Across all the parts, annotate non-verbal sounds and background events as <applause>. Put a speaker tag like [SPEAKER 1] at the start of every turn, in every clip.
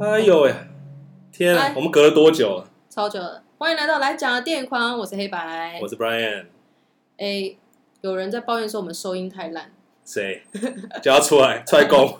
[SPEAKER 1] 哎呦喂，天啊
[SPEAKER 2] 哎！
[SPEAKER 1] 我们隔了多久啊？
[SPEAKER 2] 超久了。欢迎来到来讲的电影狂，我是黑白
[SPEAKER 1] 我。是 Brian，
[SPEAKER 2] 哎，有人在抱怨说我们收音太烂， <laughs>
[SPEAKER 1] 谁 <laughs> 叫他出来出来攻？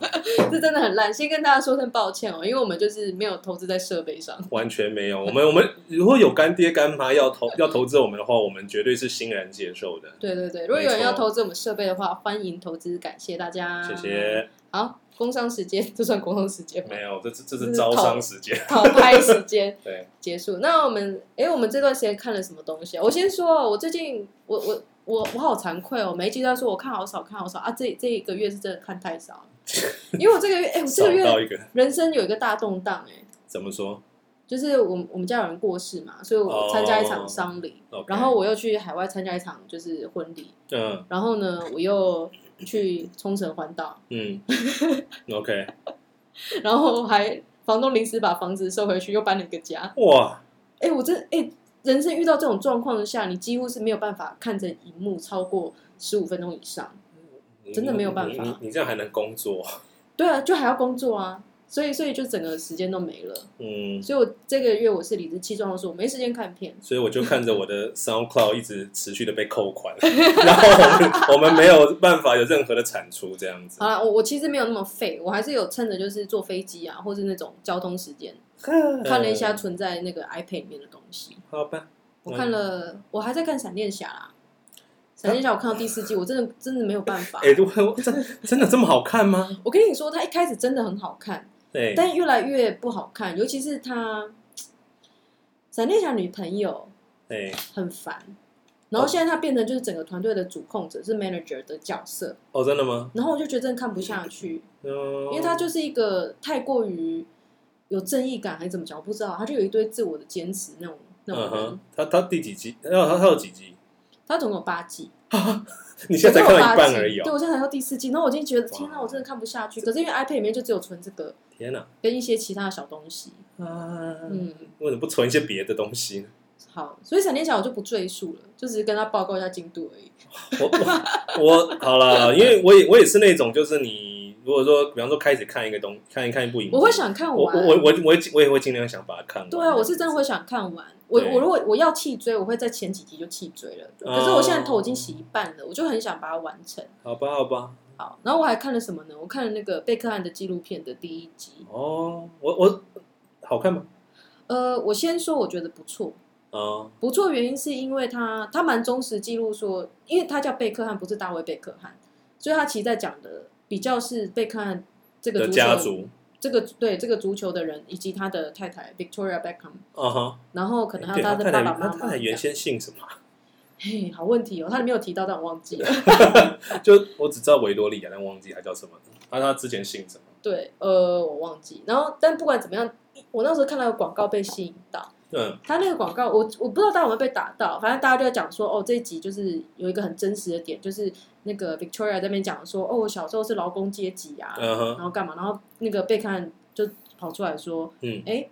[SPEAKER 2] 这真的很烂。先跟大家说声抱歉哦，因为我们就是没有投资在设备上。
[SPEAKER 1] 完全没有。我们我们如果有干爹干妈要投要投资我们的话，我们绝对是欣然接受的。
[SPEAKER 2] 对对对，如果有人
[SPEAKER 1] 没错
[SPEAKER 2] 要投资我们设备的话，欢迎投资，感谢大家。
[SPEAKER 1] 谢。谢。
[SPEAKER 2] 好，工商时间，这算工商时间吗
[SPEAKER 1] 没？有，这是这是招商时间。
[SPEAKER 2] 讨拍时间
[SPEAKER 1] <laughs> 对，
[SPEAKER 2] 结束。那我们，哎，我们这段时间看了什么东西啊？我先说，我最近，我我我我好惭愧哦，每一集都在说我看好少，看好少啊。这这一个月是真的看太
[SPEAKER 1] <laughs>
[SPEAKER 2] 少了，因为我这个月，哎，我这
[SPEAKER 1] 找
[SPEAKER 2] 个月
[SPEAKER 1] 到一个
[SPEAKER 2] 人生有一个大动荡哎、
[SPEAKER 1] 怎么说
[SPEAKER 2] 就是我们我们家有人过世嘛，所以我参加一场丧礼
[SPEAKER 1] 哦？OK
[SPEAKER 2] 然后我又去海外参加一场就是婚礼，
[SPEAKER 1] 嗯
[SPEAKER 2] 然后呢我又去冲绳环岛， <laughs>
[SPEAKER 1] 嗯，OK，
[SPEAKER 2] 然后还房东临时把房子收回去，又搬了一个家。
[SPEAKER 1] 哇，
[SPEAKER 2] 哎、我真哎、人生遇到这种状况下，你几乎是没有办法看着荧幕超过十五分钟以上。
[SPEAKER 1] 你
[SPEAKER 2] 真的没有办法
[SPEAKER 1] 你你你这样还能工作？
[SPEAKER 2] 对啊，就还要工作啊，所以所以就整个时间都没了。
[SPEAKER 1] 嗯，
[SPEAKER 2] 所以我这个月我是理直气壮的说，我没时间看片。
[SPEAKER 1] 所以我就看着我的 SoundCloud 一直持续的被扣款， <laughs> 然后我们我们没有办法有任何的产出这样子
[SPEAKER 2] 好。啦，我我其实没有那么废，我还是有趁着就是坐飞机啊，或是那种交通时间，看了一下
[SPEAKER 1] 嗯，
[SPEAKER 2] 存在那个 iPad 里面的东西。
[SPEAKER 1] 好吧，嗯
[SPEAKER 2] 我看了，我还在看《闪电侠》啦，《闪电侠》我看到第四季，我真的真的没有办法。
[SPEAKER 1] 哎、我我真真的这么好看
[SPEAKER 2] <laughs>
[SPEAKER 1] 吗？哎
[SPEAKER 2] 我跟你说，它一开始真的很好看，
[SPEAKER 1] 对，
[SPEAKER 2] 但越来越不好看，尤其是他闪电侠女朋友
[SPEAKER 1] 哎，
[SPEAKER 2] 很烦，然后现在他变成就是整个团队的主控者，是 manager 的角色，
[SPEAKER 1] 哦，真的吗？
[SPEAKER 2] 然后我就觉得真的看不下去。
[SPEAKER 1] 嗯，
[SPEAKER 2] 因为他就是一个太过于有正义感还是怎么讲，我不知道，他就有一堆自我的坚持那种
[SPEAKER 1] 嗯
[SPEAKER 2] 那种人。
[SPEAKER 1] 哼，他他第几集？要他他有几集？
[SPEAKER 2] 他总共有八季，
[SPEAKER 1] 你现在才
[SPEAKER 2] 我
[SPEAKER 1] 看
[SPEAKER 2] 有
[SPEAKER 1] 到
[SPEAKER 2] 八
[SPEAKER 1] 一半
[SPEAKER 2] 季
[SPEAKER 1] 而已
[SPEAKER 2] 对
[SPEAKER 1] 哦。
[SPEAKER 2] 我现在才到第四季，然后我已经觉得
[SPEAKER 1] 哇
[SPEAKER 2] 天哪，我真的看不下去。可是因为 iPad 里面就只有存这个
[SPEAKER 1] 天哪、
[SPEAKER 2] 跟一些其他的小东西，
[SPEAKER 1] 啊！
[SPEAKER 2] 嗯，
[SPEAKER 1] 为什么不存一些别的东西呢？
[SPEAKER 2] 好，所以闪电侠我就不赘述了，就只是跟他报告一下进度而已。
[SPEAKER 1] 我我 <laughs> 我好了，因为我也我也是那种，就是你如果说，比方说开始看一个东，看一看一部影集，
[SPEAKER 2] 我会想看
[SPEAKER 1] 我
[SPEAKER 2] 完，
[SPEAKER 1] 我我我我也我也会尽量想把它看完。
[SPEAKER 2] 对啊，我是真的会想看完。我
[SPEAKER 1] 对哦
[SPEAKER 2] 我如果我要弃追，我会在前几集就弃追了。可是我现在头已经洗一半了，我就很想把它完成。
[SPEAKER 1] 好吧好吧，
[SPEAKER 2] 好，然后我还看了什么呢？我看了那个贝克汉的纪录片的第一集。
[SPEAKER 1] 哦，我我好看吗？
[SPEAKER 2] 呃，我先说我觉得不错，
[SPEAKER 1] 啊，
[SPEAKER 2] 不错原因是因为他他蛮忠实记录说，因为他叫贝克汉，不是大卫贝克汉，所以他其实在讲的比较是贝克汉这个
[SPEAKER 1] 的
[SPEAKER 2] 足
[SPEAKER 1] 家
[SPEAKER 2] 球
[SPEAKER 1] 族，
[SPEAKER 2] 这个对这个足球的人以及他的太太 Victoria Beckham，
[SPEAKER 1] 啊哈，
[SPEAKER 2] 然后可能还
[SPEAKER 1] 哎对
[SPEAKER 2] 有他的
[SPEAKER 1] 太
[SPEAKER 2] 爸
[SPEAKER 1] 太
[SPEAKER 2] 爸
[SPEAKER 1] 他
[SPEAKER 2] 妈
[SPEAKER 1] 太
[SPEAKER 2] 妈
[SPEAKER 1] 太
[SPEAKER 2] 这
[SPEAKER 1] 原
[SPEAKER 2] 样。
[SPEAKER 1] 先姓什么？ <laughs>
[SPEAKER 2] 嘿，好问题哦，他里面有提到，但我忘记了。 <laughs>
[SPEAKER 1] 就我只知道维多利亚，但忘记他叫什么了。啊他他之前姓什么？
[SPEAKER 2] 对，呃，我忘记。然后，但不管怎么样，我那时候看到有广告被吸引到。
[SPEAKER 1] 嗯
[SPEAKER 2] 他那个广告，我我不知道大家有没有被打到，反正大家就在讲说，哦，这一集就是有一个很真实的点，就是那个 Victoria 在那边讲说，哦，我小时候是劳工阶级啊，
[SPEAKER 1] 嗯
[SPEAKER 2] 然
[SPEAKER 1] 哼，
[SPEAKER 2] 后干嘛，然后那个贝克汉就跑出来说，
[SPEAKER 1] 嗯
[SPEAKER 2] 哎、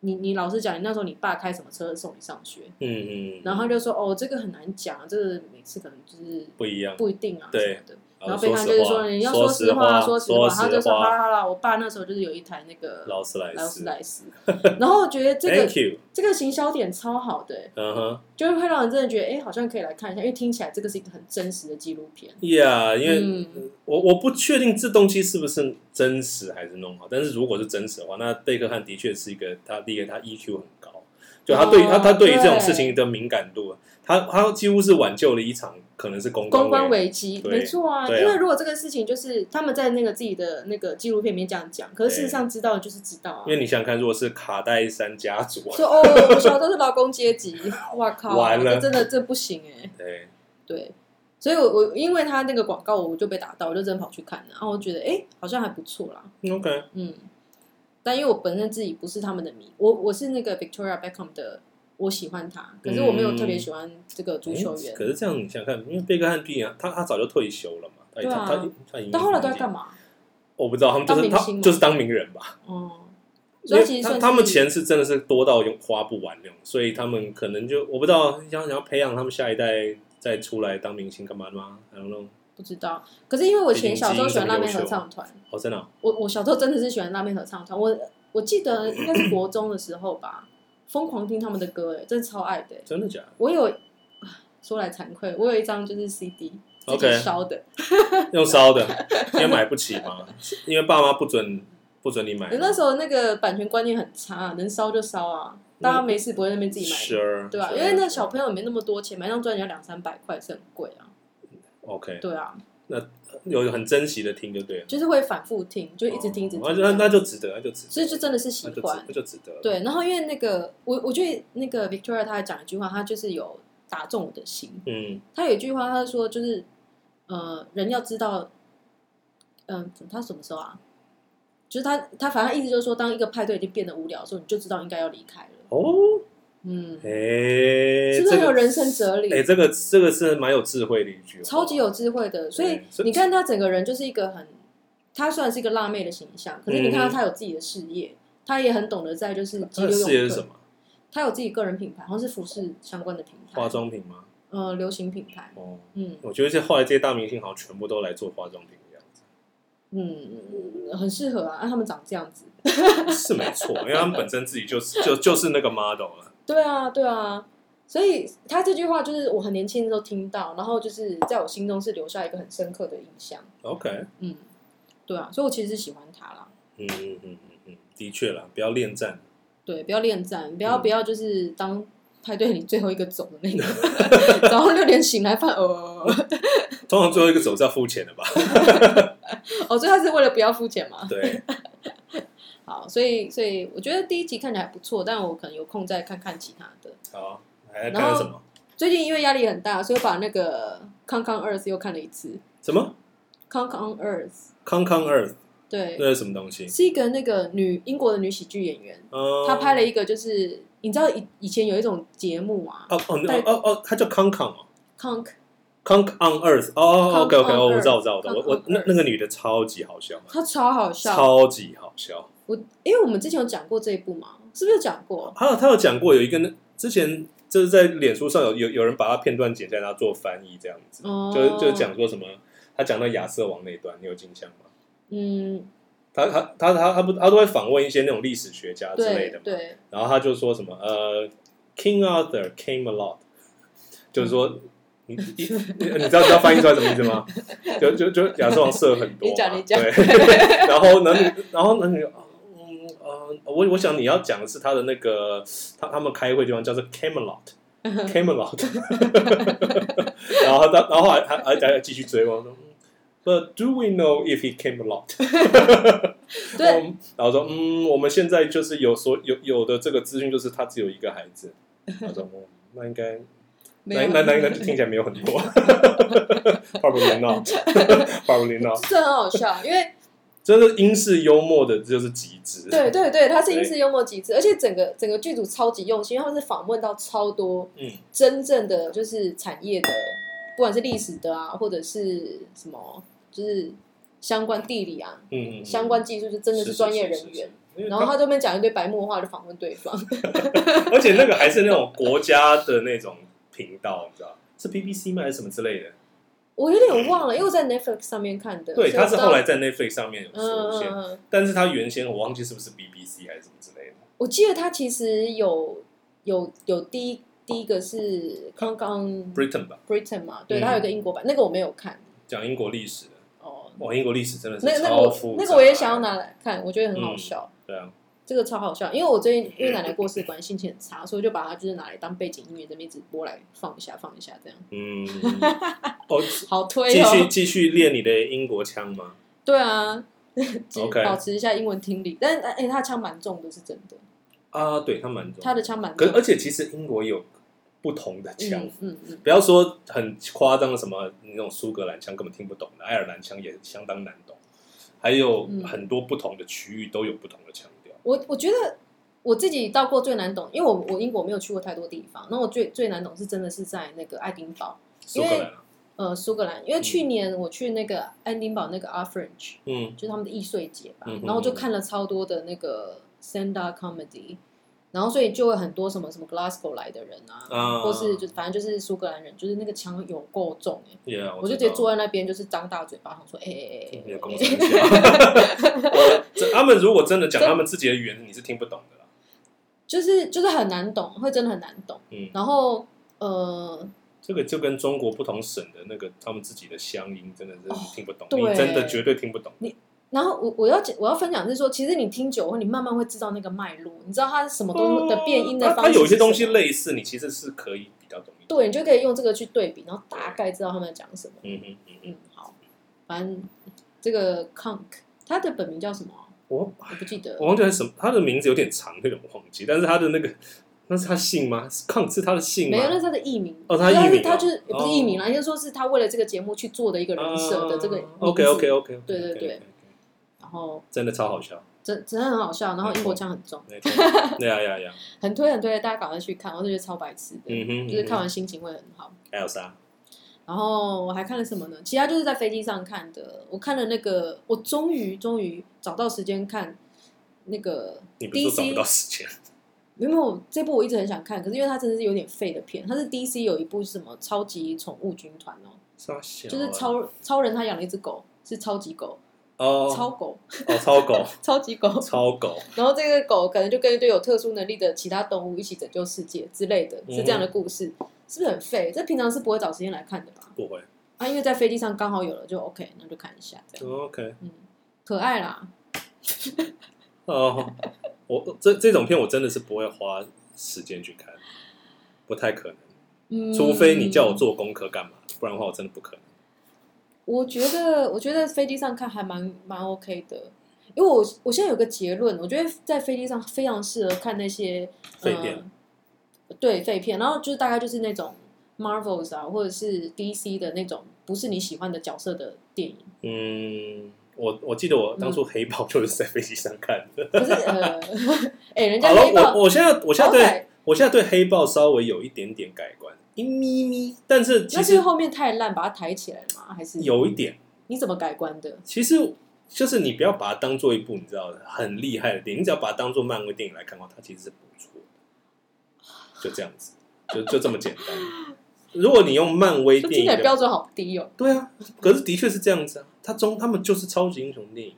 [SPEAKER 2] 你你老实讲，你那时候你爸开什么车送你上学？
[SPEAKER 1] 嗯嗯，
[SPEAKER 2] 然后他就说，哦，这个很难讲，这个每次可能就是
[SPEAKER 1] 不一样。
[SPEAKER 2] 不一定啊，
[SPEAKER 1] 对呃
[SPEAKER 2] 什么的。然后贝
[SPEAKER 1] 说
[SPEAKER 2] 克汉
[SPEAKER 1] 实
[SPEAKER 2] 就是
[SPEAKER 1] 话，
[SPEAKER 2] 你要
[SPEAKER 1] 说
[SPEAKER 2] 实
[SPEAKER 1] 话，
[SPEAKER 2] 说
[SPEAKER 1] 实
[SPEAKER 2] 话，他就说，好
[SPEAKER 1] 话
[SPEAKER 2] 啦好啦，我爸那时候就是有一台那个
[SPEAKER 1] 劳斯莱
[SPEAKER 2] 劳斯
[SPEAKER 1] 斯哎
[SPEAKER 2] 莱斯，然后我觉得这个
[SPEAKER 1] ，Thank you，
[SPEAKER 2] 这个行销点超好的、欸，
[SPEAKER 1] 嗯哼。
[SPEAKER 2] 就是会让人真的觉得，哎、好像可以来看一下，因为听起来这个是一个很真实的纪录片。
[SPEAKER 1] Yeah，因为、
[SPEAKER 2] 嗯
[SPEAKER 1] 我我不确定这东西是不是真实还是弄好，但是如果是真实的话，那贝克汉的确是一个他第一个他 EQ 很高，就他对、
[SPEAKER 2] 哦
[SPEAKER 1] 他他对于这种
[SPEAKER 2] 对
[SPEAKER 1] 事情的敏感度，他他几乎是挽救了一场可能是公关
[SPEAKER 2] 公关危机，
[SPEAKER 1] 对
[SPEAKER 2] 没错啊，
[SPEAKER 1] 对啊
[SPEAKER 2] 因为如果这个事情就是他们在那个自己的那个纪录片里面这样讲，可是事实上知道的就是知道啊
[SPEAKER 1] 因，为你想想看，如果是卡戴珊家族，
[SPEAKER 2] 说哦，我小时候是劳工阶
[SPEAKER 1] <laughs>
[SPEAKER 2] 级，哇靠，
[SPEAKER 1] 完了
[SPEAKER 2] 这真的这不行哎、
[SPEAKER 1] 对，
[SPEAKER 2] 对，所以我我因为他那个广告我就被打到，我就真的跑去看了，然后我觉得哎、诶好像还不错啦，
[SPEAKER 1] 嗯 OK，
[SPEAKER 2] 嗯，但因为我本身自己不是他们的迷，我我是那个 Victoria Beckham 的，我喜欢她，可是我没有特别喜欢这个足球
[SPEAKER 1] 嗯
[SPEAKER 2] 员。
[SPEAKER 1] 可是这样你想想看，因为贝克汉毕竟他他早就退休了嘛，他已
[SPEAKER 2] 对啊
[SPEAKER 1] 他他他已经
[SPEAKER 2] 但后来都在干嘛？
[SPEAKER 1] 我不知道，他们就是
[SPEAKER 2] 当明
[SPEAKER 1] 他
[SPEAKER 2] 星吗
[SPEAKER 1] 就是当名人吧。
[SPEAKER 2] 哦、
[SPEAKER 1] 因
[SPEAKER 2] 所以
[SPEAKER 1] 为
[SPEAKER 2] 其实
[SPEAKER 1] 他
[SPEAKER 2] 算是
[SPEAKER 1] 他们钱是真的是多到用花不完用，所以他们可能就我不知道想想要培养他们下一代再出来当明星干嘛的吗？I don't know。
[SPEAKER 2] 不知道。可是因为我以
[SPEAKER 1] 毕竟
[SPEAKER 2] 前小时候喜欢辣妹合唱团，
[SPEAKER 1] 哦，真的哦
[SPEAKER 2] 我我小时候真的是喜欢辣妹合唱团，我。我我记得应该是国中的时候吧， <clears throat> 疯狂听他们的歌，哎，真的超爱的。
[SPEAKER 1] 真的假的？
[SPEAKER 2] 我有啊说来惭愧，我有一张就是 CD 自
[SPEAKER 1] OK
[SPEAKER 2] 己烧的。
[SPEAKER 1] 用烧
[SPEAKER 2] <laughs>
[SPEAKER 1] 的，因为买不起嘛，因为爸妈不准不准你买嘛。啊
[SPEAKER 2] 那时候那个版权观念很差，能烧就烧啊，大家没事不会在那边自己买，
[SPEAKER 1] Sure，
[SPEAKER 2] 对啊，
[SPEAKER 1] sure，
[SPEAKER 2] 因为那小
[SPEAKER 1] sure
[SPEAKER 2] 朋友没那么多钱，买一张专辑要两三百块是很贵啊，
[SPEAKER 1] OK
[SPEAKER 2] 对啊，
[SPEAKER 1] 有很珍惜的听就对了，
[SPEAKER 2] 就是会反复听，就一直听一直
[SPEAKER 1] 哦那那
[SPEAKER 2] 听，
[SPEAKER 1] 那就值得，那就值得，
[SPEAKER 2] 所以就真的是喜
[SPEAKER 1] 那就值
[SPEAKER 2] 欢
[SPEAKER 1] 那。就值得了。
[SPEAKER 2] 对，然后因为那个我我觉得那个 Victoria 她还讲一句话，她就是有打中我的心。
[SPEAKER 1] 嗯，
[SPEAKER 2] 她有一句话，她说就是呃，人要知道，嗯、怎她什么时候啊？就是她她反正意思就是说，当一个派对已经变得无聊的时候，你就知道应该要离开了。
[SPEAKER 1] 哦，
[SPEAKER 2] 嗯，
[SPEAKER 1] 哎，
[SPEAKER 2] 是不是很
[SPEAKER 1] 这
[SPEAKER 2] 有
[SPEAKER 1] 个
[SPEAKER 2] 人生哲理？
[SPEAKER 1] 哎，这个这个是蛮有智慧的一句话，
[SPEAKER 2] 超级有智慧的。所以
[SPEAKER 1] 对所以
[SPEAKER 2] 你看她整个人就是一个很，她虽然是一个辣妹的形象，可是你
[SPEAKER 1] 嗯
[SPEAKER 2] 看到
[SPEAKER 1] 哼
[SPEAKER 2] 她有自己的事业，她也很懂得在就是急
[SPEAKER 1] 他
[SPEAKER 2] 流
[SPEAKER 1] 的事业
[SPEAKER 2] 勇
[SPEAKER 1] 是什
[SPEAKER 2] 退。
[SPEAKER 1] 么？
[SPEAKER 2] 她有自己个人品牌，好像是服饰相关的品牌，
[SPEAKER 1] 化妆品吗？
[SPEAKER 2] 呃流行品牌。
[SPEAKER 1] 哦，
[SPEAKER 2] 嗯
[SPEAKER 1] 我觉得这后来这些大明星好像全部都来做化妆品的样子。
[SPEAKER 2] <laughs> 嗯，很适合啊，啊他们长这样子。
[SPEAKER 1] 是没错，因为他们本身自己就是就就是那个 model 了。
[SPEAKER 2] 对啊，对啊。所以他这句话就是我很年轻的时候听到，然后就是在我心中是留下一个很深刻的印象。
[SPEAKER 1] OK，
[SPEAKER 2] 嗯，对啊，所以我其实是喜欢他啦。
[SPEAKER 1] 嗯嗯嗯嗯嗯，的确啦，不要恋战。
[SPEAKER 2] 对，不要恋战，不要、
[SPEAKER 1] 嗯
[SPEAKER 2] 不要就是当派对里最后一个走的那个， <laughs> 早上六点醒来饭哦，
[SPEAKER 1] 通常最后一个走是要付钱
[SPEAKER 2] <laughs>
[SPEAKER 1] 的吧？
[SPEAKER 2] 哦，所以他是为了不要付钱嘛。
[SPEAKER 1] 对，
[SPEAKER 2] 好，所以所以我觉得第一集看起来还不错，但我可能有空再看看其他的。
[SPEAKER 1] 好，还看了什么？
[SPEAKER 2] 最近因为压力很大，所以我把那个《康康 Earth》又看了一次，《
[SPEAKER 1] 什么
[SPEAKER 2] 康康 Earth
[SPEAKER 1] ？Kong Kong Earth，》
[SPEAKER 2] 对，
[SPEAKER 1] 那是什么东西？
[SPEAKER 2] 是一个那个女英国的女喜剧演员，
[SPEAKER 1] 嗯，
[SPEAKER 2] 她拍了一个就是你知道以以前有一种节目啊，
[SPEAKER 1] 哦哦哦哦哦，它叫 Kong Kong 哦。
[SPEAKER 2] 《Conk》，
[SPEAKER 1] Kong on Earth，哦哦
[SPEAKER 2] Kong
[SPEAKER 1] ，OK OK，
[SPEAKER 2] on
[SPEAKER 1] 哦，我知道
[SPEAKER 2] Earth，
[SPEAKER 1] 我知道我知道，我
[SPEAKER 2] Kong
[SPEAKER 1] 我
[SPEAKER 2] on
[SPEAKER 1] 那
[SPEAKER 2] Earth
[SPEAKER 1] 那个女的超级好笑，
[SPEAKER 2] 她超好笑，
[SPEAKER 1] 超级好笑。
[SPEAKER 2] 我因为我们之前有讲过这一部嘛，是不是有讲过？
[SPEAKER 1] 还有啊她有讲过有一个那之前就是在脸书上有有有人把她片段剪下来，然后做翻译这样子。
[SPEAKER 2] 哦，
[SPEAKER 1] 就就，讲说什么，他讲到亚瑟王那一段，你有印象吗？
[SPEAKER 2] 嗯，
[SPEAKER 1] 他他他他他不他都会访问一些那种历史学家啊之类的
[SPEAKER 2] 对
[SPEAKER 1] 嘛，
[SPEAKER 2] 对， <laughs>
[SPEAKER 1] 然后他就说什么呃，King Arthur came a lot，就是说你你你你知道知道翻译出来什么意思吗？就就就亚瑟王射很多嘛，
[SPEAKER 2] 你讲你讲
[SPEAKER 1] 对， <laughs> 然后男女然后男女。哦嗯呃，我我想你要讲的是他的那个，他他们开会地方叫做 Camelot，Camelot，然后他，然后还还还还继续追问说嗯，But do we know if he came a lot？
[SPEAKER 2] 对，
[SPEAKER 1] 嗯然后说，嗯，我们现在就是有所有有的这个资讯就是他只有一个孩子。他说，嗯，那应该
[SPEAKER 2] <laughs> 没
[SPEAKER 1] 那
[SPEAKER 2] 有
[SPEAKER 1] 那那
[SPEAKER 2] <laughs>
[SPEAKER 1] 应该听起来没有很多，probably <laughs> not，probably not，
[SPEAKER 2] 这很好笑，因
[SPEAKER 1] <laughs>
[SPEAKER 2] 为
[SPEAKER 1] 真的英式幽默的就是极致。
[SPEAKER 2] 对对对，他是
[SPEAKER 1] 对
[SPEAKER 2] 英式幽默极致，而且整个整个剧组超级用心，因为他们是访问到超多
[SPEAKER 1] 嗯，
[SPEAKER 2] 真正的就是产业的，不管是历史的啊，或者是什么，就是相关地理啊，
[SPEAKER 1] 嗯嗯嗯，
[SPEAKER 2] 相关技术，就真的
[SPEAKER 1] 是
[SPEAKER 2] 是专业人员。。
[SPEAKER 1] 是是是是
[SPEAKER 2] 然后他这边讲一堆白目话，就访问对
[SPEAKER 1] <laughs>
[SPEAKER 2] 方。
[SPEAKER 1] 而且那个还是那种国家的那种频道，你知道是 BBC 吗还是什么之类的？
[SPEAKER 2] 我有点忘了，因为我在 Netflix 上面看的。
[SPEAKER 1] 对，
[SPEAKER 2] 所以
[SPEAKER 1] 它
[SPEAKER 2] 我
[SPEAKER 1] 是
[SPEAKER 2] 不知道
[SPEAKER 1] 后来在 Netflix 上面有
[SPEAKER 2] 嗯
[SPEAKER 1] 出
[SPEAKER 2] 嗯
[SPEAKER 1] 现，
[SPEAKER 2] 嗯嗯，
[SPEAKER 1] 但是它原先我忘记是不是 BBC 还是什么之类的。
[SPEAKER 2] 我记得他其实有有有第一第一个是刚刚
[SPEAKER 1] Britain 吧，
[SPEAKER 2] Britain 嘛，对，
[SPEAKER 1] 嗯
[SPEAKER 2] 他有个英国版，那个我没有看
[SPEAKER 1] 讲英国历史的，
[SPEAKER 2] 哦。
[SPEAKER 1] 哇，英国历史真的是
[SPEAKER 2] 那那个
[SPEAKER 1] 超
[SPEAKER 2] 我
[SPEAKER 1] 复杂
[SPEAKER 2] 那个我也想要。拿来看，我觉得很好
[SPEAKER 1] 嗯
[SPEAKER 2] 笑，
[SPEAKER 1] 对啊，
[SPEAKER 2] 这个超好笑。因为我最近因为奶奶过世，关系心情很差，所以我就把它就是拿来当背景音乐，这边一直播来放一下放一下这样。
[SPEAKER 1] 嗯，
[SPEAKER 2] <laughs>
[SPEAKER 1] 哦，
[SPEAKER 2] 好推
[SPEAKER 1] 继续
[SPEAKER 2] 哦，
[SPEAKER 1] 继续练你的英国腔吗？
[SPEAKER 2] 对啊， <laughs> 只
[SPEAKER 1] OK
[SPEAKER 2] 保持一下英文听力。但哎、他的枪蛮重的，是真的，
[SPEAKER 1] 啊，对，它蛮重
[SPEAKER 2] 他
[SPEAKER 1] 要。
[SPEAKER 2] 的枪蛮
[SPEAKER 1] 可
[SPEAKER 2] 重
[SPEAKER 1] 是而且其实英国有不同的腔
[SPEAKER 2] 嗯嗯嗯，
[SPEAKER 1] 不要说很夸张的什么那种苏格兰腔根本听不懂的，爱尔兰腔也相当难懂，还有
[SPEAKER 2] 嗯
[SPEAKER 1] 很多不同的区域都有不同的腔调。
[SPEAKER 2] 我我觉得我自己到过最难懂，因为我我英国没有去过太多地方，那我最最难懂是真的是在那个爱丁堡，
[SPEAKER 1] 苏格兰啊，
[SPEAKER 2] 呃，苏格兰，因为去年我去那个爱丁堡那个 a r Fringe，
[SPEAKER 1] 嗯
[SPEAKER 2] 就是他们的艺术节吧，
[SPEAKER 1] 嗯哼
[SPEAKER 2] 然后就看了超多的那个 stand up comedy，然后所以就会很多什么什么 Glasgow 来的人啊，
[SPEAKER 1] 啊
[SPEAKER 2] 或是就反正就是苏格兰人，就是那个腔有够重哎、
[SPEAKER 1] Yeah，
[SPEAKER 2] 我就直接
[SPEAKER 1] 啊
[SPEAKER 2] 坐在那边，就是张大嘴巴，想说，哎哎哎
[SPEAKER 1] 你的
[SPEAKER 2] 哎
[SPEAKER 1] 公
[SPEAKER 2] 哎
[SPEAKER 1] 司
[SPEAKER 2] 哎，
[SPEAKER 1] 很
[SPEAKER 2] <laughs>
[SPEAKER 1] 小。我这他们如果真的讲他们自己的语言，你是听不懂的啦。
[SPEAKER 2] 就是就是很难懂，会真的很难懂。
[SPEAKER 1] 嗯，
[SPEAKER 2] 然后呃，
[SPEAKER 1] 这个就跟中国不同省的那个他们自己的乡音，真的是
[SPEAKER 2] 哦
[SPEAKER 1] 听不懂，
[SPEAKER 2] 对
[SPEAKER 1] 你真的绝对听不懂。
[SPEAKER 2] 然后我我要讲我要分享是说，其实你听久后，你慢慢会知道那个脉络，你知道它什么东西的变音的
[SPEAKER 1] 它
[SPEAKER 2] 方
[SPEAKER 1] 它
[SPEAKER 2] 式是
[SPEAKER 1] 哦
[SPEAKER 2] 什么。
[SPEAKER 1] 有一些东西类似，你其实是可以比较懂一点。
[SPEAKER 2] 对，你就可以用这个去对比，然后大概知道他们在讲什么。
[SPEAKER 1] 嗯哼嗯哼，
[SPEAKER 2] 嗯，好，反正这个 Conk 他的本名叫什么啊？
[SPEAKER 1] 我
[SPEAKER 2] 我不记得
[SPEAKER 1] 我。忘记他什么，他的名字有点长，有点忘记。但是他的那个，那是他姓吗？是抗是他的姓吗？
[SPEAKER 2] 没有，那是他的艺名。
[SPEAKER 1] 哦他的艺
[SPEAKER 2] 就是
[SPEAKER 1] 名
[SPEAKER 2] 他
[SPEAKER 1] 哦啊
[SPEAKER 2] 就是也不是艺名啦，应该说是他为了这个节目去做的一个人设的这个名字。
[SPEAKER 1] OK OK OK，
[SPEAKER 2] 对对对，然后
[SPEAKER 1] 真的超好笑。
[SPEAKER 2] 真真的很好笑，然
[SPEAKER 1] 嗯
[SPEAKER 2] 后英国腔很重，
[SPEAKER 1] 对对呀呀呀，
[SPEAKER 2] 很推很推，大家赶快去看，我就觉得超白痴的，
[SPEAKER 1] 嗯哼，
[SPEAKER 2] 就是看完心情会很好。
[SPEAKER 1] 还有啥？
[SPEAKER 2] 然后我还看了什么呢？其他就是在飞机上看的。我看了那个，我终于终于找到时间看那个
[SPEAKER 1] 你不是说找不到
[SPEAKER 2] DC。
[SPEAKER 1] 时间？
[SPEAKER 2] 没有这部我一直很想看，可是因为它真的是有点废的片。它是 DC 有一部是什么超级宠物军团哦，
[SPEAKER 1] 傻小啊
[SPEAKER 2] 就是超超人他养了一只狗，是超级狗，
[SPEAKER 1] 哦
[SPEAKER 2] 超狗，
[SPEAKER 1] 哦超狗
[SPEAKER 2] 超级狗。
[SPEAKER 1] 超狗，
[SPEAKER 2] 然后这个狗可能就跟对有特殊能力的其他动物一起拯救世界之类的，是这
[SPEAKER 1] 嗯
[SPEAKER 2] 样的故事，是不是很废？这平常是不会找时间来看的吧？
[SPEAKER 1] 不会
[SPEAKER 2] 啊，因为在飞机上刚好有了，就 OK，那就看一下这样。
[SPEAKER 1] OK
[SPEAKER 2] 嗯，可爱啦，
[SPEAKER 1] 哦，我这这种片我真的是不会花时间去看，不太可能，
[SPEAKER 2] 嗯，
[SPEAKER 1] 除非你叫我。做功课干嘛，不然的话我真的不可能。
[SPEAKER 2] 我觉得，我觉得飞机上看还蛮蛮 OK 的，因为我我现在有个结论，我觉得在飞机上非常适合看那些
[SPEAKER 1] 废片，
[SPEAKER 2] 呃对废片，然后就是大概就是那种 Marvels 啊，或者是 DC 的那种不是你喜欢的角色的电影，
[SPEAKER 1] 嗯，我我记得我当初黑豹就是在飞机上看的。
[SPEAKER 2] 可是呃， <laughs> 哎、人家
[SPEAKER 1] 好了，
[SPEAKER 2] 黑豹
[SPEAKER 1] 我我现在我现在
[SPEAKER 2] 好
[SPEAKER 1] 对
[SPEAKER 2] 歹
[SPEAKER 1] 我现在对黑豹稍微有一点点改观，一咪咪，但是
[SPEAKER 2] 那
[SPEAKER 1] 其
[SPEAKER 2] 是
[SPEAKER 1] 实
[SPEAKER 2] 后面太烂把它抬起来了吗？还是
[SPEAKER 1] 有一点。
[SPEAKER 2] 你怎么改观的？
[SPEAKER 1] 其实就是你不要把它当做一部你知道很厉害的电影，你只要把它当做漫威电影来看的话，它其实是不错的。就这样子，就就这么简单。如果你用漫威
[SPEAKER 2] 就
[SPEAKER 1] 电
[SPEAKER 2] 听
[SPEAKER 1] 影
[SPEAKER 2] 起来标
[SPEAKER 1] 的，
[SPEAKER 2] 准好低哦。
[SPEAKER 1] 对啊，可是的确是这样子啊。它中他们就是超级英雄电影，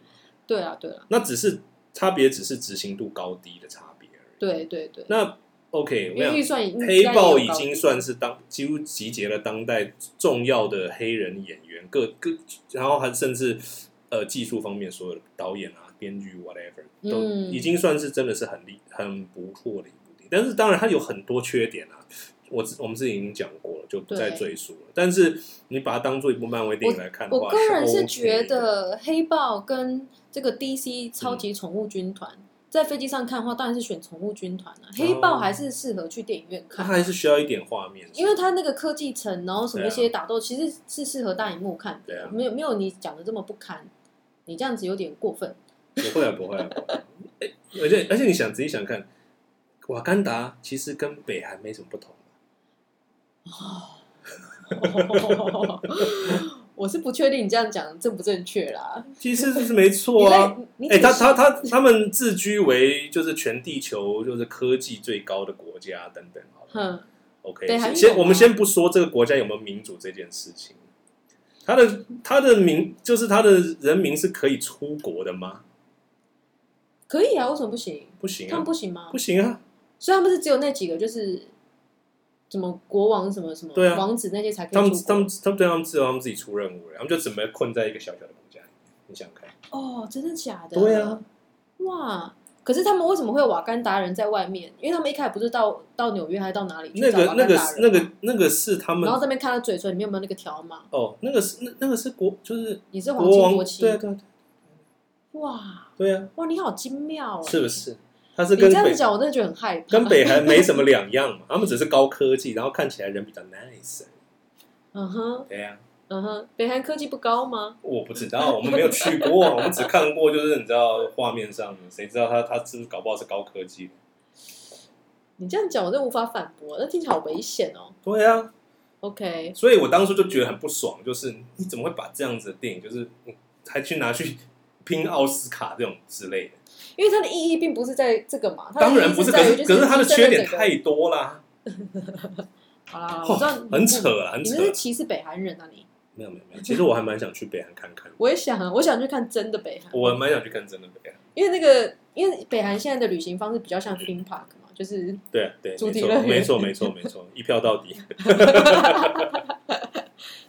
[SPEAKER 2] 对啊，对啊，
[SPEAKER 1] 那只是差别，只是执行度高低的差别而已。，
[SPEAKER 2] 对对对。
[SPEAKER 1] 那 OK，我
[SPEAKER 2] 因
[SPEAKER 1] 想
[SPEAKER 2] 为预算已经
[SPEAKER 1] 黑豹已
[SPEAKER 2] 应该也有
[SPEAKER 1] 经
[SPEAKER 2] 高
[SPEAKER 1] 算是当几乎集结了当代重要的黑人演员，各各，然后还甚至呃技术方面所有的导演啊、编剧 whatever 都
[SPEAKER 2] 嗯
[SPEAKER 1] 已经算是真的是很厉很不错的一部电影。但是当然它有很多缺点啊，我我们之前已经讲过了，就不再
[SPEAKER 2] 对
[SPEAKER 1] 赘述了。但是你把它当做一部漫威电影来看的
[SPEAKER 2] 我
[SPEAKER 1] 话，
[SPEAKER 2] 个人是
[SPEAKER 1] OK
[SPEAKER 2] 觉
[SPEAKER 1] 的
[SPEAKER 2] 得黑豹跟这个 DC 超
[SPEAKER 1] 嗯
[SPEAKER 2] 级宠物军团、在飞机上看的话，当然是选宠物军团了、啊黑
[SPEAKER 1] 哦
[SPEAKER 2] 豹还是适合去电影院
[SPEAKER 1] 它
[SPEAKER 2] 看，
[SPEAKER 1] 还是需要一点画面，
[SPEAKER 2] 因为它那个科技层，然后什么
[SPEAKER 1] 对啊
[SPEAKER 2] 一些打斗，其实是适合大荧幕看
[SPEAKER 1] 对
[SPEAKER 2] 的，
[SPEAKER 1] 啊
[SPEAKER 2] 没有没有你讲的这么不堪。你这样子有点过
[SPEAKER 1] <laughs>
[SPEAKER 2] 分，
[SPEAKER 1] 不会啊，不会啊，不会啊。哎而且而且你想仔细想看，瓦干达其实跟北韩没什么不同。啊
[SPEAKER 2] 我是不确定你这样讲正不正确啦。
[SPEAKER 1] 其实这是没错啊。
[SPEAKER 2] 你在
[SPEAKER 1] 哎、
[SPEAKER 2] 你
[SPEAKER 1] 他他他他们自居为就是全地球就是科技最高的国家等等，好了
[SPEAKER 2] 哼，
[SPEAKER 1] ，OK
[SPEAKER 2] 嗯北
[SPEAKER 1] 先。
[SPEAKER 2] 韩有
[SPEAKER 1] 先
[SPEAKER 2] 吗
[SPEAKER 1] 我们先不说这个国家有没有民主这件事情，他的他的民就是他的人民是可以出国的吗？
[SPEAKER 2] 可以啊，为什么不行？
[SPEAKER 1] 不行
[SPEAKER 2] 他
[SPEAKER 1] 啊
[SPEAKER 2] 们，不行吗
[SPEAKER 1] 不？行啊，
[SPEAKER 2] 所以他们是只有那几个，就是什么国王什么什么
[SPEAKER 1] 对啊
[SPEAKER 2] 王子那些才可
[SPEAKER 1] 他
[SPEAKER 2] 以
[SPEAKER 1] 们
[SPEAKER 2] 出
[SPEAKER 1] 他
[SPEAKER 2] 国
[SPEAKER 1] 们。他们对他们自由，他们自己出任务了，他们就只能困在一个小小的国家里面。你想想看，
[SPEAKER 2] 哦，真的假的？
[SPEAKER 1] 对啊，
[SPEAKER 2] 哇！可是他们为什么会有瓦干达人在外面？因为他们一开始不是到到纽约还是到哪里去
[SPEAKER 1] 那
[SPEAKER 2] 找瓦
[SPEAKER 1] 个那
[SPEAKER 2] 干达人
[SPEAKER 1] 个
[SPEAKER 2] 吗
[SPEAKER 1] 那个那个是他们
[SPEAKER 2] 然后这边看他嘴唇里面有没有那个条码，
[SPEAKER 1] 哦，那个是那那个是国就是
[SPEAKER 2] 也是黄
[SPEAKER 1] 国
[SPEAKER 2] 金
[SPEAKER 1] 王
[SPEAKER 2] 国旗。
[SPEAKER 1] 对啊对啊
[SPEAKER 2] 哇
[SPEAKER 1] 对啊，
[SPEAKER 2] 哇，你好精妙哦！
[SPEAKER 1] 是不是？他是
[SPEAKER 2] 你这
[SPEAKER 1] 跟
[SPEAKER 2] 样
[SPEAKER 1] 北
[SPEAKER 2] 讲，我真的觉得很害怕。
[SPEAKER 1] 跟北韩没什么两样嘛，他们只是高科技，然后看起来人比较 nice。
[SPEAKER 2] 嗯哼
[SPEAKER 1] 对呀、
[SPEAKER 2] 嗯哼，北韩科技不高吗？
[SPEAKER 1] 我不知道，我们没有去过，我们只看过，就是你知道画面上，谁知道他他是不是搞不好是高科技？
[SPEAKER 2] 你这样讲，我真的无法反驳，那听起来好危险哦。
[SPEAKER 1] 对呀、
[SPEAKER 2] OK，
[SPEAKER 1] 所以我当初就觉得很不爽，就是你怎么会把这样子的电影，就是你还去拿去拼奥斯卡这种之类的。
[SPEAKER 2] 因为它的意义并不是在这个嘛，它的
[SPEAKER 1] 当然不
[SPEAKER 2] 意义
[SPEAKER 1] 是，
[SPEAKER 2] 是
[SPEAKER 1] 可
[SPEAKER 2] 在于
[SPEAKER 1] 是
[SPEAKER 2] 就
[SPEAKER 1] 可是它的
[SPEAKER 2] 提升
[SPEAKER 1] 缺
[SPEAKER 2] 了
[SPEAKER 1] 点
[SPEAKER 2] 整个
[SPEAKER 1] 太多啦，
[SPEAKER 2] 好啦，好啦
[SPEAKER 1] 哦
[SPEAKER 2] 我知道你
[SPEAKER 1] 很扯，啦，很
[SPEAKER 2] 你
[SPEAKER 1] 扯啊
[SPEAKER 2] 这。是歧视北韩人啊你！
[SPEAKER 1] 没有没有没有，其实我还蛮想去北韩看看，
[SPEAKER 2] 我也想啊，我想去看真的北韩，
[SPEAKER 1] 我蛮想去看真的北韩。
[SPEAKER 2] 因为那个因为北韩现在的旅行方式比较像 theme park 嘛，就是
[SPEAKER 1] 对啊对，
[SPEAKER 2] 主
[SPEAKER 1] 没
[SPEAKER 2] 题
[SPEAKER 1] 错
[SPEAKER 2] 乐园
[SPEAKER 1] 没错没错没错，一票到
[SPEAKER 2] <laughs>
[SPEAKER 1] 底。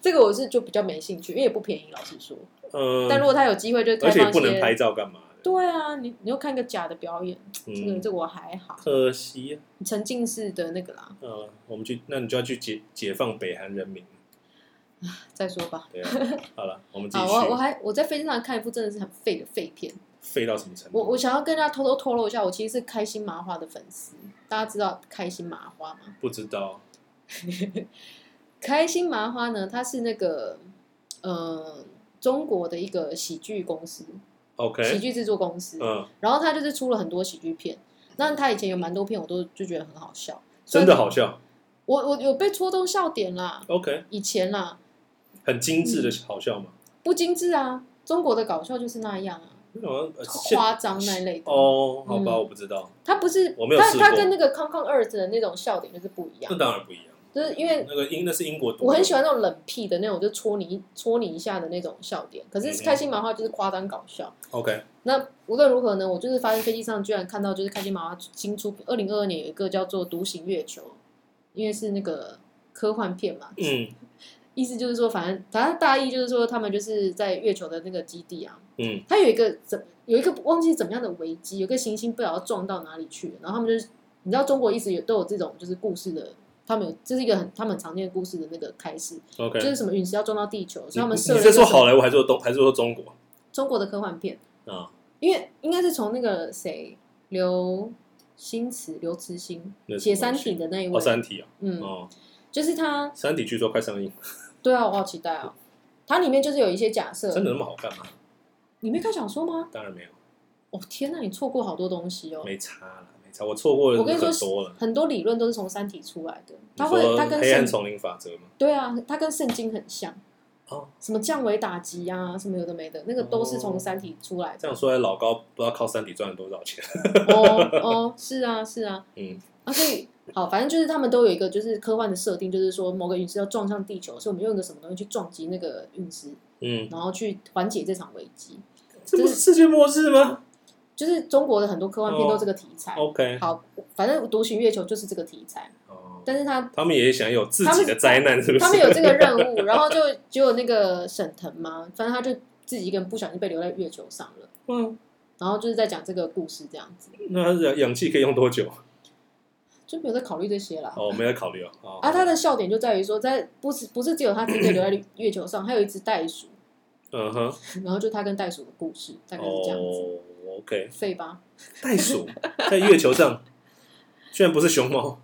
[SPEAKER 2] 这个我是就比较没兴趣，因为也不便宜，老实说。
[SPEAKER 1] 嗯，
[SPEAKER 2] 但如果他有机会，就
[SPEAKER 1] 而
[SPEAKER 2] 开
[SPEAKER 1] 且
[SPEAKER 2] 放
[SPEAKER 1] 也
[SPEAKER 2] 一
[SPEAKER 1] 不能
[SPEAKER 2] 些
[SPEAKER 1] 拍照干嘛的？
[SPEAKER 2] 对啊，你你又看个假的表演，这个
[SPEAKER 1] 嗯，
[SPEAKER 2] 这个我还好，
[SPEAKER 1] 可惜啊。
[SPEAKER 2] 沉浸式的那个啦，
[SPEAKER 1] 呃，我们去，那你就要去解解放北韩人民，
[SPEAKER 2] 再说吧。 <laughs>
[SPEAKER 1] 对啊。好了，我们继
[SPEAKER 2] 好，
[SPEAKER 1] 续
[SPEAKER 2] 我我还我在飞机上看一部真的是很废的废片，
[SPEAKER 1] 废到什么程度？
[SPEAKER 2] 我我想要跟大家偷偷透露一下，我其实是开心麻花的粉丝，大家知道开心麻花吗？
[SPEAKER 1] 不知道，
[SPEAKER 2] 开心麻花呢，它是那个呃中国的一个喜剧公司，喜
[SPEAKER 1] OK，
[SPEAKER 2] 剧制作公司，
[SPEAKER 1] 嗯，
[SPEAKER 2] 然后它就是出了很多喜剧片，那它以前有蛮多片我都就觉得很好笑，所
[SPEAKER 1] 真
[SPEAKER 2] 以
[SPEAKER 1] 的好笑
[SPEAKER 2] 我我有被戳中笑点啦，
[SPEAKER 1] ，OK，
[SPEAKER 2] 以前啦
[SPEAKER 1] 很精致
[SPEAKER 2] 嗯
[SPEAKER 1] 的好笑嘛，
[SPEAKER 2] 不精致啊，中国的搞笑就是那样啊，
[SPEAKER 1] 好像呃现
[SPEAKER 2] 夸张那一类的，
[SPEAKER 1] 哦，好吧，
[SPEAKER 2] 嗯
[SPEAKER 1] 我不知道，
[SPEAKER 2] 它不是
[SPEAKER 1] 我没有
[SPEAKER 2] 它
[SPEAKER 1] 试
[SPEAKER 2] 它
[SPEAKER 1] 过嗯
[SPEAKER 2] 跟那个康康 Earth 的那种笑点就是不一样
[SPEAKER 1] 那，当然不一样，
[SPEAKER 2] 就是因为
[SPEAKER 1] 那个英那是英国独，
[SPEAKER 2] 我很喜欢那种冷僻的那种，就戳你一戳你一下的那种笑点。可
[SPEAKER 1] 嗯
[SPEAKER 2] 是
[SPEAKER 1] 哼
[SPEAKER 2] 开心麻花就是夸张搞笑。
[SPEAKER 1] ，OK，
[SPEAKER 2] 那无论如何呢，我就是发现飞机上居然看到就是开心麻花新出二零二二年有一个叫做《独行月球》，因为是那个科幻片嘛，
[SPEAKER 1] 嗯
[SPEAKER 2] 意思就是说，反正反正大意就是说他们就是在月球的那个基地啊，
[SPEAKER 1] 嗯
[SPEAKER 2] 它有一个怎有一个忘记怎么样的危机，有一个行星不晓得撞到哪里去了，然后他们就是你知道中国一直有都有这种就是故事的，他们有这是一个很他们很常见的故事的那个开始，
[SPEAKER 1] ，OK，
[SPEAKER 2] 就是什么陨石要撞到地球，所以
[SPEAKER 1] 你
[SPEAKER 2] 他们设
[SPEAKER 1] 你
[SPEAKER 2] 了
[SPEAKER 1] 在
[SPEAKER 2] 一个
[SPEAKER 1] 说
[SPEAKER 2] 什么
[SPEAKER 1] 好莱坞还是说东还是说中国
[SPEAKER 2] 中国的科幻片，
[SPEAKER 1] 啊？
[SPEAKER 2] 因为应该是从那个谁刘星驰刘慈欣
[SPEAKER 1] 那是
[SPEAKER 2] 写《
[SPEAKER 1] 什么
[SPEAKER 2] 三
[SPEAKER 1] 东西
[SPEAKER 2] 体》的那一
[SPEAKER 1] 哦，
[SPEAKER 2] 位，
[SPEAKER 1] 三体啊，
[SPEAKER 2] 嗯，
[SPEAKER 1] 哦，
[SPEAKER 2] 就是他，
[SPEAKER 1] 三体据说快上映，
[SPEAKER 2] 对啊，我好期待啊。它里面就是有一些假设，
[SPEAKER 1] 真的那么好看吗？
[SPEAKER 2] 你没看小说吗？
[SPEAKER 1] 当然没有，
[SPEAKER 2] 哦天呐，你错过好多东西哦！
[SPEAKER 1] 没差了，没差，我错过了
[SPEAKER 2] 我跟你说
[SPEAKER 1] 很多了。
[SPEAKER 2] 很多理论都是从《三体》出来的，
[SPEAKER 1] 你
[SPEAKER 2] 它会
[SPEAKER 1] 说
[SPEAKER 2] 它跟
[SPEAKER 1] 黑暗
[SPEAKER 2] 圣
[SPEAKER 1] 丛林法则吗？
[SPEAKER 2] 对啊，它跟圣经很像，
[SPEAKER 1] 哦，
[SPEAKER 2] 什么降维打击啊，什么有的没的，那个都是从《三体》出来
[SPEAKER 1] 这
[SPEAKER 2] 的。
[SPEAKER 1] 样说来，老高不知道靠三体赚了多少钱。
[SPEAKER 2] 哦哦，是啊是啊，
[SPEAKER 1] 嗯
[SPEAKER 2] 啊，所以好，反正就是他们都有一个就是科幻的设定，就是说某个陨石要撞向地球，所以我们用一个什么东西去撞击那个陨石，
[SPEAKER 1] 嗯，
[SPEAKER 2] 然后去缓解这场危机。
[SPEAKER 1] 这不是世界末日吗
[SPEAKER 2] 就是中国的很多科幻片
[SPEAKER 1] 哦
[SPEAKER 2] 都这个题材。
[SPEAKER 1] ？OK，
[SPEAKER 2] 好，反正《独行月球》就是这个题材，
[SPEAKER 1] 哦，
[SPEAKER 2] 但
[SPEAKER 1] <laughs>
[SPEAKER 2] 是他
[SPEAKER 1] 他们也想有自己的灾难，是不是？
[SPEAKER 2] 他们有这个任务，然后就只有那个沈腾嘛，反正他就自己一个人不小心被留在月球上了，
[SPEAKER 1] <laughs> 嗯，
[SPEAKER 2] 然后就是在讲这个故事这样子，
[SPEAKER 1] 那氧氧气可以用多久？
[SPEAKER 2] 就没有在考虑这些啦。
[SPEAKER 1] 哦，我没有考虑哦。哦
[SPEAKER 2] 啊，他的笑点就在于说，在不是不是只有他自己被留在月球上，还有一只袋鼠，
[SPEAKER 1] 嗯哼，
[SPEAKER 2] 然后就他跟袋鼠的故事，大概是这样子。
[SPEAKER 1] 哦，OK，
[SPEAKER 2] 废吧，
[SPEAKER 1] 袋鼠 <laughs> 在月球上，居然不是熊猫，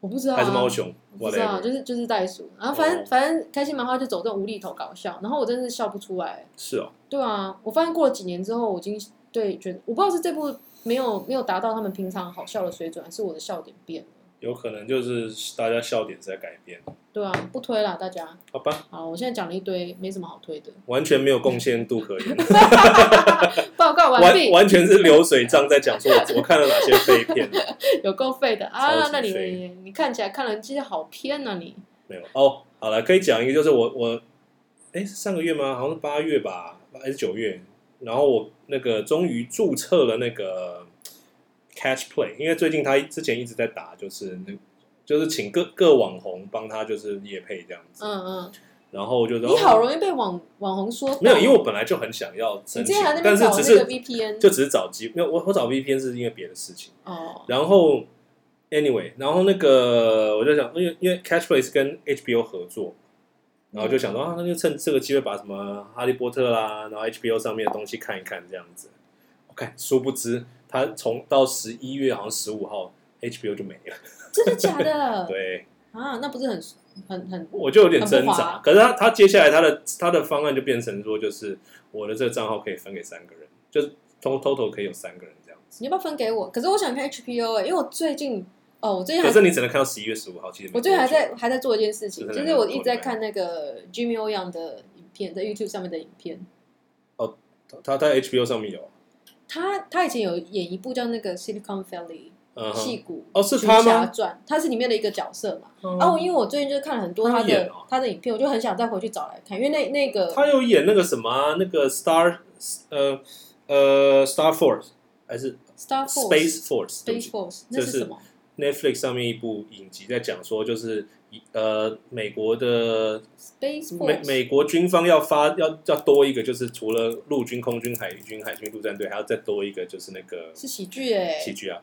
[SPEAKER 2] 我不知道、啊，
[SPEAKER 1] 还是猫熊
[SPEAKER 2] 不知道，啊
[SPEAKER 1] ？whatever，
[SPEAKER 2] 就是就是袋鼠。然后反正、
[SPEAKER 1] 哦
[SPEAKER 2] 反正开心麻花就走这种无厘头搞笑，然后我真的是笑不出来。
[SPEAKER 1] 是哦，
[SPEAKER 2] 对啊，我发现过了几年之后，我已经对觉得我不知道是这部没有没有达到他们平常好笑的水准，还是我的笑点变了。
[SPEAKER 1] 有可能就是大家笑点在改变，
[SPEAKER 2] 对啊，不推啦，大家。
[SPEAKER 1] 好吧，
[SPEAKER 2] 好，我现在讲了一堆，没什么好推的。
[SPEAKER 1] 完全没有贡献度可言。
[SPEAKER 2] 报告完
[SPEAKER 1] 完
[SPEAKER 2] 毕，
[SPEAKER 1] 完全是流水账在讲说我我看了哪些废片，
[SPEAKER 2] 有够废的
[SPEAKER 1] 超
[SPEAKER 2] 啊
[SPEAKER 1] 级！
[SPEAKER 2] 那你
[SPEAKER 1] 废
[SPEAKER 2] 你你看起来看了这些好片呐、你
[SPEAKER 1] 没有哦。好了，可以讲一个，就是我我哎、是上个月吗？好像是八月吧，还是九月？然后我那个终于注册了那个 Catch Play，因为最近他之前一直在打，就是那就是请各各网红帮他就是夜配这样子。
[SPEAKER 2] 嗯嗯，
[SPEAKER 1] 然后我就说
[SPEAKER 2] 你好
[SPEAKER 1] 易
[SPEAKER 2] 容易被网网红说
[SPEAKER 1] 没有，因为
[SPEAKER 2] 为
[SPEAKER 1] 我本来就很想要
[SPEAKER 2] 你
[SPEAKER 1] 申
[SPEAKER 2] 之
[SPEAKER 1] 请
[SPEAKER 2] 前还在，那
[SPEAKER 1] 但
[SPEAKER 2] 边
[SPEAKER 1] 是
[SPEAKER 2] 搞
[SPEAKER 1] 只
[SPEAKER 2] 那个
[SPEAKER 1] 是
[SPEAKER 2] VPN，
[SPEAKER 1] 就只是找机，没有我我找 VPN 是因为别的事情。
[SPEAKER 2] 哦，
[SPEAKER 1] 然后，anyway，然后那个我就想，因为因为 Catchplay 是跟 HBO 合作，然后就想说啊，那就趁这个机会把什么《哈利波特》啦，然后 HBO 上面的东西看一看这样子。我看，殊不知它从到十一月好像十五号 HBO 就没了。
[SPEAKER 2] 真的假的？
[SPEAKER 1] <laughs> 对，
[SPEAKER 2] 啊，那不是很很很
[SPEAKER 1] 我就有点挣
[SPEAKER 2] 很不
[SPEAKER 1] 扎
[SPEAKER 2] 划。
[SPEAKER 1] 可是他他接下来他的他的方案就变成说，就是我的这个账号可以分给三个人，就是 total total 可以有三个人这样子。
[SPEAKER 2] 你要不要分给我？可是我想看 HPO 哎、因为我最近哦，我最近
[SPEAKER 1] 可
[SPEAKER 2] 还
[SPEAKER 1] 是你只能看到十一月十五号，其实没
[SPEAKER 2] 我最近还
[SPEAKER 1] 多久
[SPEAKER 2] 在还在做一件事情，
[SPEAKER 1] 是
[SPEAKER 2] 就是我一直在看那个 Jimmy O Young 的影片，在 YouTube 上面的影片。
[SPEAKER 1] 他他 HBO 上面有，
[SPEAKER 2] 他他以前有演一部叫那个《Silicon Valley
[SPEAKER 1] 嗯》哼
[SPEAKER 2] 戏，骨
[SPEAKER 1] 哦是他吗哦
[SPEAKER 2] 群侠传》，他是里面的一个角色嘛。啊，我因为我最近就是看了很多
[SPEAKER 1] 他
[SPEAKER 2] 他
[SPEAKER 1] 演
[SPEAKER 2] 的
[SPEAKER 1] 哦
[SPEAKER 2] 他的影片，我就很想再回去找来看，因为那那个
[SPEAKER 1] 他有演那个什么啊那个 Star 呃呃 Star Force 还是
[SPEAKER 2] Star Force
[SPEAKER 1] Space Force 对不
[SPEAKER 2] Space
[SPEAKER 1] 起
[SPEAKER 2] Force
[SPEAKER 1] 这
[SPEAKER 2] 那
[SPEAKER 1] 是
[SPEAKER 2] 是什么？
[SPEAKER 1] Netflix 上面一部影集在讲说就是一呃美国的
[SPEAKER 2] Space
[SPEAKER 1] 美
[SPEAKER 2] Force
[SPEAKER 1] 美国军方要发要要多一个，就是除了陆军、空军、海军、海军陆战队，还要再多一个，就是那个
[SPEAKER 2] 是喜剧哎、
[SPEAKER 1] 喜剧啊，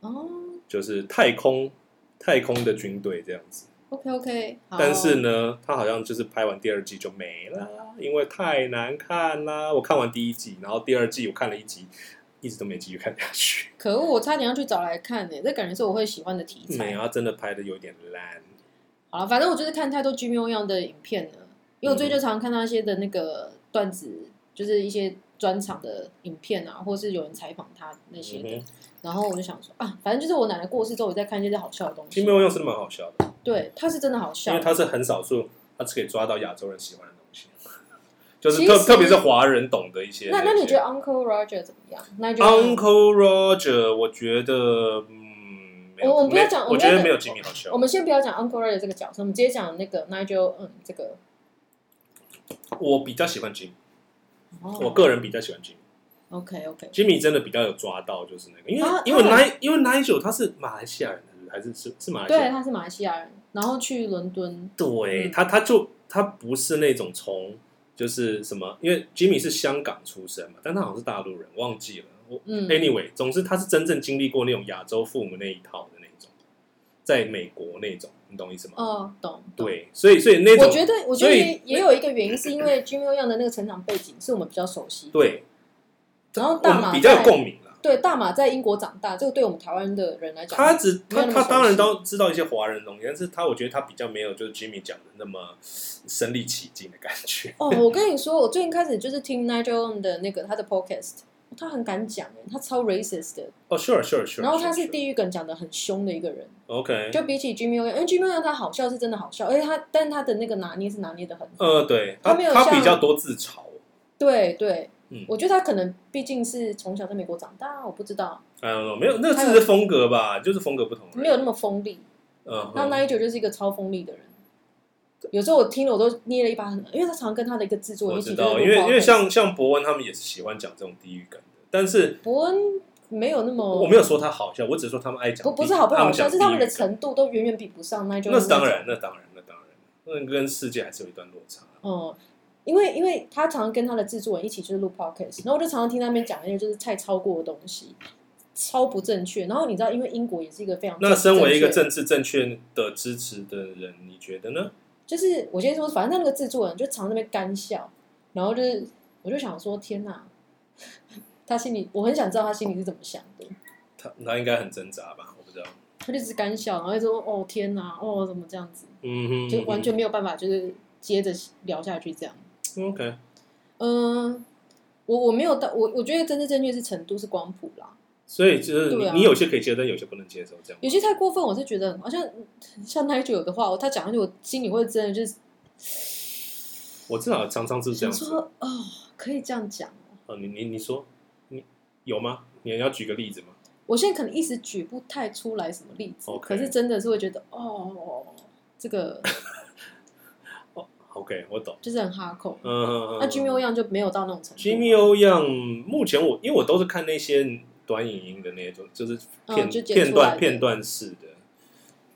[SPEAKER 2] 哦
[SPEAKER 1] 就是太空太空的军队这样子。
[SPEAKER 2] ，OK OK，好。
[SPEAKER 1] 但是呢，他好像就是拍完第二季就没了，因为太难看啦。我看完第一季，然后第二季我看了一集，一直都没继续看下去。
[SPEAKER 2] <laughs> 可恶，我差点要去找来看呢、这感觉是我会喜欢的题
[SPEAKER 1] 没
[SPEAKER 2] 材。
[SPEAKER 1] 有，他真的拍的有点烂。
[SPEAKER 2] 好了，反正我就是看太多 Jimmy o Yang 的影片了，因为我最
[SPEAKER 1] 嗯
[SPEAKER 2] 近就常常看到一些的那个段子，就是一些专场的影片啊，或是有人采访他那些
[SPEAKER 1] 嗯
[SPEAKER 2] 的。
[SPEAKER 1] 哼，
[SPEAKER 2] 然后我就想说啊，反正就是我奶奶过世之后，我再看一些好笑的东
[SPEAKER 1] 金
[SPEAKER 2] 西
[SPEAKER 1] 妙。用是蛮好笑的，
[SPEAKER 2] 对，他是真的好
[SPEAKER 1] 因
[SPEAKER 2] 笑
[SPEAKER 1] 为。他是很少数，他是可以抓到亚洲人喜欢的东西，就是
[SPEAKER 2] 其
[SPEAKER 1] 特
[SPEAKER 2] 实
[SPEAKER 1] 特别是华人懂的一些
[SPEAKER 2] 那那
[SPEAKER 1] 些
[SPEAKER 2] 你觉得 Uncle Roger 怎么样？那就
[SPEAKER 1] Uncle Roger，我觉得，嗯，没有
[SPEAKER 2] 我我们不要
[SPEAKER 1] 没
[SPEAKER 2] 讲我
[SPEAKER 1] 我
[SPEAKER 2] 们
[SPEAKER 1] 觉
[SPEAKER 2] 不要
[SPEAKER 1] 得
[SPEAKER 2] 讲
[SPEAKER 1] 没有吉米好笑
[SPEAKER 2] 我。们先不要讲 Uncle Roger 这个角色，我们直接讲那个 Nigel，嗯，这个。
[SPEAKER 1] 我比较喜欢 Jim，
[SPEAKER 2] 哦
[SPEAKER 1] 我个人比较喜欢 Jim。
[SPEAKER 2] OK OK，
[SPEAKER 1] Jimmy 真的比较有抓到，就是那个，因为、
[SPEAKER 2] 他
[SPEAKER 1] 因为
[SPEAKER 2] 他
[SPEAKER 1] Ni 因为 Nigel 他是马来西亚人，还是是是马来西亚
[SPEAKER 2] 对，
[SPEAKER 1] 人？
[SPEAKER 2] 他是马来西亚人，然后去伦敦，
[SPEAKER 1] 对
[SPEAKER 2] 嗯
[SPEAKER 1] 他他就他不是那种从就是什么，因为 Jimmy 是香港出生嘛，但他好像是大陆人，忘记了。我
[SPEAKER 2] 嗯
[SPEAKER 1] Anyway，总之他是真正经历过那种亚洲父母那一套的那种，在美国那种，你懂意思吗？
[SPEAKER 2] 哦，懂。懂。
[SPEAKER 1] 对，所以所以那种
[SPEAKER 2] 我觉得，我觉
[SPEAKER 1] 所
[SPEAKER 2] 得
[SPEAKER 1] 以
[SPEAKER 2] 也也有一个原因，是因为 Jimmy o Yang 的那个成长背景是我们比较熟悉的。
[SPEAKER 1] 对，
[SPEAKER 2] 然后
[SPEAKER 1] 我
[SPEAKER 2] 大
[SPEAKER 1] 们
[SPEAKER 2] 马
[SPEAKER 1] 比较有
[SPEAKER 2] 在
[SPEAKER 1] 共鸣啦。
[SPEAKER 2] 对大马在英国长大，这个对我们台湾的人来讲，
[SPEAKER 1] 他只
[SPEAKER 2] 没
[SPEAKER 1] 他
[SPEAKER 2] 有那么
[SPEAKER 1] 他
[SPEAKER 2] 熟
[SPEAKER 1] 当然
[SPEAKER 2] 悉
[SPEAKER 1] 都知道一些华人的东西，但是他我觉得他比较没有就是 Jimmy 讲的那么身临其境的感觉。 <laughs>
[SPEAKER 2] 哦，我跟你说，我最近开始就是听 Nigel Ohm 的那个他的 podcast，他很敢讲哎，他超 racist 的，
[SPEAKER 1] 哦、s u r e sure sure。
[SPEAKER 2] 然后他是地狱梗讲的很凶的一个人，
[SPEAKER 1] OK，
[SPEAKER 2] 就比起 Jimmy o Yang，因为 Jimmy o Yang 他好笑是真的好笑，而且他但他的那个拿捏是拿捏的很好，
[SPEAKER 1] 呃，对
[SPEAKER 2] 他
[SPEAKER 1] 他
[SPEAKER 2] 没有
[SPEAKER 1] 他
[SPEAKER 2] 像
[SPEAKER 1] 比较多自嘲，
[SPEAKER 2] 对对，
[SPEAKER 1] 嗯
[SPEAKER 2] 我觉得他可能毕竟是从小在美国长大，我不知道
[SPEAKER 1] 嗯，没有，那
[SPEAKER 2] 他
[SPEAKER 1] 只
[SPEAKER 2] 有
[SPEAKER 1] 是风格吧，就是风格不同而已。
[SPEAKER 2] 没有那么锋利，
[SPEAKER 1] 嗯
[SPEAKER 2] 那
[SPEAKER 1] 哼，
[SPEAKER 2] Nigel 就是一个超锋利的人。有时候我听了我都捏了一把很，因为他常跟他的一个制作人
[SPEAKER 1] 我
[SPEAKER 2] 一起
[SPEAKER 1] 知
[SPEAKER 2] 就是
[SPEAKER 1] 道，
[SPEAKER 2] 录
[SPEAKER 1] 因为因为
[SPEAKER 2] podcast
[SPEAKER 1] 像像博文他们也是喜欢讲这种地域感的，但是
[SPEAKER 2] 伯恩没有那么
[SPEAKER 1] 我没有说他好笑，我只是说他们爱讲地，
[SPEAKER 2] 哦不不是好不好笑，
[SPEAKER 1] 讲
[SPEAKER 2] 是他
[SPEAKER 1] 地
[SPEAKER 2] 们
[SPEAKER 1] 域
[SPEAKER 2] 的
[SPEAKER 1] 梗
[SPEAKER 2] 程度都远远比不上那就
[SPEAKER 1] 那是当然，那当然，那当然，那跟世界还是有一段落差。
[SPEAKER 2] 哦、因为因为他常跟他的制作人一起就是录 podcast，然后我就常常听他们讲那些就是太超过的东西，超不正确。然后你知道，因为英国也是一个非常
[SPEAKER 1] 那身为一个
[SPEAKER 2] 哦正
[SPEAKER 1] 政
[SPEAKER 2] 确，
[SPEAKER 1] 治正确的支持的人，你觉得呢？
[SPEAKER 2] 就是我先说，反正他那个制作人就常在那边干笑，然后就是我就想说，天哪，他心里我很想知道他心里是怎么想的。
[SPEAKER 1] 他他应该很挣扎吧？我不知道。
[SPEAKER 2] 他就只干笑，然后就说：“哦天哪，哦怎么这样子？”
[SPEAKER 1] 嗯哼，
[SPEAKER 2] 就完全没有办法，就是接着聊下去这样。
[SPEAKER 1] 嗯哼 OK。
[SPEAKER 2] 嗯，我我没有到我我觉得真正正确是程度是光谱啦，
[SPEAKER 1] 所以就是你、
[SPEAKER 2] 对啊
[SPEAKER 1] 你有些可以接受，但有些不能接受，这样。
[SPEAKER 2] 有些太过分，我是觉得好像像那一句有的话，我他讲下去，我心里会真的就是
[SPEAKER 1] 我至少常常是这
[SPEAKER 2] 想
[SPEAKER 1] 样子。
[SPEAKER 2] 说哦，可以这样讲哦。
[SPEAKER 1] 哦，你你你说，你有吗？你要举个例子吗？
[SPEAKER 2] 我现在可能一时举不太出来什么例子
[SPEAKER 1] OK
[SPEAKER 2] 可是真的是会觉得哦，
[SPEAKER 1] <laughs>
[SPEAKER 2] 这个
[SPEAKER 1] OK，我懂。
[SPEAKER 2] 就是很哈口。
[SPEAKER 1] 嗯嗯嗯。
[SPEAKER 2] 那 Jimmy O 样就没有到那种程度。
[SPEAKER 1] Jimmy O Young，目前我因为我都是看那些短影音的那种，就是片、
[SPEAKER 2] 嗯就剪出来
[SPEAKER 1] 片段
[SPEAKER 2] 的
[SPEAKER 1] 片段式的，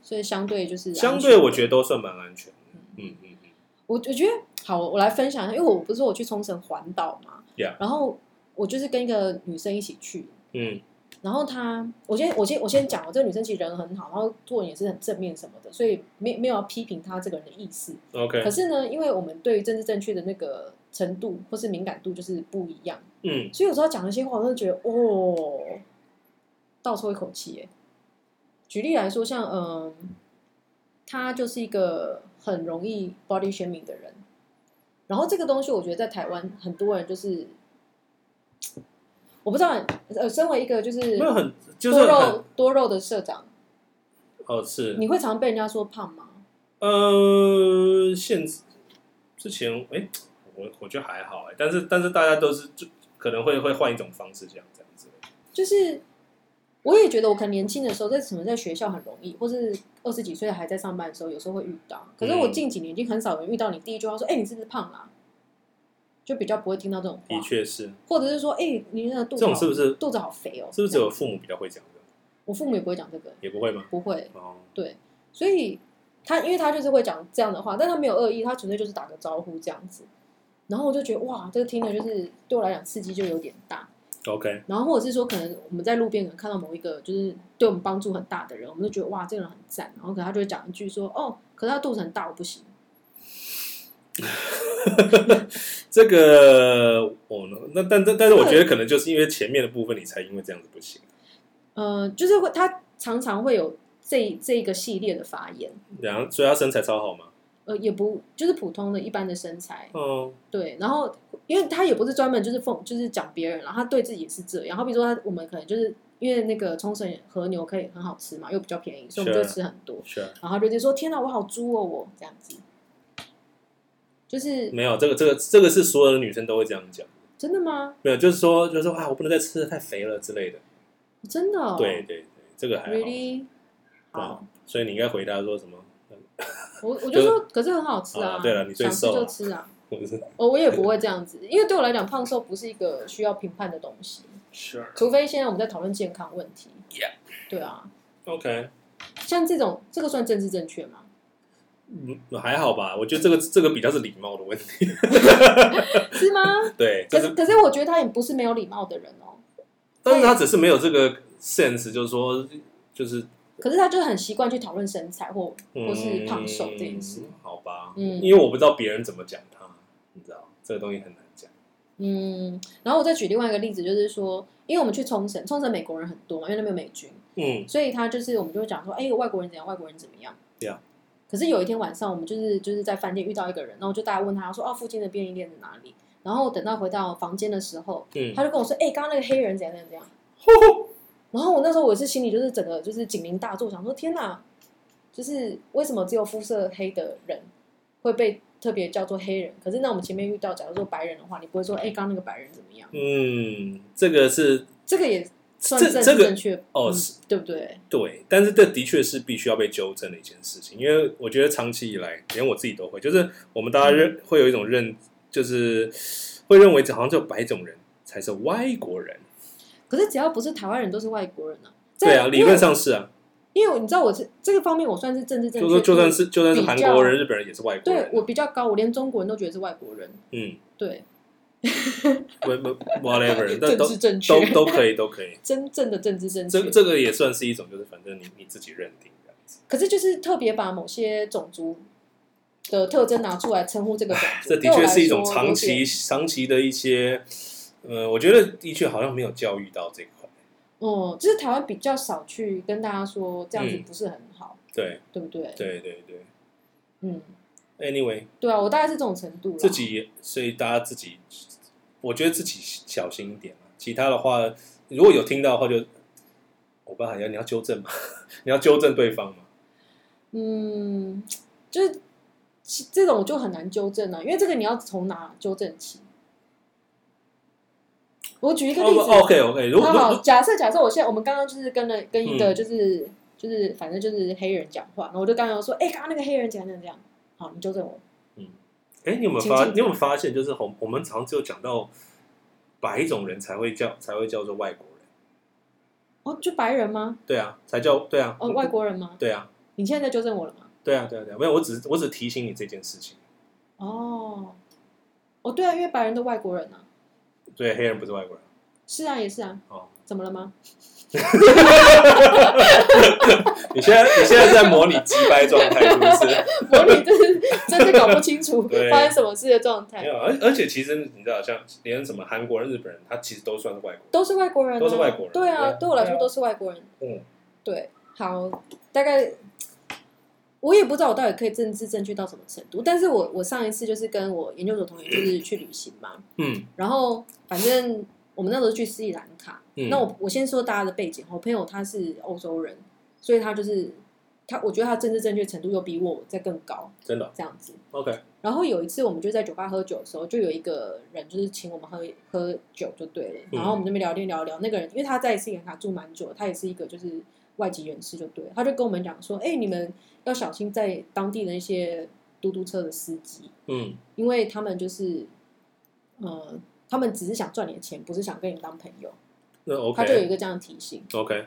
[SPEAKER 2] 所以相对就是
[SPEAKER 1] 相对我觉
[SPEAKER 2] 得
[SPEAKER 1] 得都算蛮安全的。嗯嗯嗯。
[SPEAKER 2] 我我觉得好，我来分享一下，因为我不是说我去冲绳环岛嘛
[SPEAKER 1] Yeah
[SPEAKER 2] 然后我就是跟一个女生一起去，
[SPEAKER 1] 嗯
[SPEAKER 2] 然后她，我先我先我先讲，我这个女生其实人很好，然后做人也是很正面什么的，所以没没有要批评她这个人的意思。
[SPEAKER 1] 嗯，OK，
[SPEAKER 2] 可是呢，因为我们对于政治正确的那个程度或是敏感度就是不一样，
[SPEAKER 1] 嗯，
[SPEAKER 2] 所以有时候她讲一些话，我真的觉得哦，倒抽一口气耶。举例来说，像嗯，她就是一个很容易 body shaming 的人，然后这个东西我觉得在台湾很多人就是。我不知道，呃，身为一个就是
[SPEAKER 1] 没有很就是
[SPEAKER 2] 多
[SPEAKER 1] 很
[SPEAKER 2] 肉多肉的社长，
[SPEAKER 1] 哦是
[SPEAKER 2] 你会常被人家说胖吗？
[SPEAKER 1] 呃，现之前哎、我我觉得还好哎、但是但是大家都是就，可能会会换一种方式这样这样子。
[SPEAKER 2] 就是我也觉得，我可能年轻的时候在可能在学校很容易，或是二十几岁还在上班的时候，有时候会遇到。可是我
[SPEAKER 1] 嗯
[SPEAKER 2] 近几年已经很少有人遇到你第一句话说：“哎、你是不是胖啦、就比较不会听到这种话
[SPEAKER 1] 的，确是，
[SPEAKER 2] 或者是说：“哎、你那个肚
[SPEAKER 1] 这
[SPEAKER 2] 子好
[SPEAKER 1] 种是不是
[SPEAKER 2] 肚子好肥哦？”
[SPEAKER 1] 是不是只
[SPEAKER 2] 这样
[SPEAKER 1] 有父母比较会讲的？
[SPEAKER 2] 我父母也不会讲这个，
[SPEAKER 1] 也不会吗？
[SPEAKER 2] 不会。
[SPEAKER 1] 哦，
[SPEAKER 2] 所以他因为他就是会讲这样的话，但他没有恶意，他纯粹就是打个招呼这样子。然后我就觉得哇，这个听了就是对我来讲刺激就有点大。
[SPEAKER 1] OK，
[SPEAKER 2] 然后或者是说，可能我们在路边可能看到某一个就是对我们帮助很大的人，我们就觉得哇，这个人很赞。然后可能他就会讲一句说哦，可是他肚子很大，我不行。
[SPEAKER 1] 这个我呢，那但但但是我觉得可能就是因为前面的部分，你才因为这样子不行，
[SPEAKER 2] 呃，就是会他常常会有这这个系列的发言，
[SPEAKER 1] 然后所以他身材超好嘛，
[SPEAKER 2] 呃，也不就是普通的一般的身材，
[SPEAKER 1] 哦，
[SPEAKER 2] 对，然后因为他也不是专门就是奉就是讲别人啦，然后他对自己也是这样。好比说他我们可能就是因为那个冲绳和牛可以很好吃嘛，又比较便宜，所以我们就
[SPEAKER 1] Sure
[SPEAKER 2] 吃很多。
[SPEAKER 1] 是啊，
[SPEAKER 2] 然后他就就说：“天哪，我好猪哦，我这样子。”就是
[SPEAKER 1] 没有这个这个这个是所有的女生都会这样讲，
[SPEAKER 2] 真的吗？
[SPEAKER 1] 没有就是说就是说啊，我不能再吃的太肥了之类的，
[SPEAKER 2] 真的、哦？
[SPEAKER 1] 对对对，这个还好，啊
[SPEAKER 2] ，really 好，
[SPEAKER 1] 所以你应该回答说什么？
[SPEAKER 2] 我我就说，可是很好吃
[SPEAKER 1] 啊对了你最
[SPEAKER 2] 想吃
[SPEAKER 1] 瘦
[SPEAKER 2] 就
[SPEAKER 1] 了
[SPEAKER 2] 吃啊。
[SPEAKER 1] 我是
[SPEAKER 2] 我我也不会这样子，因为对我来讲，胖瘦不是一个需要评判的东西，
[SPEAKER 1] Sure
[SPEAKER 2] 除非现在我们在讨论健康问题。
[SPEAKER 1] Yeah
[SPEAKER 2] 对啊，
[SPEAKER 1] OK，
[SPEAKER 2] 像这种这个算政治正确吗？
[SPEAKER 1] 嗯，还好吧，我觉得这个这个比较是礼貌的问
[SPEAKER 2] <laughs>
[SPEAKER 1] 题，
[SPEAKER 2] 是
[SPEAKER 1] <laughs>
[SPEAKER 2] 吗？
[SPEAKER 1] 对，
[SPEAKER 2] 可
[SPEAKER 1] 这
[SPEAKER 2] 是
[SPEAKER 1] 是
[SPEAKER 2] 可是我觉得他也不是没有礼貌的人哦，
[SPEAKER 1] 但是他只是没有这个 sense，就是说就是
[SPEAKER 2] 可是他就是很习惯去讨论身材或
[SPEAKER 1] 嗯
[SPEAKER 2] 或是胖瘦这件事。
[SPEAKER 1] 好吧，
[SPEAKER 2] 嗯
[SPEAKER 1] 因为我不知道别人怎么讲他，你知道这个东西很难讲，
[SPEAKER 2] 嗯，然后我再举另外一个例子，就是说，因为我们去冲绳，冲绳美国人很多嘛，因为那边有美军，
[SPEAKER 1] 嗯
[SPEAKER 2] 所以他就是我们就会讲说，哎、外国人怎样，外国人怎么样。
[SPEAKER 1] Yeah
[SPEAKER 2] 可是有一天晚上，我们就是就是在饭店遇到一个人，然后就大家问他说，哦，附近的便利店在哪里？然后等到回到房间的时候，
[SPEAKER 1] 嗯，
[SPEAKER 2] 他就跟我说，哎、刚刚那个黑人怎样怎样
[SPEAKER 1] <laughs>
[SPEAKER 2] 怎样。然后我那时候我是心里就是整个就是警铃大作，想说天哪，就是为什么只有肤色黑的人会被特别叫做黑人？可是那我们前面遇到，假如说白人的话，你不会说哎，刚刚那个白人怎么样？
[SPEAKER 1] 嗯，这个是
[SPEAKER 2] 这个也算
[SPEAKER 1] 这
[SPEAKER 2] 政
[SPEAKER 1] 这
[SPEAKER 2] 治
[SPEAKER 1] 个
[SPEAKER 2] 正确
[SPEAKER 1] 哦
[SPEAKER 2] 嗯
[SPEAKER 1] 是
[SPEAKER 2] 对不对？
[SPEAKER 1] 对，但是这的确是必须要被纠正的一件事情，因为我觉得长期以来，连我自己都会，就是我们大家
[SPEAKER 2] 嗯
[SPEAKER 1] 认会有一种认，就是会认为好像只有白种人才是外国人，
[SPEAKER 2] 可是只要不是台湾人，都是外国人啊。在
[SPEAKER 1] 对啊，理论，上是啊，
[SPEAKER 2] 因为因为你知道我是这个方面，我算是政治正
[SPEAKER 1] 就
[SPEAKER 2] 确，
[SPEAKER 1] 说就算是就算是
[SPEAKER 2] 比较
[SPEAKER 1] 韩国人、日本人也是外国
[SPEAKER 2] 对
[SPEAKER 1] 人，啊
[SPEAKER 2] 我比较高，我连中国人都觉得是外国人，
[SPEAKER 1] 嗯，
[SPEAKER 2] 对，
[SPEAKER 1] 不不
[SPEAKER 2] <laughs>
[SPEAKER 1] whatever，但
[SPEAKER 2] 政
[SPEAKER 1] 都
[SPEAKER 2] 治正确，
[SPEAKER 1] 都都可以都可以，
[SPEAKER 2] <laughs> 真正的政治正确
[SPEAKER 1] 这。这个也算是一种，就是反正你你自己认定这样子，
[SPEAKER 2] 可是就是特别把某些种族的特征拿出来称呼这个种
[SPEAKER 1] <laughs>
[SPEAKER 2] 族，
[SPEAKER 1] 这的
[SPEAKER 2] 对我
[SPEAKER 1] 确
[SPEAKER 2] 来
[SPEAKER 1] 是一种
[SPEAKER 2] 说
[SPEAKER 1] 长
[SPEAKER 2] 有
[SPEAKER 1] 期
[SPEAKER 2] 点。
[SPEAKER 1] 长期的一些，呃，我觉得的确好像没有教育到这一块，
[SPEAKER 2] 嗯，就是台湾比较少去跟大家说这样
[SPEAKER 1] 嗯
[SPEAKER 2] 子不是很好，
[SPEAKER 1] 对
[SPEAKER 2] 对不对？，
[SPEAKER 1] 对对对
[SPEAKER 2] 嗯，
[SPEAKER 1] ，anyway。
[SPEAKER 2] 对啊，我大概是这种程度啦
[SPEAKER 1] 自己，所以大家自己，我觉得自己小心一点啊其他的话，如果有听到的话就，我不知道你要你要纠正嘛， <laughs> 你要纠正对方嘛。
[SPEAKER 2] 嗯，就是其这种我就很难纠正啊了、因为这个你要从哪纠正起？我举一个
[SPEAKER 1] 哦
[SPEAKER 2] 例子，
[SPEAKER 1] ，OK OK，如果如
[SPEAKER 2] 好好，
[SPEAKER 1] 果
[SPEAKER 2] 假设假设我现在我们刚刚就是跟了跟一个
[SPEAKER 1] 嗯
[SPEAKER 2] 就是、就是反正就是黑人讲话，然后我就刚刚说，哎、刚刚那个黑人讲讲讲，好，你纠正我，
[SPEAKER 1] 哎，你有没有
[SPEAKER 2] 请
[SPEAKER 1] 发
[SPEAKER 2] 进
[SPEAKER 1] 你有没有发现，就是我我们常只有讲到白种人才会叫才会叫做外国人，
[SPEAKER 2] 哦，就白人吗？
[SPEAKER 1] 对啊，才叫对啊，
[SPEAKER 2] 哦，外国人吗？
[SPEAKER 1] 对啊，
[SPEAKER 2] 你现在在纠正我了吗？
[SPEAKER 1] 对啊，对啊，对啊，没有，我只是我只提醒你这件事情。
[SPEAKER 2] 哦，哦，对啊，因为白人的外国人啊，
[SPEAKER 1] 对，黑人不是外国人
[SPEAKER 2] 是啊，也是啊，
[SPEAKER 1] 哦。
[SPEAKER 2] 怎么了吗？ <laughs>
[SPEAKER 1] 你现在你现在在模拟击败状态，是不是？
[SPEAKER 2] 模拟就是真的搞不清楚
[SPEAKER 1] 对
[SPEAKER 2] 发生什么事的状
[SPEAKER 1] 没
[SPEAKER 2] 态，
[SPEAKER 1] 有，而而且其实你知道，像连什么韩国人、日本人，他其实都算是外国人。
[SPEAKER 2] 都是外国人、啊，
[SPEAKER 1] 都是外国人
[SPEAKER 2] 对
[SPEAKER 1] 对
[SPEAKER 2] 啊，
[SPEAKER 1] 啊
[SPEAKER 2] 对我来说
[SPEAKER 1] 对啊
[SPEAKER 2] 都是外国人，
[SPEAKER 1] 嗯，
[SPEAKER 2] 对，好，大概我也不知道我到底可以政治正确到什么程度，但是我我上一次就是跟我研究所同学就是去旅行嘛，
[SPEAKER 1] 嗯
[SPEAKER 2] 然后反正我们那时候去斯里兰卡，
[SPEAKER 1] 嗯
[SPEAKER 2] 那我我先说大家的背景，我朋友他是欧洲人，所以他就是他我觉得他政治正确程度又比我在更高，
[SPEAKER 1] 真的
[SPEAKER 2] 这样子。
[SPEAKER 1] OK，
[SPEAKER 2] 然后有一次我们就在酒吧喝酒的时候，就有一个人就是请我们喝喝酒就对了，
[SPEAKER 1] 嗯
[SPEAKER 2] 然后我们这边聊天聊一聊，那个人因为他在斯里兰卡住蛮久，他也是一个就是外籍人士就对了，他就跟我们讲说，哎、你们要小心在当地的一些嘟嘟车的司机，
[SPEAKER 1] 嗯
[SPEAKER 2] 因为他们就是，呃，他们只是想赚你的钱，不是想跟你当朋友，
[SPEAKER 1] 那
[SPEAKER 2] 他就有
[SPEAKER 1] OK
[SPEAKER 2] 一个这样的提醒。
[SPEAKER 1] OK，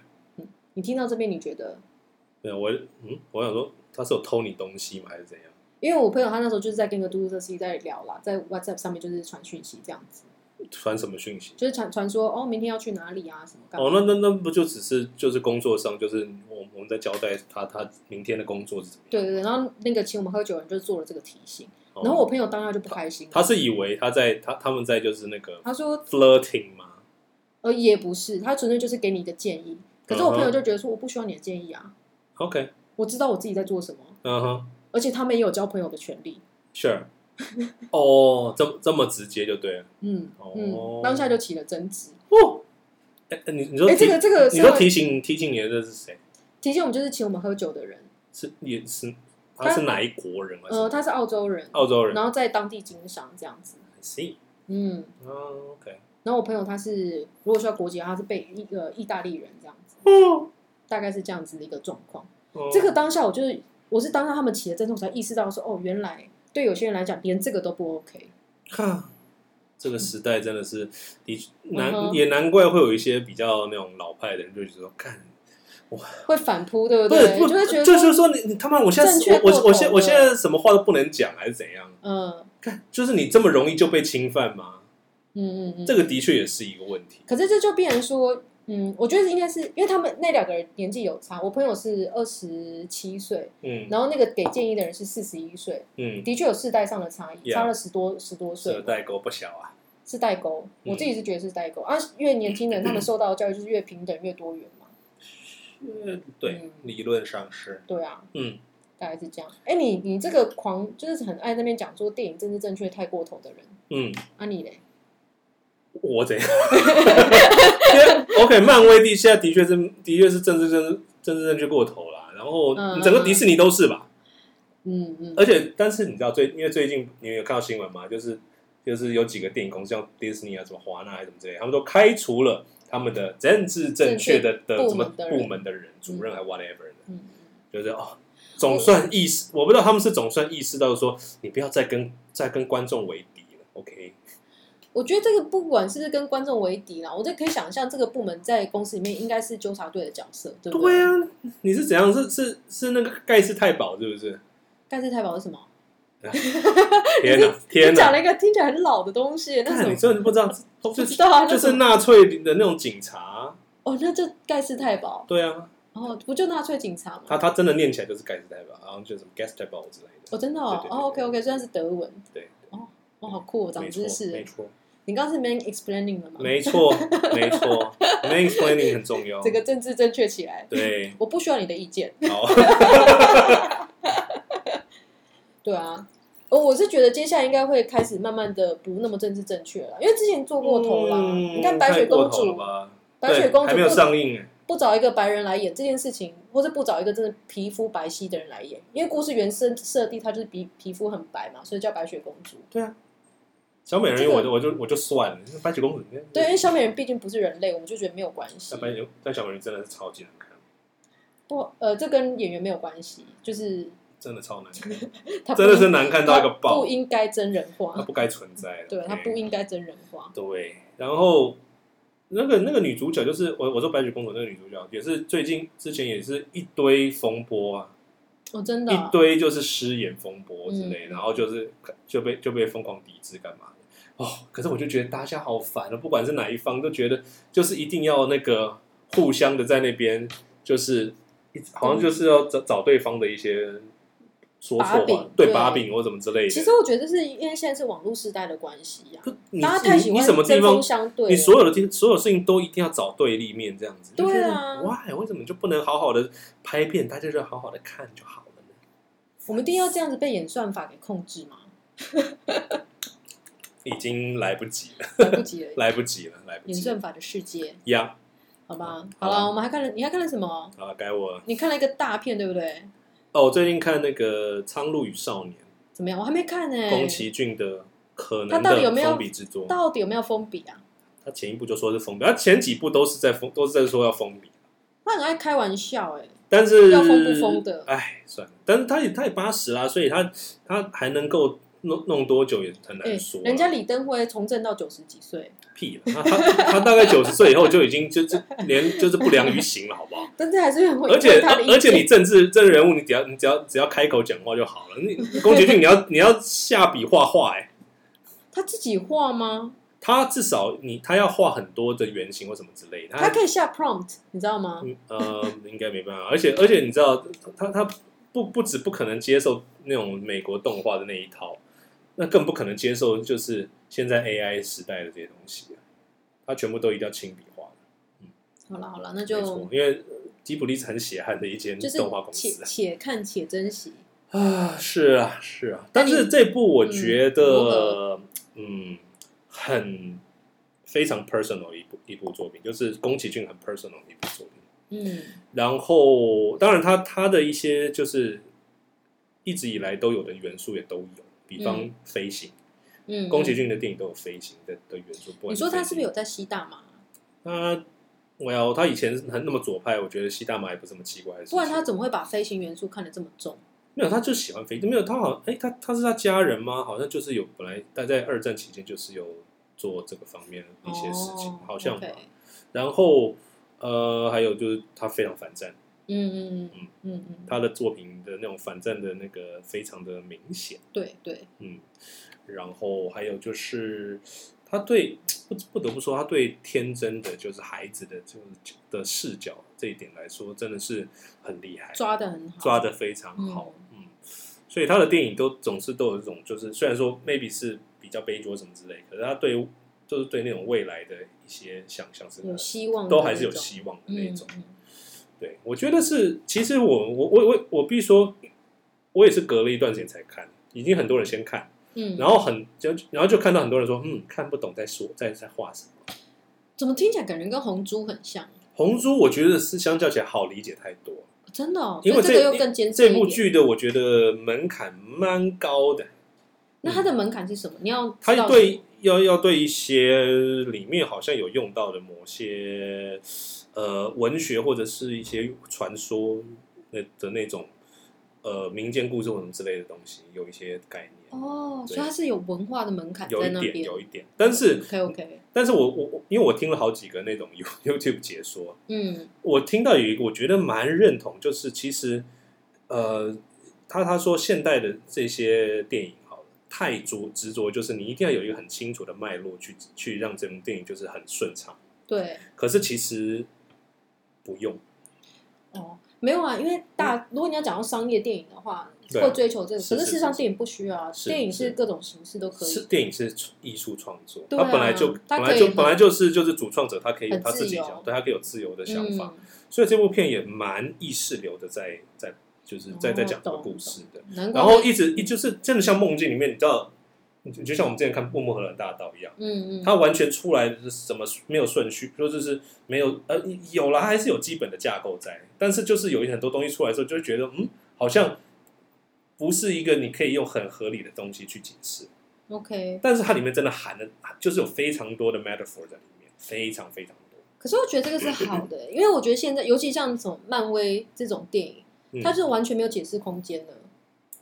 [SPEAKER 2] 你听到这边，你觉得？
[SPEAKER 1] 对我嗯，我想说他是有偷你东西吗，还是怎样？
[SPEAKER 2] 因为我朋友他那时候就是在跟一个嘟嘟车司机在聊啦，在 WhatsApp 上面就是传讯息这样子，
[SPEAKER 1] 传什么讯息？
[SPEAKER 2] 就是传传说哦，明天要去哪里啊，什么干嘛？
[SPEAKER 1] 哦，那那那不就只是就是工作上，就是我我们在交代他他明天的工作是怎么样？
[SPEAKER 2] 对对对，然后那个请我们喝酒的人就做了这个提醒，
[SPEAKER 1] 哦
[SPEAKER 2] 然后我朋友当下就不开心，
[SPEAKER 1] 他是以为他在他他们在就是那个
[SPEAKER 2] 他说
[SPEAKER 1] flirting 吗？
[SPEAKER 2] 呃也不是，他纯粹就是给你一个建议，可是我
[SPEAKER 1] 嗯哼
[SPEAKER 2] 朋友就觉得说我不需要你的建议啊，
[SPEAKER 1] OK，
[SPEAKER 2] 我知道我自己在做什么，
[SPEAKER 1] 嗯哼
[SPEAKER 2] 而且他们也有交朋友的权利， <laughs>
[SPEAKER 1] ，Sure，哦，这么这么直接就对了。
[SPEAKER 2] 嗯
[SPEAKER 1] 哦
[SPEAKER 2] 嗯，当下就起了争执。
[SPEAKER 1] 哦，哎、哎你你说
[SPEAKER 2] 哎，
[SPEAKER 1] 提
[SPEAKER 2] 这个这个
[SPEAKER 1] 你
[SPEAKER 2] 是
[SPEAKER 1] 说提醒提醒你的这是谁？
[SPEAKER 2] 提醒我们就是请我们喝酒的人，
[SPEAKER 1] 是也是
[SPEAKER 2] 他
[SPEAKER 1] 他是哪一国人？还是
[SPEAKER 2] 呃，他是澳洲人，
[SPEAKER 1] 澳洲人。
[SPEAKER 2] 然后在当地经商这样子，
[SPEAKER 1] I see，
[SPEAKER 2] 嗯，
[SPEAKER 1] 啊，OK，
[SPEAKER 2] 然后我朋友他是如果说国籍的话，他是被一个意大利人这样子，
[SPEAKER 1] 哦，
[SPEAKER 2] 大概是这样子的一个状况。
[SPEAKER 1] 哦
[SPEAKER 2] 这个当下我就是我是当下他们起了争执，我才意识到说哦，原来对有些人来讲连这个都不 OK。
[SPEAKER 1] 哈，这个时代真的是的难、
[SPEAKER 2] 嗯哼
[SPEAKER 1] 也难怪会有一些比较那种老派的人就觉得说看。
[SPEAKER 2] 会反扑，对不
[SPEAKER 1] 不
[SPEAKER 2] 对？
[SPEAKER 1] 不，
[SPEAKER 2] 就会觉得
[SPEAKER 1] 就
[SPEAKER 2] 说，
[SPEAKER 1] 是说你你他妈，我现在
[SPEAKER 2] 正确
[SPEAKER 1] 我
[SPEAKER 2] 过
[SPEAKER 1] 我
[SPEAKER 2] 头
[SPEAKER 1] 我现
[SPEAKER 2] 了
[SPEAKER 1] 我现在什么话都不能讲，还是怎样？
[SPEAKER 2] 嗯
[SPEAKER 1] 看，就是你这么容易就被侵犯吗？
[SPEAKER 2] 嗯嗯嗯，
[SPEAKER 1] 这个的确也是一个问题。
[SPEAKER 2] 可是这就变成说，嗯，我觉得应该是因为他们那两个人年纪有差，我朋友是二十七岁，
[SPEAKER 1] 嗯
[SPEAKER 2] 然后那个给建议的人是四十一岁，
[SPEAKER 1] 嗯，
[SPEAKER 2] 的确有世代上的差异，
[SPEAKER 1] Yeah
[SPEAKER 2] 差了十多十多岁
[SPEAKER 1] 这，代沟不小啊。
[SPEAKER 2] 是代沟。
[SPEAKER 1] 嗯
[SPEAKER 2] 我自己是觉得是代沟啊，越年轻人他们受到的教育就是越平等越多元嘛，
[SPEAKER 1] 嗯，对
[SPEAKER 2] 嗯，
[SPEAKER 1] 理论上是。
[SPEAKER 2] 对啊，
[SPEAKER 1] 嗯，
[SPEAKER 2] 大概是这样。哎，你你这个狂就是很爱那边讲说电影政治正确太过头的人，
[SPEAKER 1] 嗯，
[SPEAKER 2] 啊你嘞？
[SPEAKER 1] 我怎样？ <laughs> 因为 OK，漫威地现在的确是的确是政治正政治正确过头啦。然后
[SPEAKER 2] 嗯
[SPEAKER 1] 整个迪士尼都是吧，
[SPEAKER 2] 嗯嗯，
[SPEAKER 1] 而且但是你知道最因为最近你们有看到新闻吗？就是就是有几个电影公司像迪士尼啊、什么华纳啊、什么之类，他们都开除了他们的政治正确的的
[SPEAKER 2] 部
[SPEAKER 1] 什么
[SPEAKER 2] 门的人
[SPEAKER 1] 部门的人、主任还 whatever 的，
[SPEAKER 2] 嗯，
[SPEAKER 1] 就是哦，总算意识，我不知道他们是总算意识到说，你不要再跟再跟观众为敌了，OK？
[SPEAKER 2] 我觉得这个不管是不是跟观众为敌啦，我就可以想象这个部门在公司里面应该是纠察队的角色，对不
[SPEAKER 1] 对？啊，你是怎样？是是是那个盖世太保是不
[SPEAKER 2] <laughs>
[SPEAKER 1] 是？
[SPEAKER 2] 盖世太保是什么？
[SPEAKER 1] 天哪，天
[SPEAKER 2] 你讲了
[SPEAKER 1] 哪！
[SPEAKER 2] 一个听起来很老的东西，那
[SPEAKER 1] 看
[SPEAKER 2] 是
[SPEAKER 1] 你
[SPEAKER 2] 什么？
[SPEAKER 1] 真的不知道，
[SPEAKER 2] 我不
[SPEAKER 1] 就
[SPEAKER 2] 知道啊，那
[SPEAKER 1] 就是
[SPEAKER 2] 什么
[SPEAKER 1] 纳粹的那种警察，
[SPEAKER 2] 哦，那就盖世太保，
[SPEAKER 1] 对啊，
[SPEAKER 2] 哦，不就纳粹警察吗？
[SPEAKER 1] 他他真的念起来就是盖世太保，然后就是什么 gas 太保之类
[SPEAKER 2] 哦，
[SPEAKER 1] 的，
[SPEAKER 2] 真的哦
[SPEAKER 1] 对对对
[SPEAKER 2] ，OK OK，虽然是德文，
[SPEAKER 1] 对，
[SPEAKER 2] 哇，好酷，哦，长
[SPEAKER 1] 没错
[SPEAKER 2] 知识
[SPEAKER 1] 没
[SPEAKER 2] 了。
[SPEAKER 1] 错，
[SPEAKER 2] 你刚刚是 man explaining 了吗？
[SPEAKER 1] 没错，
[SPEAKER 2] <laughs>
[SPEAKER 1] 没错，man explaining 很重要
[SPEAKER 2] 整，个政治正确起来，
[SPEAKER 1] 对，
[SPEAKER 2] 我不需要你的意见。 <laughs>
[SPEAKER 1] 好，
[SPEAKER 2] 对啊，我我是觉得接下来应该会开始慢慢的不那么政治正确了，因为之前做过头啦。
[SPEAKER 1] 嗯
[SPEAKER 2] 你看白雪
[SPEAKER 1] 太
[SPEAKER 2] 公
[SPEAKER 1] 过头了
[SPEAKER 2] 主，
[SPEAKER 1] 吧，
[SPEAKER 2] 白雪公
[SPEAKER 1] 对
[SPEAKER 2] 主
[SPEAKER 1] 还没有
[SPEAKER 2] 不
[SPEAKER 1] 上映哎，
[SPEAKER 2] 不找一个白人来演这件事情，或者不找一个真的皮肤白皙的人来演，因为故事原生设定她就是皮皮肤很白嘛，所以叫白雪公主。
[SPEAKER 1] 对啊，小美人鱼
[SPEAKER 2] 这个
[SPEAKER 1] 我就我就我就算了，白雪公主
[SPEAKER 2] 对，因为小美人毕竟不是人类，我们就觉得没有关系
[SPEAKER 1] 但。白雪但小美人鱼真的是超级难看，
[SPEAKER 2] 不，呃，这跟演员没有关系，就是
[SPEAKER 1] 真的超难看，
[SPEAKER 2] 他
[SPEAKER 1] 真的是难看到一个
[SPEAKER 2] 不
[SPEAKER 1] 爆，
[SPEAKER 2] 应该真人
[SPEAKER 1] 它
[SPEAKER 2] 化，
[SPEAKER 1] 不该存在的，
[SPEAKER 2] 对他
[SPEAKER 1] OK
[SPEAKER 2] 不应该真人化。
[SPEAKER 1] 对，然后那个那个女主角就是我，我说白雪公主那个女主角也是最近之前也是一堆风波啊，
[SPEAKER 2] 哦，真的啊、
[SPEAKER 1] 一堆就是失言风波之类，
[SPEAKER 2] 嗯
[SPEAKER 1] 然后就是就被就被疯狂抵制干嘛的。哦，可是我就觉得大家好烦啊，不管是哪一方都觉得就是一定要那个互相的在那边就是一直好像就是要找找对方的一些说
[SPEAKER 2] 把
[SPEAKER 1] 错话
[SPEAKER 2] 柄，
[SPEAKER 1] 对
[SPEAKER 2] 对
[SPEAKER 1] 把柄或怎么之类的。
[SPEAKER 2] 其实我觉得是因为现在是网络时代的关系呀、
[SPEAKER 1] 可你
[SPEAKER 2] 大家太喜
[SPEAKER 1] 你你
[SPEAKER 2] 欢
[SPEAKER 1] 什么地
[SPEAKER 2] 针
[SPEAKER 1] 方
[SPEAKER 2] 锋相对了，
[SPEAKER 1] 你所有的地所有事情都一定要找对立面这样子。就
[SPEAKER 2] 对
[SPEAKER 1] 觉得
[SPEAKER 2] 啊
[SPEAKER 1] Why？为什么就不能好好的拍片，大家就好好的看就好了呢？
[SPEAKER 2] 我们一定要这样子被演算法给控制吗？
[SPEAKER 1] 已经来不及了，
[SPEAKER 2] 来不及了，
[SPEAKER 1] <laughs> 来不及了，来不
[SPEAKER 2] 演
[SPEAKER 1] 及了。
[SPEAKER 2] 算法的世界。
[SPEAKER 1] 呀，
[SPEAKER 2] 好吧？
[SPEAKER 1] 好
[SPEAKER 2] 好
[SPEAKER 1] 啊
[SPEAKER 2] 了，我们还看了，你还看了什么？
[SPEAKER 1] 啊，该我了
[SPEAKER 2] 你看了一个大片，对不对？
[SPEAKER 1] 哦，我最近看那个《苍鹭与少年
[SPEAKER 2] 怎么样？我还没看呢、》，
[SPEAKER 1] 宫崎骏的可
[SPEAKER 2] 他
[SPEAKER 1] 能
[SPEAKER 2] 到底有
[SPEAKER 1] 的
[SPEAKER 2] 没有
[SPEAKER 1] 封笔之作。
[SPEAKER 2] 到底有没有封笔啊？
[SPEAKER 1] 他前一部就说是封笔，他啊前几部都是在封，都是在说要封笔，啊
[SPEAKER 2] 他很爱开玩笑、欸，哎，
[SPEAKER 1] 但是
[SPEAKER 2] 要封不封的
[SPEAKER 1] 哎，算了。但是他也他也八十啦，所以他他还能够弄弄多久也很
[SPEAKER 2] 哎
[SPEAKER 1] 难说啊、，
[SPEAKER 2] 人家李登辉从政到九十几岁，
[SPEAKER 1] 屁啦，他他 <laughs> 他大概九十岁以后就已经就就连就是不良于行了，好不
[SPEAKER 2] <laughs>
[SPEAKER 1] 好？
[SPEAKER 2] 但是还是很会
[SPEAKER 1] 而且啊
[SPEAKER 2] 问他的意见
[SPEAKER 1] 而且你政治政治人物，你只要你只要只要开口讲话就好了。你宫崎骏，你要你要下笔画画，哎，
[SPEAKER 2] 他自己画吗？
[SPEAKER 1] 他至少你他要画很多的原型或什么之类的，
[SPEAKER 2] 他可以下 prompt，你知道吗？
[SPEAKER 1] 嗯呃，应该没办法。而且而且你知道，他他不不止不可能接受那种美国动画的那一套，那更不可能接受就是现在 AI 时代的这些东西、啊，他全部都一定要亲笔画的，
[SPEAKER 2] 好了好了，那
[SPEAKER 1] 没错
[SPEAKER 2] 就。
[SPEAKER 1] 因为呃吉卜力是很血汗的一间
[SPEAKER 2] 就是
[SPEAKER 1] 动画公
[SPEAKER 2] 且
[SPEAKER 1] 司
[SPEAKER 2] 且看且珍惜。
[SPEAKER 1] 啊，是啊是啊。但
[SPEAKER 2] 那
[SPEAKER 1] 是
[SPEAKER 2] 你
[SPEAKER 1] 这部我
[SPEAKER 2] 嗯
[SPEAKER 1] 觉
[SPEAKER 2] 如
[SPEAKER 1] 得
[SPEAKER 2] 何，
[SPEAKER 1] 嗯，很非常 personal 一部一部作品，就是宫崎骏很 personal 的一部作品。
[SPEAKER 2] 嗯
[SPEAKER 1] 然后，当然他他的一些就是一直以来都有的元素也都有，比方
[SPEAKER 2] 嗯
[SPEAKER 1] 飞行，
[SPEAKER 2] 嗯，
[SPEAKER 1] 宫崎骏的电影都有飞行的的元素。不管
[SPEAKER 2] 你说他是不是
[SPEAKER 1] 有？
[SPEAKER 2] 有在吸大麻？
[SPEAKER 1] 他，我要他以前很那么左派，我觉得吸大麻也不是什么奇怪的事情。
[SPEAKER 2] 不然他怎么会把飞行元素看得这么重？
[SPEAKER 1] 没有，他就喜欢飞，没有他好像哎，他他是他家人吗？好像就是有本来他在二战期间就是有做这个方面的一些事情，
[SPEAKER 2] 哦
[SPEAKER 1] 好像吧
[SPEAKER 2] OK
[SPEAKER 1] 然后呃，还有就是他非常反战，
[SPEAKER 2] 嗯嗯嗯嗯嗯嗯，
[SPEAKER 1] 他的作品的那种反战的那个非常的明显。
[SPEAKER 2] 对对，
[SPEAKER 1] 嗯，然后还有就是他对不不得不说，他对天真的就是孩子的就是的视角这一点来说，真的是很厉害，
[SPEAKER 2] 抓的很好，
[SPEAKER 1] 抓的非常好，嗯所以他的电影都总是都有一种就是虽然说 maybe 是比较悲剧或什么之类，可是他对就是对那种未来的一些想象是
[SPEAKER 2] 有希望的那种，
[SPEAKER 1] 都还是有希望的那一种。
[SPEAKER 2] 嗯。嗯
[SPEAKER 1] 对，我觉得是，其实我我我我我必须说，我也是隔了一段时间才看，已经很多人先看。
[SPEAKER 2] 嗯，
[SPEAKER 1] 然后很就然后就看到很多人说，嗯，看不懂在说在在画什么。
[SPEAKER 2] 怎么听起来感觉跟红猪很像？
[SPEAKER 1] 红猪我觉得是相较起来好理解太多，
[SPEAKER 2] 真的、哦，
[SPEAKER 1] 因为
[SPEAKER 2] 所以这个又更艰深
[SPEAKER 1] 这
[SPEAKER 2] 一
[SPEAKER 1] 部
[SPEAKER 2] 点。
[SPEAKER 1] 剧的我觉得门槛蛮高的，
[SPEAKER 2] 那它的门槛是什么？你要知
[SPEAKER 1] 它
[SPEAKER 2] 道
[SPEAKER 1] 对要要对一些里面好像有用到的某些呃文学或者是一些传说的的那种呃民间故事或什么之类的东西有一些概念，
[SPEAKER 2] 哦，
[SPEAKER 1] 对
[SPEAKER 2] 所以它是有文化的门槛
[SPEAKER 1] 有
[SPEAKER 2] 在
[SPEAKER 1] 一
[SPEAKER 2] 那
[SPEAKER 1] 点
[SPEAKER 2] 边。
[SPEAKER 1] 有一点，但是
[SPEAKER 2] OK OK，
[SPEAKER 1] 但是我我我因为我听了好几个那种 <laughs> You YouTube 解说，
[SPEAKER 2] 嗯
[SPEAKER 1] 我听到有一个我觉得蛮认同，就是其实呃，他他说现代的这些电影好了，太着执着就是你一定要有一个很清楚的脉络去去让这部电影就是很顺畅，
[SPEAKER 2] 对
[SPEAKER 1] 可是其实不用，
[SPEAKER 2] 哦，没有啊，因为大如果你要讲到商业电影的话，
[SPEAKER 1] 嗯对啊
[SPEAKER 2] 会追求这个，
[SPEAKER 1] 是
[SPEAKER 2] 可是
[SPEAKER 1] 是
[SPEAKER 2] 事实上
[SPEAKER 1] 是
[SPEAKER 2] 电影不需要啊，
[SPEAKER 1] 是
[SPEAKER 2] 电影
[SPEAKER 1] 是
[SPEAKER 2] 是各种形式都可
[SPEAKER 1] 是
[SPEAKER 2] 以，
[SPEAKER 1] 电影是艺术创作，
[SPEAKER 2] 对啊
[SPEAKER 1] 他本来就
[SPEAKER 2] 它
[SPEAKER 1] 本
[SPEAKER 2] 可以
[SPEAKER 1] 来就
[SPEAKER 2] 很
[SPEAKER 1] 本来就是就是主创者，他可以
[SPEAKER 2] 很
[SPEAKER 1] 他自己
[SPEAKER 2] 自由
[SPEAKER 1] 想，对他可以有自由的想法，
[SPEAKER 2] 嗯，
[SPEAKER 1] 所以这部片也蛮意识流的在，在就是在在讲这个故事的。
[SPEAKER 2] 嗯难怪
[SPEAKER 1] 然后一直一就是真的像梦境里面，你知道，就就像我们之前看《默默河人大道》一样，
[SPEAKER 2] 嗯嗯，
[SPEAKER 1] 它完全出来就是什么没有顺序，说就是没有呃有了，它还是有基本的架构在，但是就是有很多东西出来的时候，就会觉得嗯，好像不是一个你可以用很合理的东西去解释。
[SPEAKER 2] OK，
[SPEAKER 1] 但是它里面真的含的，就是有非常多的 metaphor 在里面，非常非常多。
[SPEAKER 2] 可是我觉得这个是好的、欸因为我觉得现在尤其像这种漫威这种电影，
[SPEAKER 1] 嗯
[SPEAKER 2] 它就是完全没有解释空间的。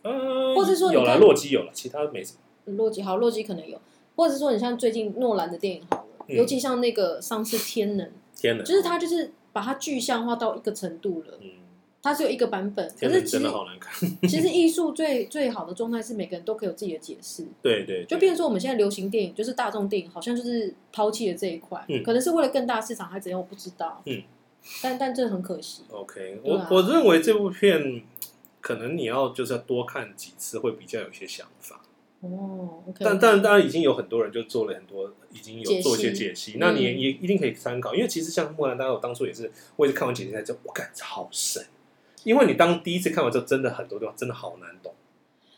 [SPEAKER 1] 呃，
[SPEAKER 2] 或者说你
[SPEAKER 1] 有了
[SPEAKER 2] 看
[SPEAKER 1] 洛基有了，其他没什么。
[SPEAKER 2] 洛基好，洛基可能有，或者是说你像最近诺兰的电影好了，
[SPEAKER 1] 嗯
[SPEAKER 2] 尤其像那个上次天能，
[SPEAKER 1] 天哪，
[SPEAKER 2] 就是它就是把它具象化到一个程度了，
[SPEAKER 1] 嗯，
[SPEAKER 2] 它只有一个版本。可
[SPEAKER 1] 天
[SPEAKER 2] 是
[SPEAKER 1] 哪，
[SPEAKER 2] 其
[SPEAKER 1] 真
[SPEAKER 2] 实
[SPEAKER 1] 的好难看。
[SPEAKER 2] 其实艺术最最好的状态是每个人都可以有自己的解释。
[SPEAKER 1] 对对，
[SPEAKER 2] 就
[SPEAKER 1] 对
[SPEAKER 2] 变成说，我们现在流行电影就是大众电影，好像就是抛弃了这一块，
[SPEAKER 1] 嗯
[SPEAKER 2] 可能是为了更大市场还怎样，我不知道。
[SPEAKER 1] 嗯，
[SPEAKER 2] 但但这很可惜。
[SPEAKER 1] OK，
[SPEAKER 2] 对
[SPEAKER 1] 我、
[SPEAKER 2] 啊
[SPEAKER 1] 我认为这部片可能你要就是要多看几次，会比较有些想法。
[SPEAKER 2] 哦，OK，
[SPEAKER 1] 但但当然已经有很多人就做了很多，已经
[SPEAKER 2] 解析
[SPEAKER 1] 有做一些解析，那你也
[SPEAKER 2] 嗯
[SPEAKER 1] 也一定可以参考，因为其实像《莫兰大道》，我当初也是，我也是看完解析才知道，我感好深。因为你当第一次看完之后，真的很多地方真的好难懂。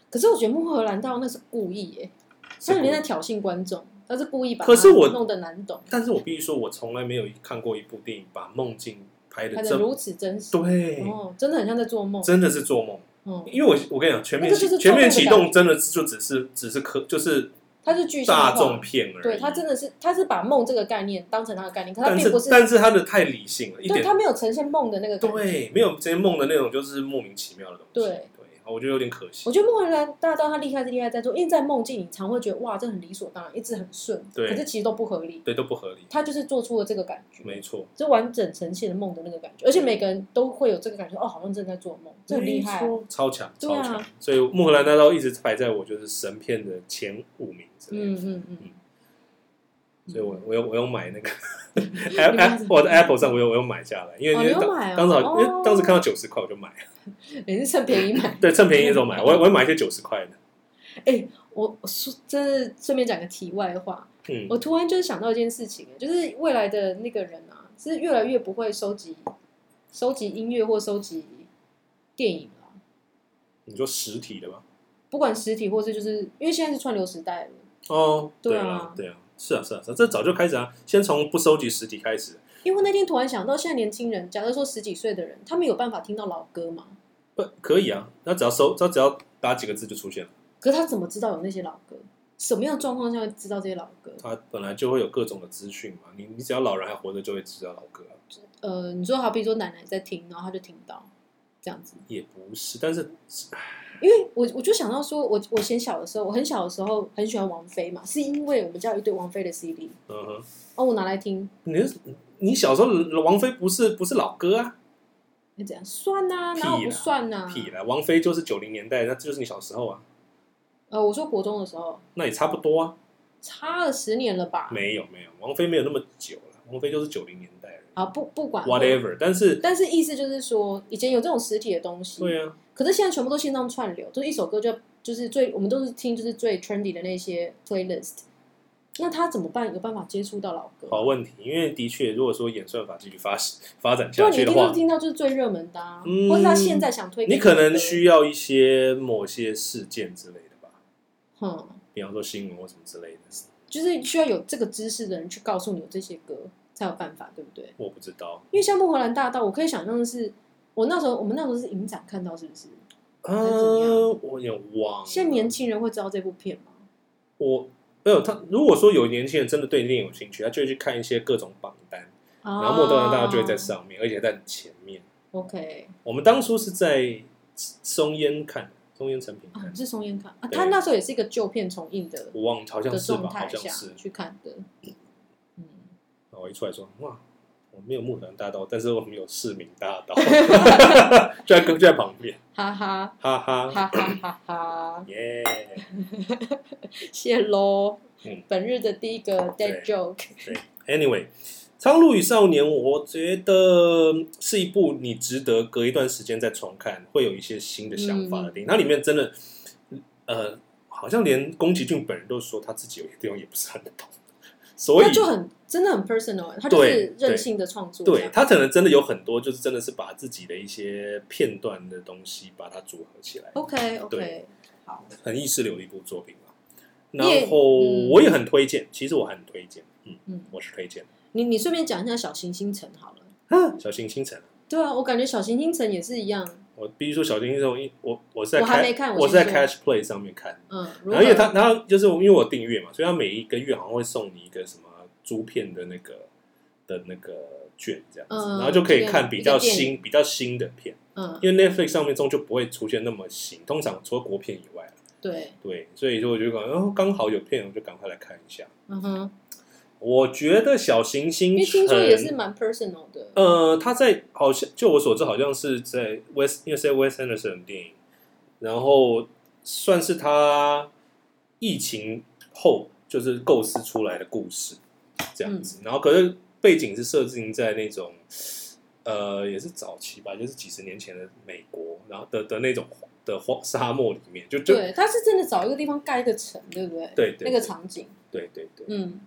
[SPEAKER 2] 可是我觉得幕后荷兰道那是故意耶，他有点在挑衅观众。他是故意把
[SPEAKER 1] 可是
[SPEAKER 2] 它
[SPEAKER 1] 我
[SPEAKER 2] 弄得难懂，
[SPEAKER 1] 但是我必须说，我从来没有看过一部电影把梦境拍的
[SPEAKER 2] 拍
[SPEAKER 1] 这
[SPEAKER 2] 的
[SPEAKER 1] 么
[SPEAKER 2] 如此真实，
[SPEAKER 1] 对，
[SPEAKER 2] 哦，真的很像在做梦，
[SPEAKER 1] 真的是做梦。
[SPEAKER 2] 嗯，
[SPEAKER 1] 因为我我跟你讲，全面
[SPEAKER 2] 那个就是
[SPEAKER 1] 启全面
[SPEAKER 2] 做
[SPEAKER 1] 启
[SPEAKER 2] 梦的感
[SPEAKER 1] 动真的就只是只是科就是
[SPEAKER 2] 它是具象化
[SPEAKER 1] 大众片而已。
[SPEAKER 2] 对他真的是，他是把梦这个概念当成他的概念，可他
[SPEAKER 1] 但
[SPEAKER 2] 并不
[SPEAKER 1] 是但是他的太理性了一
[SPEAKER 2] 对
[SPEAKER 1] 点
[SPEAKER 2] 他，没有呈现梦的那个感觉。
[SPEAKER 1] 对，没有这些梦的那种就是莫名其妙的东西。
[SPEAKER 2] 对
[SPEAKER 1] 我觉得有点可惜
[SPEAKER 2] 我。觉得梦回来大道他厉害是厉害在做，因为在梦境你常会觉得哇，这很理所当然，一直很顺，
[SPEAKER 1] 对
[SPEAKER 2] 可是其实都不合理。
[SPEAKER 1] 对，都不合理。
[SPEAKER 2] 他就是做出了这个感觉，
[SPEAKER 1] 没错，
[SPEAKER 2] 就完整呈现梦的那个感觉，而且每个人都会有这个感觉，哦，好像正在做梦，这很厉害
[SPEAKER 1] 没
[SPEAKER 2] 啊。
[SPEAKER 1] 错，超强，
[SPEAKER 2] 对
[SPEAKER 1] 超
[SPEAKER 2] 啊
[SPEAKER 1] 强。所以《穆赫兰大道》一直排在我就是神片的前五名之类的。
[SPEAKER 2] 嗯嗯嗯
[SPEAKER 1] 所以我
[SPEAKER 2] 嗯
[SPEAKER 1] 我有我有买
[SPEAKER 2] <laughs>
[SPEAKER 1] 那个
[SPEAKER 2] 你
[SPEAKER 1] App
[SPEAKER 2] 买
[SPEAKER 1] App 我的 Apple 上我有我有买下来，因为
[SPEAKER 2] 哦
[SPEAKER 1] 因为
[SPEAKER 2] 你有买
[SPEAKER 1] 当当
[SPEAKER 2] 哦
[SPEAKER 1] 时好因
[SPEAKER 2] 哦
[SPEAKER 1] 为当时看到九十块我就买，
[SPEAKER 2] 也是趁便宜买。
[SPEAKER 1] 对，趁便宜的时候买，我我买一些九十块的，
[SPEAKER 2] 哎，我我说，这顺便讲个题外话，
[SPEAKER 1] 嗯，
[SPEAKER 2] 我突然就是想到一件事情，就是未来的那个人啊，是越来越不会收集收集音乐或收集电影了、
[SPEAKER 1] 你说实体的吧？
[SPEAKER 2] 不管实体或是就是因为现在是串流时代了，
[SPEAKER 1] 哦，
[SPEAKER 2] 对啊
[SPEAKER 1] 啊，对啊，是啊是啊，是啊这早就开始啊，先从不收集实体开始，
[SPEAKER 2] 因为那天突然想到，现在年轻人，假如说十几岁的人，他们有办法听到老歌吗？
[SPEAKER 1] 不可以啊，那只要搜，他只要打几个字就出现了，
[SPEAKER 2] 可是他怎么知道有那些老歌？什么样的状况下会知道这些老歌？
[SPEAKER 1] 他本来就会有各种的资讯嘛，你你只要老人还活着就会知道老歌啊、
[SPEAKER 2] 呃，你说好比说奶奶在听，然后他就听到这样子，
[SPEAKER 1] 也不是，但是唉
[SPEAKER 2] 因为我我就想到说，我我嫌小的时候，我很小的时候很喜欢王菲嘛，是因为我们家有一堆王菲的 CD，
[SPEAKER 1] 嗯哼，
[SPEAKER 2] 哦，我拿来听，
[SPEAKER 1] 你是你小时候王菲不是不是老歌啊？
[SPEAKER 2] 那怎样算呐、
[SPEAKER 1] 屁
[SPEAKER 2] 哪有不
[SPEAKER 1] 啦
[SPEAKER 2] 算呐、
[SPEAKER 1] 屁啦，王菲就是九零年代，那就是你小时候啊，
[SPEAKER 2] 呃，我说国中的时候，
[SPEAKER 1] 那也差不多啊。
[SPEAKER 2] 差了十年了吧？
[SPEAKER 1] 没有没有，王菲没有那么久了，王菲就是九零年代人
[SPEAKER 2] 啊，不不管
[SPEAKER 1] ，whatever。但是
[SPEAKER 2] 但是意思就是说，以前有这种实体的东西，
[SPEAKER 1] 对啊，
[SPEAKER 2] 可是现在全部都线上串流，就是一首歌就就是最我们都是听就是最 trendy 的那些 playlist。那他怎么办？有办法接触到老歌？
[SPEAKER 1] 好问题，因为的确，如果说演算法继续发发展
[SPEAKER 2] 对
[SPEAKER 1] 下
[SPEAKER 2] 啊，你
[SPEAKER 1] 去
[SPEAKER 2] 一
[SPEAKER 1] 的
[SPEAKER 2] 定都
[SPEAKER 1] 话
[SPEAKER 2] 是，听到就是最热门的啊，
[SPEAKER 1] 嗯
[SPEAKER 2] 或者他现在想推给
[SPEAKER 1] 你可能
[SPEAKER 2] 的
[SPEAKER 1] 需要一些某些事件之类的吧，
[SPEAKER 2] 嗯，
[SPEAKER 1] 比方说新闻或什么之类的，
[SPEAKER 2] 就是需要有这个知识的人去告诉你有这些歌，才有办法，对不对？
[SPEAKER 1] 我不知道
[SPEAKER 2] 因为像木荷兰大道，我可以想象的是，我那时候我们那时候是影展看到，是不是？
[SPEAKER 1] 啊
[SPEAKER 2] 是怎么样，
[SPEAKER 1] 我有点忘了。
[SPEAKER 2] 现在年轻人会知道这部片吗？
[SPEAKER 1] 我没有他，如果说有年轻人真的对电影有兴趣，他就会去看一些各种榜单，
[SPEAKER 2] 然
[SPEAKER 1] 然后莫德兰大家就会在上面，而且在前面。
[SPEAKER 2] 啊 OK，
[SPEAKER 1] 我们当初是在松烟看的，松烟成品
[SPEAKER 2] 啊，
[SPEAKER 1] 看
[SPEAKER 2] 你
[SPEAKER 1] 的，
[SPEAKER 2] 是松烟看啊，
[SPEAKER 1] 对
[SPEAKER 2] 他那时候也是一个旧片重映的
[SPEAKER 1] 我忘了，好像
[SPEAKER 2] 的
[SPEAKER 1] 是吧？
[SPEAKER 2] 状
[SPEAKER 1] 好
[SPEAKER 2] 态
[SPEAKER 1] 像
[SPEAKER 2] 下
[SPEAKER 1] 是。
[SPEAKER 2] 去看的。嗯，
[SPEAKER 1] 然后我一出来说，哇，我没有木兰大道，但是我们有市民大
[SPEAKER 2] <laughs>
[SPEAKER 1] 道，就在就在旁边，
[SPEAKER 2] 哈哈
[SPEAKER 1] 哈哈，
[SPEAKER 2] 哈哈哈哈，
[SPEAKER 1] 耶！
[SPEAKER 2] 谢喽
[SPEAKER 1] 嗯。
[SPEAKER 2] 本日的第一个 dead
[SPEAKER 1] 对
[SPEAKER 2] joke，
[SPEAKER 1] 对，Anyway，《苍鹭与少年》，我觉得是一部你值得隔一段时间再重看，会有一些新的想法
[SPEAKER 2] 嗯
[SPEAKER 1] 的电影。它里面真的，呃，好像连宫崎骏本人都说他自己有些地方也不是很懂，所以
[SPEAKER 2] 那就很真的很 personal，他就是
[SPEAKER 1] 对
[SPEAKER 2] 任性的创作。
[SPEAKER 1] 对，他可能真的有很多，就是真的是把自己的一些片段的东西把它组合起来，
[SPEAKER 2] OK OK，
[SPEAKER 1] 对
[SPEAKER 2] 好，
[SPEAKER 1] 很意识流的一部作品嘛。
[SPEAKER 2] 你
[SPEAKER 1] 然
[SPEAKER 2] 也
[SPEAKER 1] 后
[SPEAKER 2] 嗯
[SPEAKER 1] 我也很推荐，其实我很推荐，嗯，
[SPEAKER 2] 嗯，
[SPEAKER 1] 我是推荐
[SPEAKER 2] 你你顺便讲一下小行星城好了。
[SPEAKER 1] 《小行星城》。
[SPEAKER 2] 对啊，我感觉小行星城也是一样，
[SPEAKER 1] 我必须说，《小行星城》一我我是在
[SPEAKER 2] 我还
[SPEAKER 1] Ca-
[SPEAKER 2] 没看我
[SPEAKER 1] 我是在
[SPEAKER 2] 先说
[SPEAKER 1] Cash Play 上面看的。
[SPEAKER 2] 嗯，如
[SPEAKER 1] 然后因为
[SPEAKER 2] 何
[SPEAKER 1] 他，然后就是因为我订阅嘛，所以他每一个月好像会送你一个什么租片的那个的那个券这样子，
[SPEAKER 2] 嗯
[SPEAKER 1] 然后就可以
[SPEAKER 2] 这个
[SPEAKER 1] 看比较
[SPEAKER 2] 这个电影
[SPEAKER 1] 新比较新的片。
[SPEAKER 2] 嗯，
[SPEAKER 1] 因为 Netflix 上面终究不会出现那么新，通常除了国片以外，
[SPEAKER 2] 对，
[SPEAKER 1] 对，所以说我就感觉哦，刚好有片，我就赶快来看一下。
[SPEAKER 2] 嗯哼，
[SPEAKER 1] 我觉得《小行星
[SPEAKER 2] 因为
[SPEAKER 1] 城
[SPEAKER 2] 听》说也是蛮 personal 的，
[SPEAKER 1] 呃，他在好像就我所知，好像是在 West，因为是在 West Anderson 的电影，然后算是他疫情后就是构思出来的故事这样
[SPEAKER 2] 嗯
[SPEAKER 1] 子，然后可是背景是设定在那种呃也是早期吧，就是几十年前的美国，然后的的那种的荒沙漠里面，就就
[SPEAKER 2] 对，他是真的找一个地方盖一个城，对不对？
[SPEAKER 1] 对对
[SPEAKER 2] 那个场景，
[SPEAKER 1] 对对对，
[SPEAKER 2] 嗯，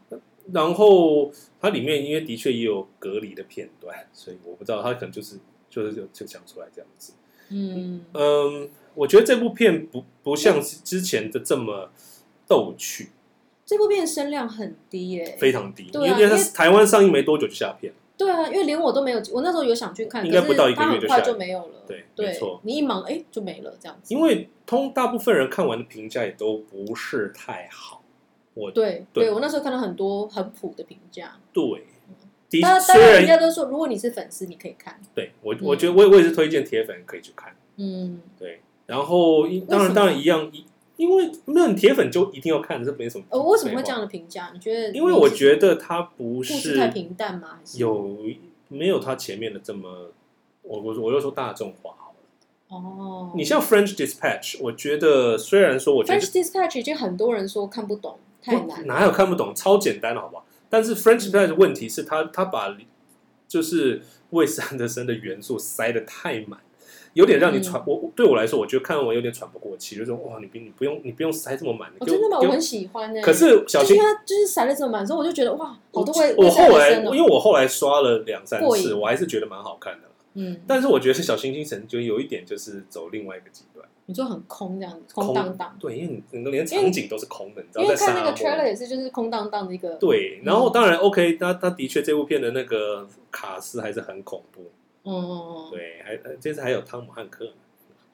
[SPEAKER 1] 然后它里面因为的确也有隔离的片段， <laughs> 所以我不知道他可能就是就是就就想出来这样子。
[SPEAKER 2] 嗯
[SPEAKER 1] 嗯，我觉得这部片不不像之前的这么逗趣，
[SPEAKER 2] 这部片声量很低耶、
[SPEAKER 1] 非常低，因
[SPEAKER 2] 对
[SPEAKER 1] 为
[SPEAKER 2] 啊
[SPEAKER 1] 因为它
[SPEAKER 2] 因为
[SPEAKER 1] 是台湾上映没多久就下片，
[SPEAKER 2] 对啊，因为连我都没有，我那时候有想去看，
[SPEAKER 1] 应该
[SPEAKER 2] 可是
[SPEAKER 1] 不到一个
[SPEAKER 2] 它
[SPEAKER 1] 月
[SPEAKER 2] 很
[SPEAKER 1] 就
[SPEAKER 2] 快
[SPEAKER 1] 下
[SPEAKER 2] 就
[SPEAKER 1] 来
[SPEAKER 2] 没有了。
[SPEAKER 1] 对没
[SPEAKER 2] 对
[SPEAKER 1] 错，
[SPEAKER 2] 你一忙哎、就没了这样子。
[SPEAKER 1] 因为通大部分人看完的评价也都不是太好。我
[SPEAKER 2] 对
[SPEAKER 1] 对
[SPEAKER 2] 我那时候看到很多很普的评价，
[SPEAKER 1] 对，的
[SPEAKER 2] 当然
[SPEAKER 1] 虽
[SPEAKER 2] 当然人
[SPEAKER 1] 然
[SPEAKER 2] 家都说，如果你是粉丝，你可以看。
[SPEAKER 1] 对我
[SPEAKER 2] 嗯
[SPEAKER 1] 我觉得我也我也是推荐铁粉可以去看。
[SPEAKER 2] 嗯，
[SPEAKER 1] 对，然后一当
[SPEAKER 2] 为
[SPEAKER 1] 然
[SPEAKER 2] 什么
[SPEAKER 1] 当然一样，一因为没有铁粉就一定要看，这没什么。
[SPEAKER 2] 呃，为什么会这样？的评价？你觉得？
[SPEAKER 1] 因为我觉得它不
[SPEAKER 2] 故事
[SPEAKER 1] 是
[SPEAKER 2] 太平淡吗？还是
[SPEAKER 1] 有没有它前面的这么，我我我又说大众化好了。
[SPEAKER 2] 哦，
[SPEAKER 1] 你像 French Dispatch，我觉得虽然说我觉得
[SPEAKER 2] French Dispatch 已经很多人说看不懂，太
[SPEAKER 1] 不
[SPEAKER 2] 难。
[SPEAKER 1] 哪有看不懂，超简单的好不好？但是 French Dispatch 的问题是他他把就是魏斯安德森的元素塞得太满。有点
[SPEAKER 2] 嗯
[SPEAKER 1] 让你喘，我我对我来说，我觉得看完我有点喘不过气，就是哇，你不你不用你不用塞这么满，你
[SPEAKER 2] 哦，
[SPEAKER 1] 给我
[SPEAKER 2] 真的吗？
[SPEAKER 1] 给
[SPEAKER 2] 我
[SPEAKER 1] 我
[SPEAKER 2] 很喜欢呢、
[SPEAKER 1] 可是小
[SPEAKER 2] 就是
[SPEAKER 1] 新
[SPEAKER 2] 因，为他就是闪了这么满，所以我就觉得哇，好多会
[SPEAKER 1] 我后来，因
[SPEAKER 2] 哦
[SPEAKER 1] 为我后来刷了两三
[SPEAKER 2] 过
[SPEAKER 1] 次，
[SPEAKER 2] 瘾
[SPEAKER 1] 我还是觉得蛮好看的。
[SPEAKER 2] 嗯，
[SPEAKER 1] 但是我觉得是小星星神就有一点就是走另外一个极端，
[SPEAKER 2] 你说很空这样子，空荡荡。
[SPEAKER 1] 对，因为你整个连场景都是空的，你知
[SPEAKER 2] 因
[SPEAKER 1] 道
[SPEAKER 2] 为
[SPEAKER 1] 在
[SPEAKER 2] 看
[SPEAKER 1] 沙
[SPEAKER 2] 那个 trailer 嗯
[SPEAKER 1] 漠。
[SPEAKER 2] 也是，就是空荡荡的一个，
[SPEAKER 1] 对，然后当然 OK，那他的确这部片的那个卡斯还是很恐怖，
[SPEAKER 2] 嗯，
[SPEAKER 1] 对，还呃这次还有汤姆汉克，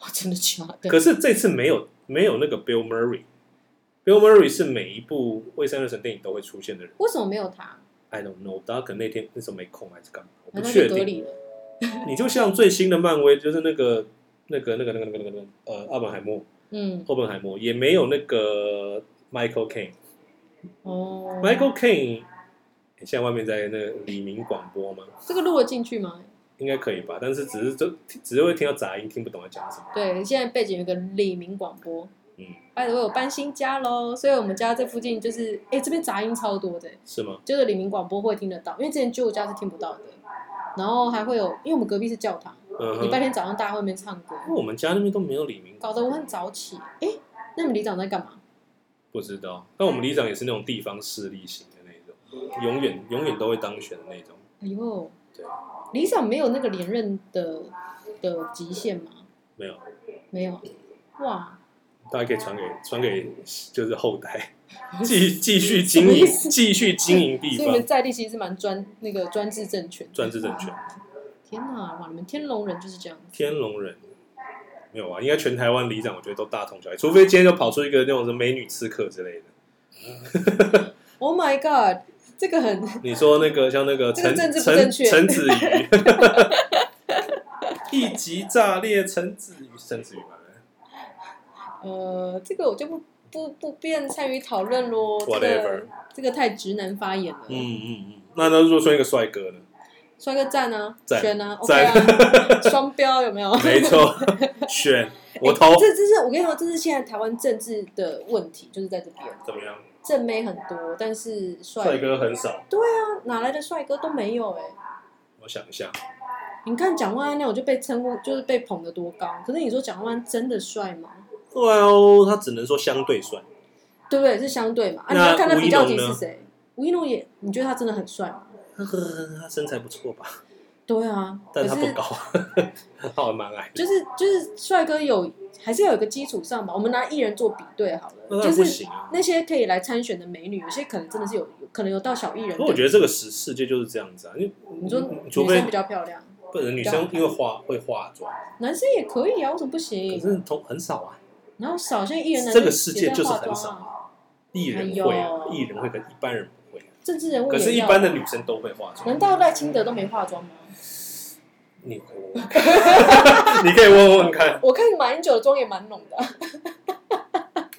[SPEAKER 2] 哇，真的假的？
[SPEAKER 1] 可是这次没有没有那个 Bill Murray，Bill Murray 是每一部魏三二神电影都会出现的人
[SPEAKER 2] 为什么没有他？
[SPEAKER 1] ，I don't know，大家可能那天那时候没空还是干嘛，我
[SPEAKER 2] 难
[SPEAKER 1] 不
[SPEAKER 2] 道
[SPEAKER 1] 确
[SPEAKER 2] 就隔
[SPEAKER 1] 定，
[SPEAKER 2] 离了？
[SPEAKER 1] 你就像最新的漫威，就是那个、那个、那个、那个、那个、那个、呃，奥本海默、
[SPEAKER 2] 嗯，
[SPEAKER 1] 奥本海默也没有那个 Michael Caine。
[SPEAKER 2] 哦
[SPEAKER 1] Michael Caine 现在外面在那个李明广播吗？
[SPEAKER 2] 这个录了进去吗？
[SPEAKER 1] 应该可以吧，但是只是就只是会听到杂音，听不懂在讲什么。
[SPEAKER 2] 对，现在背景有个李明广播。
[SPEAKER 1] 嗯，
[SPEAKER 2] 拜托，我有搬新家喽，所以我们家这附近就是，哎、这边杂音超多的，
[SPEAKER 1] 是吗？
[SPEAKER 2] 就是李明广播会听得到，因为之前旧家是听不到的。然后还会有，因为我们隔壁是教堂，
[SPEAKER 1] 嗯
[SPEAKER 2] 礼
[SPEAKER 1] 哼，
[SPEAKER 2] 拜
[SPEAKER 1] 因
[SPEAKER 2] 天早上大家会面唱歌，
[SPEAKER 1] 为我们家那边都没有李明，
[SPEAKER 2] 搞得我很早起。哎、那你们里长在干嘛？
[SPEAKER 1] 不知道。但我们里长也是那种地方势力型的那种，永远永远都会当选的那种。
[SPEAKER 2] 哎呦
[SPEAKER 1] 对，
[SPEAKER 2] 里长没有那个连任的的极限吗？
[SPEAKER 1] 没有，
[SPEAKER 2] 没有，哇，
[SPEAKER 1] 大家可以传给传给就是后代，继继续经营
[SPEAKER 2] 什么意思
[SPEAKER 1] 继续经营地
[SPEAKER 2] 所
[SPEAKER 1] 方
[SPEAKER 2] 以你。们在地其实是蛮专那个专制政权。
[SPEAKER 1] 专制政权，
[SPEAKER 2] 天哪，哇，你们天龙人就是这样子。
[SPEAKER 1] 天龙人没有啊？应该全台湾里长，我觉得都大同小异，除非今天就跑出一个那种什么美女刺客之类的。
[SPEAKER 2] Oh my god，这个很
[SPEAKER 1] 你说那个像那个
[SPEAKER 2] 这个
[SPEAKER 1] 陈
[SPEAKER 2] 政治
[SPEAKER 1] 陈
[SPEAKER 2] 不正
[SPEAKER 1] 陈
[SPEAKER 2] 确
[SPEAKER 1] 子
[SPEAKER 2] <laughs>
[SPEAKER 1] 瑜，一级炸裂陈子瑜，陈子瑜吧。
[SPEAKER 2] 呃，这个我就不不不便参与讨论喽。这
[SPEAKER 1] Whatever
[SPEAKER 2] 个这个太直男发言了。
[SPEAKER 1] 嗯嗯嗯，那那如果说一个帅哥呢？
[SPEAKER 2] 帅哥赞啊，
[SPEAKER 1] 赞
[SPEAKER 2] 选啊，OK
[SPEAKER 1] 赞
[SPEAKER 2] 啊，
[SPEAKER 1] <laughs>
[SPEAKER 2] 双标有没有？
[SPEAKER 1] 没
[SPEAKER 2] <laughs>
[SPEAKER 1] 错，选我投
[SPEAKER 2] 哎这这是我跟你说，这是现在台湾政治的问题，就是在这边，
[SPEAKER 1] 怎么样？
[SPEAKER 2] 正妹很多，但是帅
[SPEAKER 1] 帅哥很少，
[SPEAKER 2] 哪来的帅哥都没有哎、
[SPEAKER 1] 我想一下，
[SPEAKER 2] 你看蒋万安那种就被称呼，就是被捧得多高，可是你说蒋万安真的帅吗？
[SPEAKER 1] 哇哦，他只能说相对帅。
[SPEAKER 2] 对不对？是相对嘛。啊，你
[SPEAKER 1] 那
[SPEAKER 2] 要看他
[SPEAKER 1] 吴
[SPEAKER 2] 比
[SPEAKER 1] 一
[SPEAKER 2] 较
[SPEAKER 1] 农
[SPEAKER 2] 级
[SPEAKER 1] 呢
[SPEAKER 2] 是谁？吴一农也，你觉得他真的很帅吗？
[SPEAKER 1] 呵呵呵他身材不错吧？
[SPEAKER 2] 对啊，
[SPEAKER 1] 但
[SPEAKER 2] 可
[SPEAKER 1] 他
[SPEAKER 2] 是 <laughs>
[SPEAKER 1] 不高，他还蛮矮的。
[SPEAKER 2] 就是就是帅哥有还是要有个基础上吧。我们拿艺人做比对好
[SPEAKER 1] 那
[SPEAKER 2] 了，
[SPEAKER 1] 当然
[SPEAKER 2] 就
[SPEAKER 1] 不
[SPEAKER 2] 是
[SPEAKER 1] 行啊。
[SPEAKER 2] 那些可以来参选的美女，有些可能真的是有可能有到小艺人
[SPEAKER 1] 可。我觉得这个世世界就是这样子啊，因为
[SPEAKER 2] 你说
[SPEAKER 1] 嗯
[SPEAKER 2] 女
[SPEAKER 1] 除非
[SPEAKER 2] 生比较漂亮，
[SPEAKER 1] 不能女
[SPEAKER 2] 比较好
[SPEAKER 1] 生
[SPEAKER 2] 看
[SPEAKER 1] 因为化会化妆，
[SPEAKER 2] 男生也可以啊，为什么不
[SPEAKER 1] 可
[SPEAKER 2] 行？
[SPEAKER 1] 是头很少啊。
[SPEAKER 2] 然后少现在艺人男
[SPEAKER 1] 这
[SPEAKER 2] 生
[SPEAKER 1] 个世界
[SPEAKER 2] 也在
[SPEAKER 1] 就是
[SPEAKER 2] 化
[SPEAKER 1] 很
[SPEAKER 2] 妆
[SPEAKER 1] 少
[SPEAKER 2] 啊，
[SPEAKER 1] 艺人会啊，
[SPEAKER 2] 哎呦
[SPEAKER 1] 艺人会跟一般人不会，啊
[SPEAKER 2] 政治人物
[SPEAKER 1] 可是一
[SPEAKER 2] 也要啊
[SPEAKER 1] 般的女生都会化妆
[SPEAKER 2] 难。道赖清德都没化妆吗？
[SPEAKER 1] 你可以问问看， <laughs> 你可以问问看。
[SPEAKER 2] 我看马英九的妆也蛮浓的啊、 <laughs>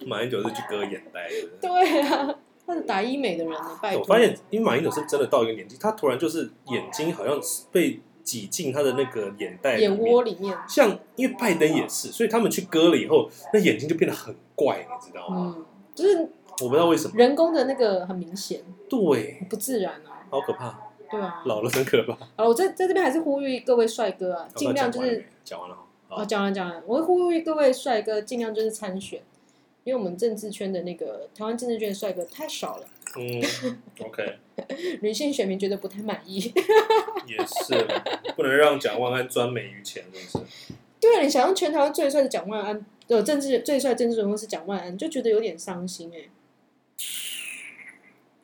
[SPEAKER 1] 马英九是去割眼袋的。哎
[SPEAKER 2] 对啊，他是打医美的人呢、拜托。
[SPEAKER 1] 我发现，因为马英九是真的到一个年纪，他突然就是眼睛好像是被挤进他的那个眼袋里
[SPEAKER 2] 眼
[SPEAKER 1] 面
[SPEAKER 2] 窝里面，
[SPEAKER 1] 像因为拜登也是，所以他们去割了以后，那眼睛就变得很怪，你知道吗？
[SPEAKER 2] 嗯，就是
[SPEAKER 1] 我不知道为什么，
[SPEAKER 2] 人工的那个很明显，
[SPEAKER 1] 对，
[SPEAKER 2] 不自然啊。
[SPEAKER 1] 好可怕，
[SPEAKER 2] 对啊，
[SPEAKER 1] 老了真可
[SPEAKER 2] <laughs>
[SPEAKER 1] 怕。
[SPEAKER 2] 好了，我在在这边还是呼吁各位帅哥啊，尽量就
[SPEAKER 1] 好那
[SPEAKER 2] 是
[SPEAKER 1] 讲完了没讲完了哈。
[SPEAKER 2] 哦，讲完讲完，我会呼吁各位帅哥尽量就是参选，因为我们政治圈的那个台湾政治圈的帅哥太少了， <laughs>
[SPEAKER 1] 嗯，OK，
[SPEAKER 2] 女性选民觉得不太满意。
[SPEAKER 1] 也是，不能让蒋万安专美于前，是不是？
[SPEAKER 2] 对啊，你想让全台湾最帅的蒋欸万安，呃，政治最帅的政治人物是蒋万安，就觉得有点伤心哎、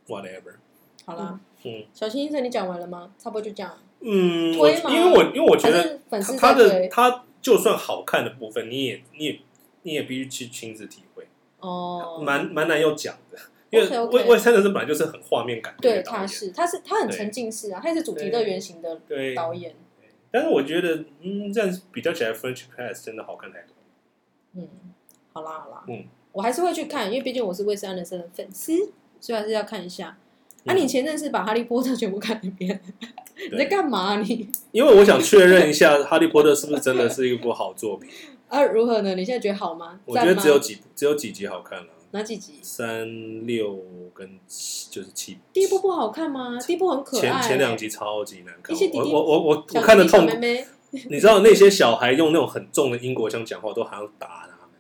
[SPEAKER 1] whatever。
[SPEAKER 2] 好啦，
[SPEAKER 1] 嗯
[SPEAKER 2] 小新医生，你讲完了吗？差不多就这样。
[SPEAKER 1] 嗯，我
[SPEAKER 2] 推吗
[SPEAKER 1] 因为我因为我觉
[SPEAKER 2] 还
[SPEAKER 1] 得
[SPEAKER 2] 是
[SPEAKER 1] 他
[SPEAKER 2] 粉丝
[SPEAKER 1] 他
[SPEAKER 2] 在
[SPEAKER 1] 的
[SPEAKER 2] 推
[SPEAKER 1] 他就算好看的部分，你也你也你也必须去亲自体会，
[SPEAKER 2] 哦，
[SPEAKER 1] 蛮蛮难要讲的。因为
[SPEAKER 2] OK，OK
[SPEAKER 1] 魏魏三德森本来就是很画面感的一
[SPEAKER 2] 对，
[SPEAKER 1] 个导
[SPEAKER 2] 他
[SPEAKER 1] 演，
[SPEAKER 2] 是他是他很
[SPEAKER 1] 对
[SPEAKER 2] 沉浸式啊，他也是主题乐园型的
[SPEAKER 1] 对。
[SPEAKER 2] 导演。
[SPEAKER 1] 但是我觉得，嗯，这样比较起来，French Press 真的好看太多。
[SPEAKER 2] 嗯，好啦好啦，
[SPEAKER 1] 嗯，
[SPEAKER 2] 我还是会去看，因为毕竟我是威斯安德森的粉丝，所以还是要看一下。
[SPEAKER 1] 嗯
[SPEAKER 2] 啊，你前阵是把《哈利波特》全部看一遍，你
[SPEAKER 1] 对，
[SPEAKER 2] 在干嘛啊、你
[SPEAKER 1] 因为我想确认一下，《哈利波特》是不是真的是一部好作品？
[SPEAKER 2] 啊，如何呢？你现在觉得好吗？
[SPEAKER 1] 我觉
[SPEAKER 2] 赞
[SPEAKER 1] 得
[SPEAKER 2] 吗
[SPEAKER 1] 只有几只有几集好看了、
[SPEAKER 2] 哪几集？
[SPEAKER 1] 三六跟七就是七，
[SPEAKER 2] 第一部不好看吗？第一部很可爱、
[SPEAKER 1] 前前两集超级难看。
[SPEAKER 2] 一些弟弟
[SPEAKER 1] 我我我我
[SPEAKER 2] 小
[SPEAKER 1] 我看的
[SPEAKER 2] 弟弟小
[SPEAKER 1] 痛
[SPEAKER 2] 妹，妹，
[SPEAKER 1] 你知道那些小孩用那种很重的英国腔讲话，都还要打他们，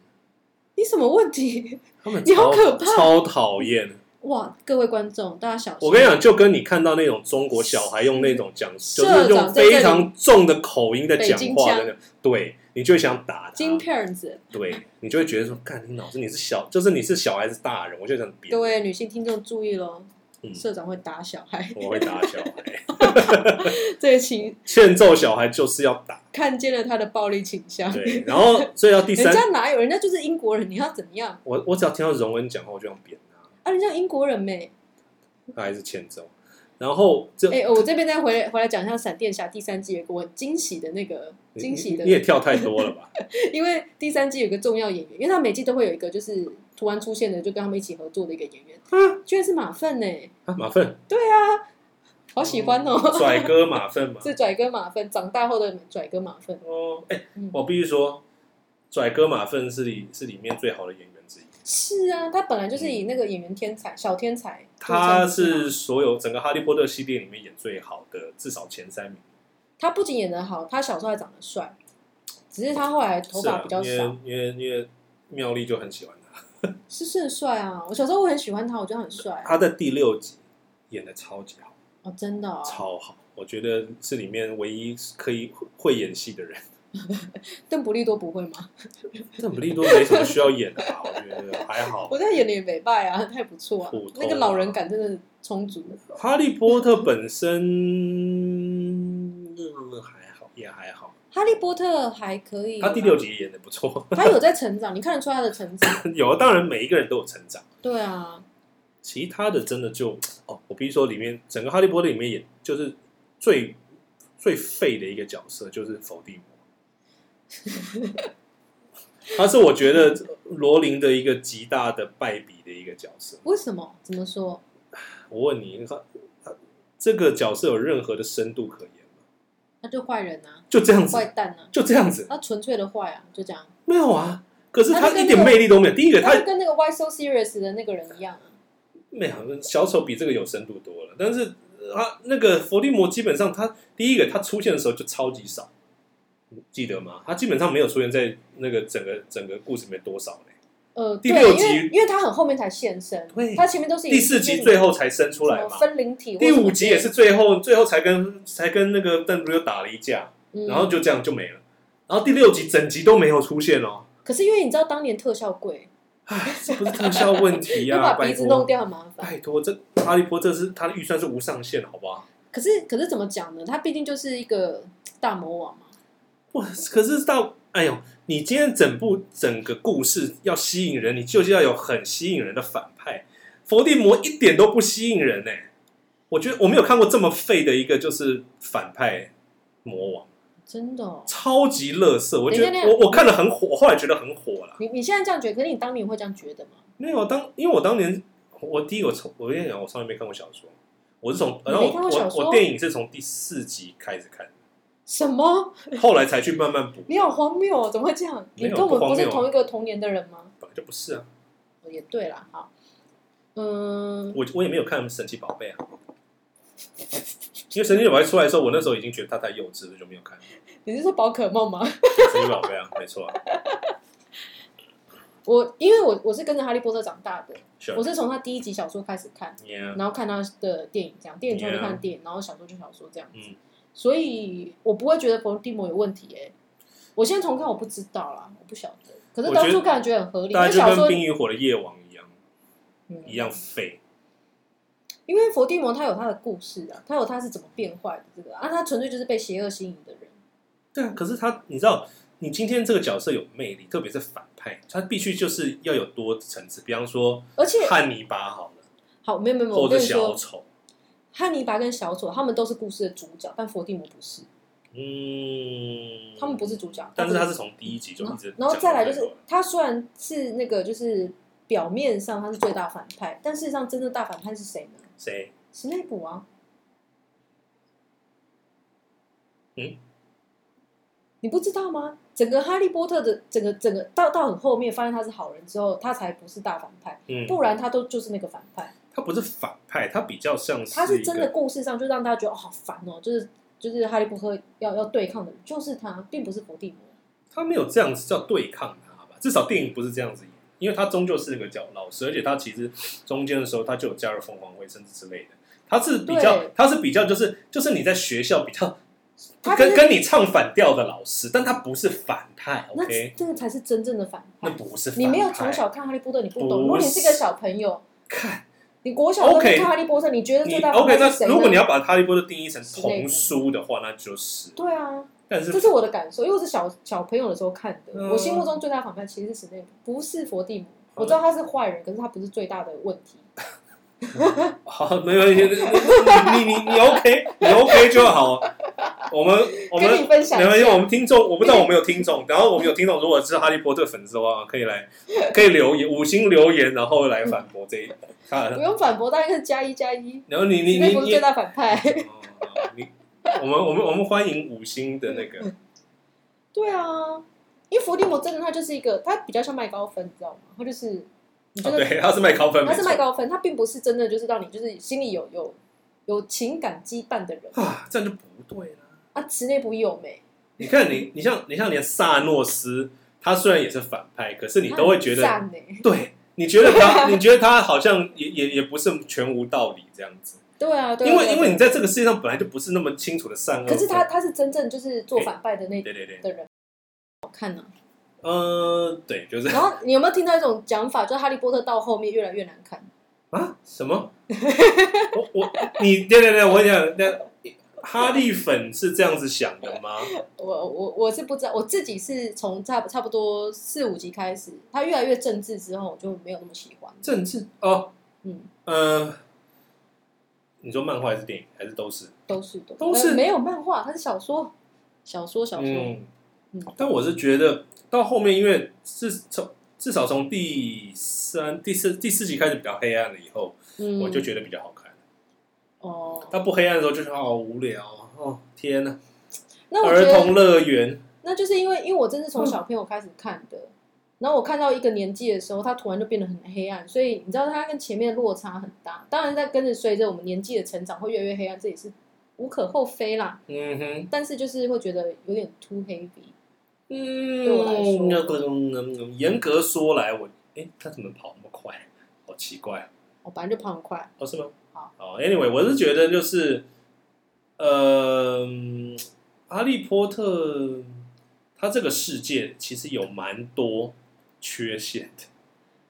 [SPEAKER 2] 你什么问题？ <laughs>
[SPEAKER 1] 他们
[SPEAKER 2] 你好
[SPEAKER 1] 超
[SPEAKER 2] 可怕
[SPEAKER 1] 超讨厌。
[SPEAKER 2] 哇，各位观众，大家小心！
[SPEAKER 1] 我跟你讲，，就跟你看到那种中国小孩用那种讲，就
[SPEAKER 2] 社
[SPEAKER 1] 是
[SPEAKER 2] 长
[SPEAKER 1] 用
[SPEAKER 2] 在这里
[SPEAKER 1] 非常重的口音在讲
[SPEAKER 2] 北京
[SPEAKER 1] 话
[SPEAKER 2] 腔
[SPEAKER 1] 的那，对你就会想打
[SPEAKER 2] 金
[SPEAKER 1] 他，
[SPEAKER 2] 片子，
[SPEAKER 1] 对你就会觉得说，干你老师你是小，就是你是小孩是大人，我就想别
[SPEAKER 2] 各位女性听众注意喽，
[SPEAKER 1] 嗯
[SPEAKER 2] 社长会打小孩， <laughs>
[SPEAKER 1] 我会打小孩，
[SPEAKER 2] 这个情
[SPEAKER 1] 欠揍小孩就是要
[SPEAKER 2] <laughs>
[SPEAKER 1] 打，
[SPEAKER 2] 看见了他的暴力倾向。
[SPEAKER 1] 对，然后所以要第
[SPEAKER 2] 人
[SPEAKER 1] 三，
[SPEAKER 2] 家哪有？人家就是英国人，你要怎么样
[SPEAKER 1] 我我只要听到荣恩讲话，我就想扁他，
[SPEAKER 2] 啊？人家英国人没。
[SPEAKER 1] 他还是欠揍。然后这
[SPEAKER 2] 哎、我这边再回来回来讲一下《闪电侠》第三季，有个我惊喜的那个
[SPEAKER 1] 你
[SPEAKER 2] 惊喜
[SPEAKER 1] 你
[SPEAKER 2] 的
[SPEAKER 1] 你，也跳太多了
[SPEAKER 2] <laughs>
[SPEAKER 1] 吧？
[SPEAKER 2] 因为第三季有个重要演员，因为他每季都会有一个就是突然出现的，就跟他们一起合作的一个演员，
[SPEAKER 1] 啊
[SPEAKER 2] 居然是马粪呢、
[SPEAKER 1] 啊马粪
[SPEAKER 2] 好喜欢哦、
[SPEAKER 1] 拽哥马粪嘛，
[SPEAKER 2] <laughs> 是拽哥马粪，长大后的拽哥马粪，
[SPEAKER 1] 哦，哎、
[SPEAKER 2] 嗯
[SPEAKER 1] 我必须说，拽哥马粪是里是里面最好的演员之一。
[SPEAKER 2] 是啊，他本来就是以那个演员天才、小天才，
[SPEAKER 1] 他
[SPEAKER 2] 就是这样子
[SPEAKER 1] 是所有整个《哈利波特》系列里面演最好的，至少前三名。
[SPEAKER 2] 他不仅演得好，他小时候还长得帅，只是他后来头
[SPEAKER 1] 是
[SPEAKER 2] 发
[SPEAKER 1] 啊，
[SPEAKER 2] 比较少，
[SPEAKER 1] 因为因为因为妙丽就很喜欢他。
[SPEAKER 2] 是是很帅啊。我小时候我很喜欢他，我觉得他很帅啊
[SPEAKER 1] 他在第六集演的超级好，
[SPEAKER 2] 哦，真的、哦，
[SPEAKER 1] 超好，我觉得是里面唯一可以会演戏的人。 <laughs>
[SPEAKER 2] 邓布利多不会吗？ <laughs>
[SPEAKER 1] 邓布利多没什么需要演的吧？我觉得还好。
[SPEAKER 2] 我觉得他演的也没败啊， <laughs> 他也不错啊
[SPEAKER 1] 普通啊，
[SPEAKER 2] 那个老人感真的充足。
[SPEAKER 1] 哈利波特本身、嗯、还好，也还好。
[SPEAKER 2] 哈利波特还可以，
[SPEAKER 1] 他第六，集演的不错，
[SPEAKER 2] <laughs>
[SPEAKER 1] <laughs>
[SPEAKER 2] 他有在成长，你看得出他的成长。
[SPEAKER 1] 有当然每一个人都有成长。
[SPEAKER 2] 对啊，
[SPEAKER 1] 其他的真的就哦，我必须说，里面整个《哈利波特》里面也就是最最废的一个角色就是伏地魔，他是我觉得罗琳的一个极大的败笔的一个角色。
[SPEAKER 2] 为什么？怎么说？
[SPEAKER 1] 我问你，他他这个角色有任何的深度可言吗？
[SPEAKER 2] 他就坏人啊，
[SPEAKER 1] 就这样子
[SPEAKER 2] 坏，蛋啊，
[SPEAKER 1] 就这样子，
[SPEAKER 2] 他纯粹的坏啊，就这样。
[SPEAKER 1] 没有啊。可是
[SPEAKER 2] 他
[SPEAKER 1] 他
[SPEAKER 2] 就跟
[SPEAKER 1] 一点
[SPEAKER 2] 那个
[SPEAKER 1] 魅力都没有。第一个，
[SPEAKER 2] 他
[SPEAKER 1] 他
[SPEAKER 2] 就跟那个 Why So Serious 的那个人一样啊。
[SPEAKER 1] 没有小丑比这个有深度多了，但是呃他那个伏地魔基本上他第一个他出现的时候就超级少，你记得吗？他基本上没有出现在那个整个整个故事里面多少嘞。
[SPEAKER 2] 呃，
[SPEAKER 1] 第
[SPEAKER 2] 对，
[SPEAKER 1] 六
[SPEAKER 2] 因为
[SPEAKER 1] 集
[SPEAKER 2] 因为他很后面才现身
[SPEAKER 1] 对，
[SPEAKER 2] 他前面都是以
[SPEAKER 1] 第四集最后才生出来
[SPEAKER 2] 什
[SPEAKER 1] 嘛
[SPEAKER 2] 么，分灵体，
[SPEAKER 1] 第五集也是，最后最后才跟才跟那个邓布利多打了一架，
[SPEAKER 2] 嗯
[SPEAKER 1] 然后就这样就没了。然后第六集整集都没有出现哦，
[SPEAKER 2] 嗯可是因为你知道当年特效贵，
[SPEAKER 1] 唉，这不是特效问题
[SPEAKER 2] <laughs> 要
[SPEAKER 1] 啊，
[SPEAKER 2] 把
[SPEAKER 1] 拜
[SPEAKER 2] 鼻子弄
[SPEAKER 1] 托，哎
[SPEAKER 2] 掉很麻烦。
[SPEAKER 1] 拜托，这哈利波特是他的预算是无上限的，好不好？
[SPEAKER 2] 可是可是怎么讲呢？他毕竟就是一个大魔王嘛。
[SPEAKER 1] 哇！可是到哎呦，你今天整部整个故事要吸引人，你就是要有很吸引人的反派。伏地魔一点都不吸引人呢、欸我觉得我没有看过这么废的一个就是反派魔王，
[SPEAKER 2] 真的、哦，
[SPEAKER 1] 超级乐色。我觉
[SPEAKER 2] 等一
[SPEAKER 1] 得
[SPEAKER 2] 下
[SPEAKER 1] 我我看了很火，我后来觉得很火了。
[SPEAKER 2] 你你现在这样觉得，可是你当年会这样觉得吗？
[SPEAKER 1] 没有啊当，因为我当年我第一个从我跟你讲，我从来没看过小说，我是从
[SPEAKER 2] 你没
[SPEAKER 1] 然后
[SPEAKER 2] 看
[SPEAKER 1] 我
[SPEAKER 2] 过小
[SPEAKER 1] 我
[SPEAKER 2] 说
[SPEAKER 1] 我电影是从第四集开始看
[SPEAKER 2] 什么？
[SPEAKER 1] 的，后来才去慢慢补。
[SPEAKER 2] 你好荒谬哦！怎么会这样？
[SPEAKER 1] 没有
[SPEAKER 2] 你跟我
[SPEAKER 1] 不荒
[SPEAKER 2] 们不
[SPEAKER 1] 谬啊
[SPEAKER 2] 是同一个童年的人吗？
[SPEAKER 1] 本来就不是啊，
[SPEAKER 2] 哦也对啦，好，嗯，
[SPEAKER 1] 我我也没有看神奇宝贝啊，因为神奇宝贝出来的时候，我那时候已经觉得它太幼稚了，就没有
[SPEAKER 2] <laughs>
[SPEAKER 1] 看
[SPEAKER 2] 你是说宝可梦吗？
[SPEAKER 1] 神奇宝贝啊，没错啊，
[SPEAKER 2] 我因为我我是跟着哈利波特长大的，
[SPEAKER 1] sure
[SPEAKER 2] 我是从他第一集小说开始看，
[SPEAKER 1] 啊 yeah，
[SPEAKER 2] 然后看他的电影，这样电影之后就
[SPEAKER 1] Yeah
[SPEAKER 2] 看电影，然后小说就小说这样子，
[SPEAKER 1] 嗯
[SPEAKER 2] 所以我不会觉得伏地魔有问题诶、我现在重看我不知道啦，我不晓得。可是
[SPEAKER 1] 我觉
[SPEAKER 2] 当
[SPEAKER 1] 得
[SPEAKER 2] 初看觉得很合理，因
[SPEAKER 1] 大
[SPEAKER 2] 为
[SPEAKER 1] 家就
[SPEAKER 2] 小
[SPEAKER 1] 跟《
[SPEAKER 2] 说
[SPEAKER 1] 冰与火的夜王》一样，
[SPEAKER 2] 嗯
[SPEAKER 1] 一样废。
[SPEAKER 2] 因为伏地魔他有他的故事啊，他有他是怎么变坏的这个啊，他纯粹就是被邪恶吸引的人。
[SPEAKER 1] 对啊，可是他，你知道，你今天这个角色有魅力，特别是反派，他必须就是要有多层次。比方说
[SPEAKER 2] 而且
[SPEAKER 1] 汉尼拔好了，
[SPEAKER 2] 好，没有没有没有，
[SPEAKER 1] 或
[SPEAKER 2] 我
[SPEAKER 1] 者
[SPEAKER 2] 跟你
[SPEAKER 1] 小
[SPEAKER 2] 说，
[SPEAKER 1] 丑，
[SPEAKER 2] 汉尼拔跟小丑他们都是故事的主角，但伏地魔不是，
[SPEAKER 1] 嗯，
[SPEAKER 2] 他们不是，主角。
[SPEAKER 1] 但是他
[SPEAKER 2] 他
[SPEAKER 1] 是从第一集就一
[SPEAKER 2] 然后
[SPEAKER 1] 直，
[SPEAKER 2] 然后
[SPEAKER 1] 讲
[SPEAKER 2] 再
[SPEAKER 1] 到
[SPEAKER 2] 来
[SPEAKER 1] 这
[SPEAKER 2] 就
[SPEAKER 1] 个
[SPEAKER 2] 是，他虽然是那个就是表面上他是最大反派，但事实上真正大反派是谁呢？
[SPEAKER 1] 谁？
[SPEAKER 2] 史内普啊。
[SPEAKER 1] 嗯，
[SPEAKER 2] 你不知道吗？整个哈利波特的整个整个到到很后面发现他是好人之后，他才不是大反派，
[SPEAKER 1] 嗯，
[SPEAKER 2] 不然他都就是那个反派。
[SPEAKER 1] 他不是反派，他比较像
[SPEAKER 2] 他
[SPEAKER 1] 是
[SPEAKER 2] 是
[SPEAKER 1] 一
[SPEAKER 2] 真
[SPEAKER 1] 个
[SPEAKER 2] 的故事上就让大家觉得哦好烦哦，就是就是哈利波特要要对抗的人就是他，并不是伏地魔。
[SPEAKER 1] 他没有这样子叫对抗他吧？至少电影不是这样子演，因为他终究是个角老师，而且他其实中间的时候他就有加入凤凰会甚至之类的。他是比较
[SPEAKER 2] 对，
[SPEAKER 1] 他是比较，就是就是你在学校比较
[SPEAKER 2] 他
[SPEAKER 1] 跟
[SPEAKER 2] 就是
[SPEAKER 1] 跟你唱反调的老师，但他不是反派
[SPEAKER 2] 那
[SPEAKER 1] ，OK？
[SPEAKER 2] 这个才是真正的反
[SPEAKER 1] 那
[SPEAKER 2] 派。
[SPEAKER 1] 不是反派
[SPEAKER 2] 你没有从小看哈利波特，你不懂。
[SPEAKER 1] 不
[SPEAKER 2] 如果你
[SPEAKER 1] 是
[SPEAKER 2] 是个小朋友，
[SPEAKER 1] 看
[SPEAKER 2] 你国小都
[SPEAKER 1] OK
[SPEAKER 2] 看哈利波特，你觉得
[SPEAKER 1] 你
[SPEAKER 2] 最大反
[SPEAKER 1] OK？
[SPEAKER 2] 派是
[SPEAKER 1] 那
[SPEAKER 2] 谁呢？
[SPEAKER 1] 如果你要把哈利波特定义成
[SPEAKER 2] 之类的
[SPEAKER 1] 童书的话，那就是，
[SPEAKER 2] 对啊，
[SPEAKER 1] 但
[SPEAKER 2] 这是我的感受，因为我是小小朋友的时候看的。
[SPEAKER 1] 嗯
[SPEAKER 2] 我心目中最大反派其实是史内普，不是伏地魔。我知道他是坏人，可是他不是最大的问题。
[SPEAKER 1] 好，没关系，你你你你 OK，你 OK 就好。我们我们
[SPEAKER 2] 跟你分享一
[SPEAKER 1] 没
[SPEAKER 2] 下
[SPEAKER 1] 关系，我们听众我不知道我们有听
[SPEAKER 2] <laughs>
[SPEAKER 1] 众，然后我们有听众如果是哈利波特粉丝的话，可以来可以留言五星留言，然后来反驳这一他。
[SPEAKER 2] 不用反驳，大概是加一加一。
[SPEAKER 1] 然后你你你
[SPEAKER 2] 史内普是
[SPEAKER 1] 你
[SPEAKER 2] 最，大反派。
[SPEAKER 1] 哦你我们我们我们欢迎五星的那
[SPEAKER 2] 嗯
[SPEAKER 1] 个，
[SPEAKER 2] 对啊，因为伏地魔真的他就是一个，他比较像麦高芬，你知道吗？他就是你就
[SPEAKER 1] 哦
[SPEAKER 2] 是、
[SPEAKER 1] 对，他是麦高芬，
[SPEAKER 2] 他是麦
[SPEAKER 1] 没错
[SPEAKER 2] 高芬，他并不是真的就是让你就是心里有有有情感羁绊的人
[SPEAKER 1] 啊，这样就不对了。
[SPEAKER 2] 啊。池内不有没？
[SPEAKER 1] 你看你你像你像连萨诺斯，他虽然也是反派，可是你都会觉得
[SPEAKER 2] 他很赞欸呢。
[SPEAKER 1] 对，你觉得他，你觉得他好像也也也不是全无道理这样子，
[SPEAKER 2] 对啊，对啊
[SPEAKER 1] 因为
[SPEAKER 2] 对啊啊
[SPEAKER 1] 因为你在这个世界上本来就不是那么清楚的善恶。
[SPEAKER 2] 可是他，他是真正就是做反派的那
[SPEAKER 1] 对对对，
[SPEAKER 2] 的人，好看啊呢、
[SPEAKER 1] 呃，对，就是
[SPEAKER 2] 然后你有没有听到一种讲法，就是哈利波特到后面越来越难看？
[SPEAKER 1] 啊什
[SPEAKER 2] <laughs>
[SPEAKER 1] 么？我我你对对对，我想那哈利粉是这样子想的吗？
[SPEAKER 2] 我我我是不知道，我自己是从差差不多四五集开始，他越来越政治之后，我就没有那么喜欢。
[SPEAKER 1] 政治哦，
[SPEAKER 2] 嗯，
[SPEAKER 1] 呃，你说漫画还是电影还是都是？
[SPEAKER 2] 都是的，
[SPEAKER 1] 都是
[SPEAKER 2] 呃没有漫画，它是小说，小说，小说。
[SPEAKER 1] 嗯
[SPEAKER 2] 嗯，
[SPEAKER 1] 但我是觉得到后面，因为至从至少从第三、第四、第四集开始比较黑暗了以后，
[SPEAKER 2] 嗯，
[SPEAKER 1] 我就觉得比较好看。
[SPEAKER 2] 哦，
[SPEAKER 1] 它不黑暗的时候就是好无聊哦哦，天呐，
[SPEAKER 2] 那我觉
[SPEAKER 1] 儿童
[SPEAKER 2] 得
[SPEAKER 1] 乐园，
[SPEAKER 2] 那就是因为因为我真是从小朋友开始看的，然后我看到一个年纪的时候，它突然就变得很黑暗，所以你知道它跟前面的落差很大。当然，在跟着随着我们年纪的成长，会越来越黑暗，这也是无可厚非啦。
[SPEAKER 1] 嗯哼，
[SPEAKER 2] 但是就是会觉得有点 too heavy。
[SPEAKER 1] 嗯，
[SPEAKER 2] 我来说
[SPEAKER 1] 那个嗯严格说来，我诶，他怎么跑那么快？好奇怪
[SPEAKER 2] 我本来就跑很快，
[SPEAKER 1] 哦，是吗？
[SPEAKER 2] 好，
[SPEAKER 1] 哦，anyway，我是觉得就是，呃，嗯哈利波特他这个世界其实有蛮多缺陷的，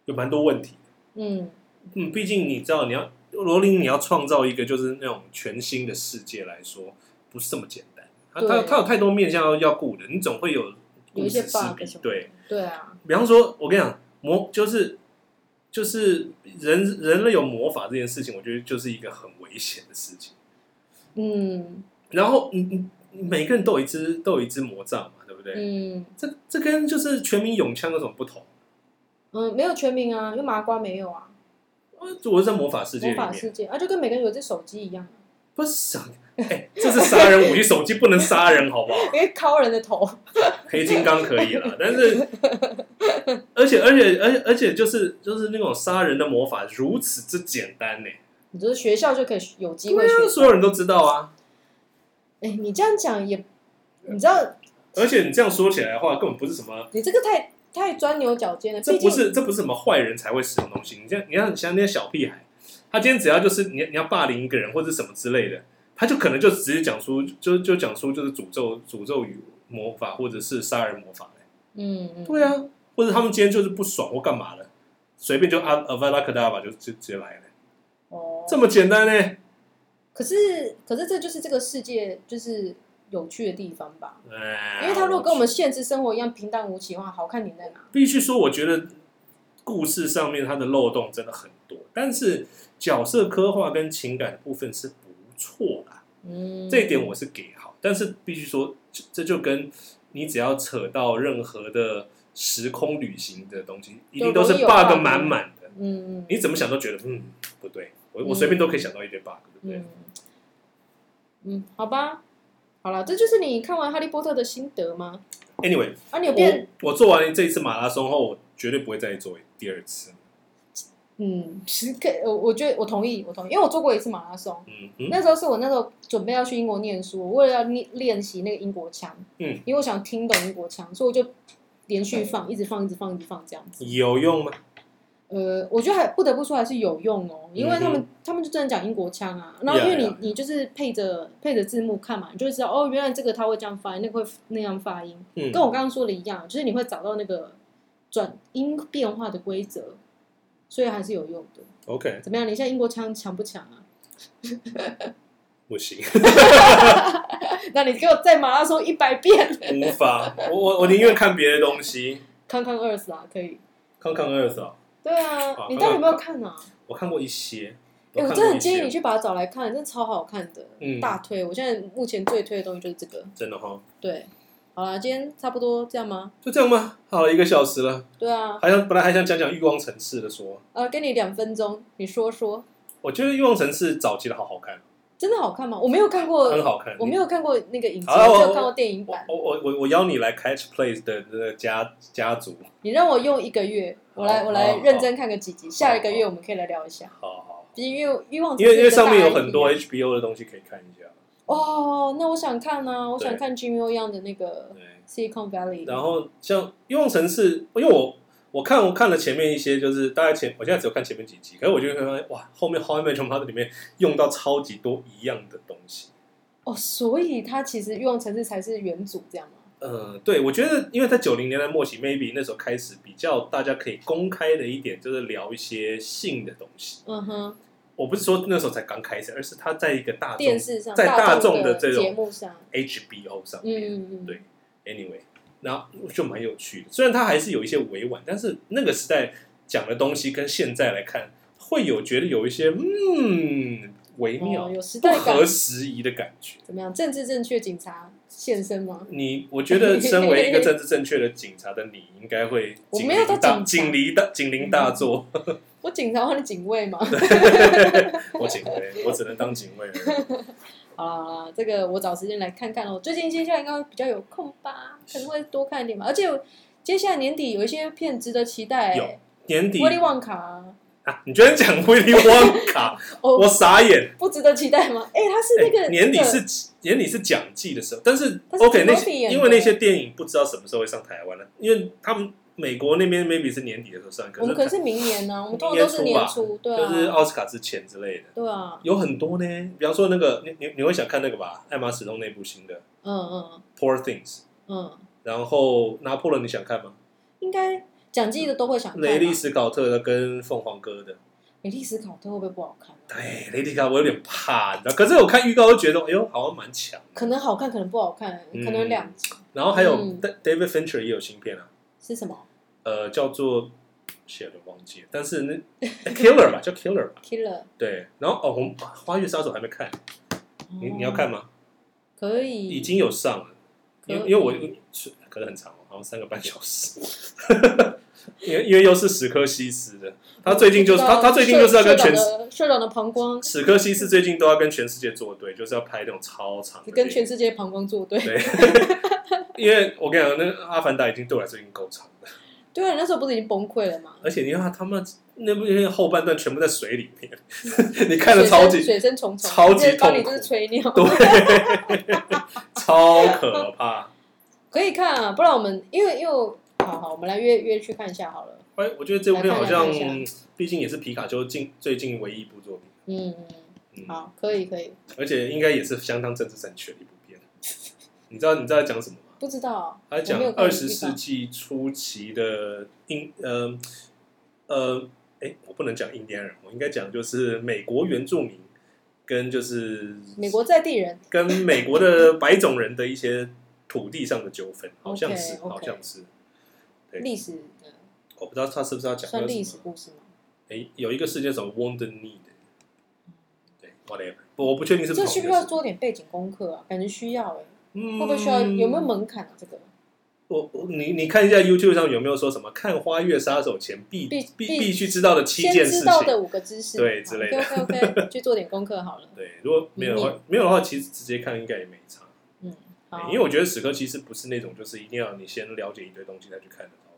[SPEAKER 1] 有蛮多问题的。
[SPEAKER 2] 嗯，
[SPEAKER 1] 嗯，毕竟你知道，你要罗琳，你要创造一个就是那种全新的世界来说，不是这么简单。他他
[SPEAKER 2] 对
[SPEAKER 1] 他有太多面向要要顾的，你总会有
[SPEAKER 2] 有
[SPEAKER 1] 顾
[SPEAKER 2] 一些
[SPEAKER 1] 此失
[SPEAKER 2] bug
[SPEAKER 1] 彼
[SPEAKER 2] 什么。
[SPEAKER 1] 对，，
[SPEAKER 2] 对啊，
[SPEAKER 1] 比方说，我跟你讲，魔就是就是人人类有魔法这件事情，我觉得就是一个很危险的事情。
[SPEAKER 2] 嗯
[SPEAKER 1] 然后你你你每个人都有一支都有一支魔杖嘛，对不对？
[SPEAKER 2] 嗯
[SPEAKER 1] 这这跟就是全民咏枪有什么不同？
[SPEAKER 2] 嗯，没有全名啊，因为麻瓜没有啊。
[SPEAKER 1] 呃我是在魔法世界
[SPEAKER 2] 魔
[SPEAKER 1] 里
[SPEAKER 2] 法
[SPEAKER 1] 面，
[SPEAKER 2] 世界啊，就跟每个人有一只手机一样，啊
[SPEAKER 1] 不是想，哎、这是杀人武器，手机不能杀人，好不好？
[SPEAKER 2] <laughs> 因为敲人的头。
[SPEAKER 1] 黑金刚可以了，但是，而且而且而且而且就是就是那种杀人的魔法如此之简单呢、
[SPEAKER 2] 你就是学校就可以有机
[SPEAKER 1] 因
[SPEAKER 2] 会
[SPEAKER 1] 为
[SPEAKER 2] 学。
[SPEAKER 1] 所有人都知道啊。
[SPEAKER 2] 哎、你这样讲也，你知道，
[SPEAKER 1] 而且你这样说起来的话，根本不是什么，
[SPEAKER 2] 你这个太太钻牛角尖了。
[SPEAKER 1] 这
[SPEAKER 2] 毕
[SPEAKER 1] 不
[SPEAKER 2] 竟
[SPEAKER 1] 是这不是什么坏人才会使用的东西。你这样，你看像那些小屁孩，他今天只要就是你你要霸凌一个人或者什么之类的，他就可能就直接讲出就就讲出就是诅咒诅咒语魔法或者是杀人魔法、欸
[SPEAKER 2] 嗯，嗯
[SPEAKER 1] <laughs> 对，啊，或者他们今天就是不爽或干嘛了，随便就阿阿 v a l a k a d a v a 就就直接来了。
[SPEAKER 2] 哦，
[SPEAKER 1] 这么简单呢、
[SPEAKER 2] 可是可是这就是这个世界就是有趣的地方吧？
[SPEAKER 1] 哎，
[SPEAKER 2] 因为他如果跟我们现实生活一样平淡无奇的话，好看点在哪？
[SPEAKER 1] 必须说，我觉得故事上面它的漏洞真的很多，但是角色刻画跟情感的部分是不错的，
[SPEAKER 2] 嗯，
[SPEAKER 1] 这一点我是给好。但是必须说，这这就跟你只要扯到任何的时空旅行的东西，一定都是
[SPEAKER 2] 容易有 bug
[SPEAKER 1] bug 满满的。
[SPEAKER 2] 嗯嗯
[SPEAKER 1] 你怎么想都觉得嗯不对，我我
[SPEAKER 2] 嗯
[SPEAKER 1] 随便都可以想到一堆 bug，对不对？
[SPEAKER 2] 嗯嗯，好吧，好了，这就是你看完《哈利波特》的心得吗？
[SPEAKER 1] Anyway，
[SPEAKER 2] 啊，你有变？
[SPEAKER 1] 我我做完这一次马拉松后，我绝对不会再做第二次。
[SPEAKER 2] 嗯， <laughs> 其实可以，我我觉得我同意，我同意，因为我做过一次马拉松，
[SPEAKER 1] 嗯嗯，
[SPEAKER 2] 那时候是我那时候准备要去英国念书，我为了要练练习那个英国腔，
[SPEAKER 1] 嗯，
[SPEAKER 2] 因为我想听懂英国腔，所以我就连续放，一直放，一直放，一直放这样子。
[SPEAKER 1] 有用吗？
[SPEAKER 2] 呃，我觉得还不得不说还是有用哦，因为他们、
[SPEAKER 1] 嗯
[SPEAKER 2] 他们就真的讲英国腔啊，然后因为你
[SPEAKER 1] Yeah, yeah, yeah.
[SPEAKER 2] 你就是配着配着字幕看嘛，你就会知道哦，原来这个他会这样发音，那个会那样发音，
[SPEAKER 1] 嗯，
[SPEAKER 2] 跟我刚刚说的一样，啊就是你会找到那个转音变化的规则，所以还是有用的。
[SPEAKER 1] OK，
[SPEAKER 2] 怎么样？你现在英国腔强不强啊？ <laughs>
[SPEAKER 1] 不行。
[SPEAKER 2] 那你给我再马拉松一百遍，
[SPEAKER 1] 无法，我我我宁愿看别的东西。
[SPEAKER 2] 康康二十啊，可以。
[SPEAKER 1] 康康二嫂，
[SPEAKER 2] 对啊，
[SPEAKER 1] 好
[SPEAKER 2] 你到底有没有看啊？
[SPEAKER 1] 我看过一些，
[SPEAKER 2] 哎、我
[SPEAKER 1] 看
[SPEAKER 2] 真
[SPEAKER 1] 过一
[SPEAKER 2] 的很建议
[SPEAKER 1] 些，
[SPEAKER 2] 你去把它找来看，真的超好看的，
[SPEAKER 1] 嗯
[SPEAKER 2] 大推。我现在目前最推的东西就是这个。
[SPEAKER 1] 真的哈，
[SPEAKER 2] 对，好啦，今天差不多这样吗？
[SPEAKER 1] 就这样吗？好了一个小时了，
[SPEAKER 2] 对啊，
[SPEAKER 1] 还想本来还想讲讲欲望城市的说，
[SPEAKER 2] 呃，给你两分钟，你说说，
[SPEAKER 1] 我觉得欲望城市早期的好好看，
[SPEAKER 2] 真的好看吗？我没有看过，
[SPEAKER 1] 很好看。
[SPEAKER 2] 我没有看过那个影集，
[SPEAKER 1] 好啊
[SPEAKER 2] 我只
[SPEAKER 1] 我
[SPEAKER 2] 有看过电影
[SPEAKER 1] 我
[SPEAKER 2] 版。
[SPEAKER 1] 我我我我邀你来 Catch Plays 的的家家族，
[SPEAKER 2] 你让我用一个月，我来
[SPEAKER 1] 好
[SPEAKER 2] 我来
[SPEAKER 1] 好
[SPEAKER 2] 认真看个几集，下一个
[SPEAKER 1] 好
[SPEAKER 2] 月我们可以来聊一下。
[SPEAKER 1] 好好，
[SPEAKER 2] 毕竟因为欲望只
[SPEAKER 1] 因
[SPEAKER 2] 是
[SPEAKER 1] 为因为
[SPEAKER 2] 一哦个大
[SPEAKER 1] 上面有
[SPEAKER 2] IP
[SPEAKER 1] 很多
[SPEAKER 2] 啊
[SPEAKER 1] HBO 的东西可以看一下，
[SPEAKER 2] 哦，那我想看啊，我想
[SPEAKER 1] 对
[SPEAKER 2] 看 Jimmy O Yang 的那个
[SPEAKER 1] 对。
[SPEAKER 2] Silicon Valley。
[SPEAKER 1] 然后像欲望城市，因为我我看我看了前面一些，就是大概前我现在只有看前面几集，可是我就会发现哇，后面《How I Met Your Mother》里面用到超级多一样的东西。
[SPEAKER 2] 哦，所以它其实欲望城市才是原主这样吗？
[SPEAKER 1] 呃，对，我觉得因为在九零年代末期，maybe 那时候开始比较大家可以公开的一点，就是聊一些性的东西。
[SPEAKER 2] 嗯哼，
[SPEAKER 1] 我不是说那时候才刚开始，而是它在一个大众
[SPEAKER 2] 电视上
[SPEAKER 1] 在大众的
[SPEAKER 2] 的
[SPEAKER 1] 这种
[SPEAKER 2] 节目上，
[SPEAKER 1] HBO 上
[SPEAKER 2] 嗯
[SPEAKER 1] 面。
[SPEAKER 2] 嗯嗯，
[SPEAKER 1] 对 Anyway，然后就蛮有趣的。虽然它还是有一些委婉，但是那个时代讲的东西跟现在来看，会有觉得有一些嗯微妙、
[SPEAKER 2] 哦，有时
[SPEAKER 1] 不
[SPEAKER 2] 代感
[SPEAKER 1] 合。时宜的感觉。
[SPEAKER 2] 怎么样？政治正确警察现身吗？ <laughs>
[SPEAKER 1] 你，我觉得身为一个政治正确的警察的你，应该会
[SPEAKER 2] 我
[SPEAKER 1] 警
[SPEAKER 2] 没有
[SPEAKER 1] 铃
[SPEAKER 2] 到
[SPEAKER 1] 大
[SPEAKER 2] 警察
[SPEAKER 1] 警铃大
[SPEAKER 2] <laughs>
[SPEAKER 1] 警铃大作。
[SPEAKER 2] 我警察换警卫吗？ <laughs>
[SPEAKER 1] 我警卫，我只能当警卫而已。
[SPEAKER 2] 好啦好啦，这个我找时间来看看哦。最近接下来应该会比较有空吧，可能会多看一点吧。而且接下来年底有一些片值得期待、
[SPEAKER 1] 有
[SPEAKER 2] 欸，
[SPEAKER 1] 年底
[SPEAKER 2] <laughs> 威利旺卡啊》
[SPEAKER 1] 啊，你居然讲威利旺
[SPEAKER 2] <laughs>
[SPEAKER 1] 卡，我
[SPEAKER 2] 哦，
[SPEAKER 1] 傻眼。
[SPEAKER 2] 不值得期待吗？哎、他是那
[SPEAKER 1] <laughs>
[SPEAKER 2] 个、
[SPEAKER 1] 哎年底
[SPEAKER 2] 那个
[SPEAKER 1] 是年底是奖季的时候，但是
[SPEAKER 2] 但是
[SPEAKER 1] OK 那
[SPEAKER 2] Timothy
[SPEAKER 1] 些
[SPEAKER 2] 演的
[SPEAKER 1] 因为那些电影不知道什么时候会上台湾了，因为他们美国那边 maybe 是年底的时候上，
[SPEAKER 2] 我
[SPEAKER 1] 可
[SPEAKER 2] 们
[SPEAKER 1] 是
[SPEAKER 2] 可能是明年啊呢、我们通常都是年初，对
[SPEAKER 1] 就是哦
[SPEAKER 2] 啊，
[SPEAKER 1] 奥斯卡之前之类的，
[SPEAKER 2] 对啊，
[SPEAKER 1] 有很多呢。比方说那个你你你会想看那个吧，艾玛史东那部新的
[SPEAKER 2] 嗯嗯
[SPEAKER 1] Poor Things，
[SPEAKER 2] 嗯，
[SPEAKER 1] 然后拿破仑你想看吗？
[SPEAKER 2] 应该讲记的都会想看吧。啊
[SPEAKER 1] 雷利斯考特的跟凤凰哥的。
[SPEAKER 2] 美丽史考特会不会不好看？
[SPEAKER 1] 对，雷利斯考特我有点怕，你知道？可是我看预告都觉得，哎呦，好像蛮强的。
[SPEAKER 2] 可能好看，可能不好看，可能有两集、
[SPEAKER 1] 然后还有
[SPEAKER 2] 嗯
[SPEAKER 1] Da- David Fincher 也有新片啊，
[SPEAKER 2] 是什么
[SPEAKER 1] 呃，叫做写了忘记了，但是那 Killer 吧，叫 Killer 吧，
[SPEAKER 2] Killer？
[SPEAKER 1] 对。然后哦，我们《花月杀手》还没看，你你要看
[SPEAKER 2] 哦？
[SPEAKER 1] 吗？
[SPEAKER 2] 可以，
[SPEAKER 1] 已经有上了，因
[SPEAKER 2] 可
[SPEAKER 1] 为
[SPEAKER 2] 以
[SPEAKER 1] 因为我是可能很长哦，好像三个半小时。 <laughs> 因为因为又是史科西斯的，他最近就是他他最近就是要跟全
[SPEAKER 2] 社长的社长的膀胱
[SPEAKER 1] 史科西斯最近都要跟全世界作对，就是要拍那种超长的
[SPEAKER 2] 跟
[SPEAKER 1] 电
[SPEAKER 2] 全
[SPEAKER 1] 影
[SPEAKER 2] 世界膀胱作对。
[SPEAKER 1] 对， <laughs> 因为我跟你讲，那个《阿凡达》已经对我来说已经够长了，
[SPEAKER 2] 对啊，你那时候不是已经崩溃了吗？
[SPEAKER 1] 而且你看他们那部片后半段全部在水里
[SPEAKER 2] <laughs>
[SPEAKER 1] 面，你看了超级
[SPEAKER 2] 水深重重，
[SPEAKER 1] 超级
[SPEAKER 2] 直接帮你
[SPEAKER 1] 痛
[SPEAKER 2] 就
[SPEAKER 1] 苦
[SPEAKER 2] 是吹尿。
[SPEAKER 1] 对， <laughs> 超可怕。
[SPEAKER 2] 可以看啊，不然我们因为因为好好，我们来约约去看一下好了。
[SPEAKER 1] 哎，我觉得这部片好像
[SPEAKER 2] 来看一下看一，
[SPEAKER 1] 毕竟也是皮卡丘近最近唯一一部作品，
[SPEAKER 2] 嗯，
[SPEAKER 1] 嗯，
[SPEAKER 2] 好，可以可以。
[SPEAKER 1] 而且应该也是相当政治正确的一部片。 <laughs> 你知道你知道在讲什么吗？
[SPEAKER 2] 不知道，
[SPEAKER 1] 他在讲
[SPEAKER 2] 我没有看
[SPEAKER 1] 二十
[SPEAKER 2] 预告
[SPEAKER 1] 世纪初期的英呃呃，哎、哎，我不能讲印第安人，我应该讲就是美国原住民跟就是
[SPEAKER 2] 美国在地人，
[SPEAKER 1] 跟美国的白种人的一些土地上的纠
[SPEAKER 2] <laughs>
[SPEAKER 1] 纷，好像是
[SPEAKER 2] OK，OK
[SPEAKER 1] 好像是，对
[SPEAKER 2] 历史的
[SPEAKER 1] 我不知道他是不是要讲
[SPEAKER 2] 算
[SPEAKER 1] 那
[SPEAKER 2] 历
[SPEAKER 1] 个
[SPEAKER 2] 史
[SPEAKER 1] 什么，
[SPEAKER 2] 故事吗？
[SPEAKER 1] 哎，有一个事件什么 Wonder Need，对，whatever，不我不确定是不
[SPEAKER 2] 这
[SPEAKER 1] 是
[SPEAKER 2] 需
[SPEAKER 1] 同一
[SPEAKER 2] 不
[SPEAKER 1] 个
[SPEAKER 2] 需要
[SPEAKER 1] 事
[SPEAKER 2] 做点背景功课啊？感觉需要哎、
[SPEAKER 1] 会
[SPEAKER 2] 会不会需要？有没有门槛啊？这个
[SPEAKER 1] 嗯我我你你看一下 YouTube 上有没有说什么看《花月杀手》前必
[SPEAKER 2] 必
[SPEAKER 1] 必
[SPEAKER 2] 必
[SPEAKER 1] 必须知道的七
[SPEAKER 2] 先
[SPEAKER 1] 件事
[SPEAKER 2] 知道的
[SPEAKER 1] 情？
[SPEAKER 2] 五个知识，
[SPEAKER 1] 对之类的
[SPEAKER 2] OK OK
[SPEAKER 1] <laughs>
[SPEAKER 2] OK，去做点功课好了。
[SPEAKER 1] 对，如果没有的话，没有的话，其实直接看应该也没差。
[SPEAKER 2] 嗯，好
[SPEAKER 1] 对，因为我觉得史科其实不是那种就是一定要你先了解一堆东西再去看的导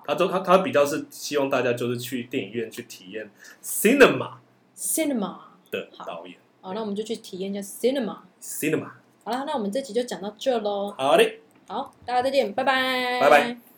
[SPEAKER 1] 演，他都他他比较是希望大家就是去电影院去体验 cinema
[SPEAKER 2] cinema
[SPEAKER 1] 的
[SPEAKER 2] 好
[SPEAKER 1] 导演
[SPEAKER 2] 好，那我们就去体验一下 cinema。
[SPEAKER 1] cinema。
[SPEAKER 2] 好啦，那我们这集就讲到这喽。
[SPEAKER 1] 好嘞。
[SPEAKER 2] 好，大家再见，拜拜，
[SPEAKER 1] 拜拜。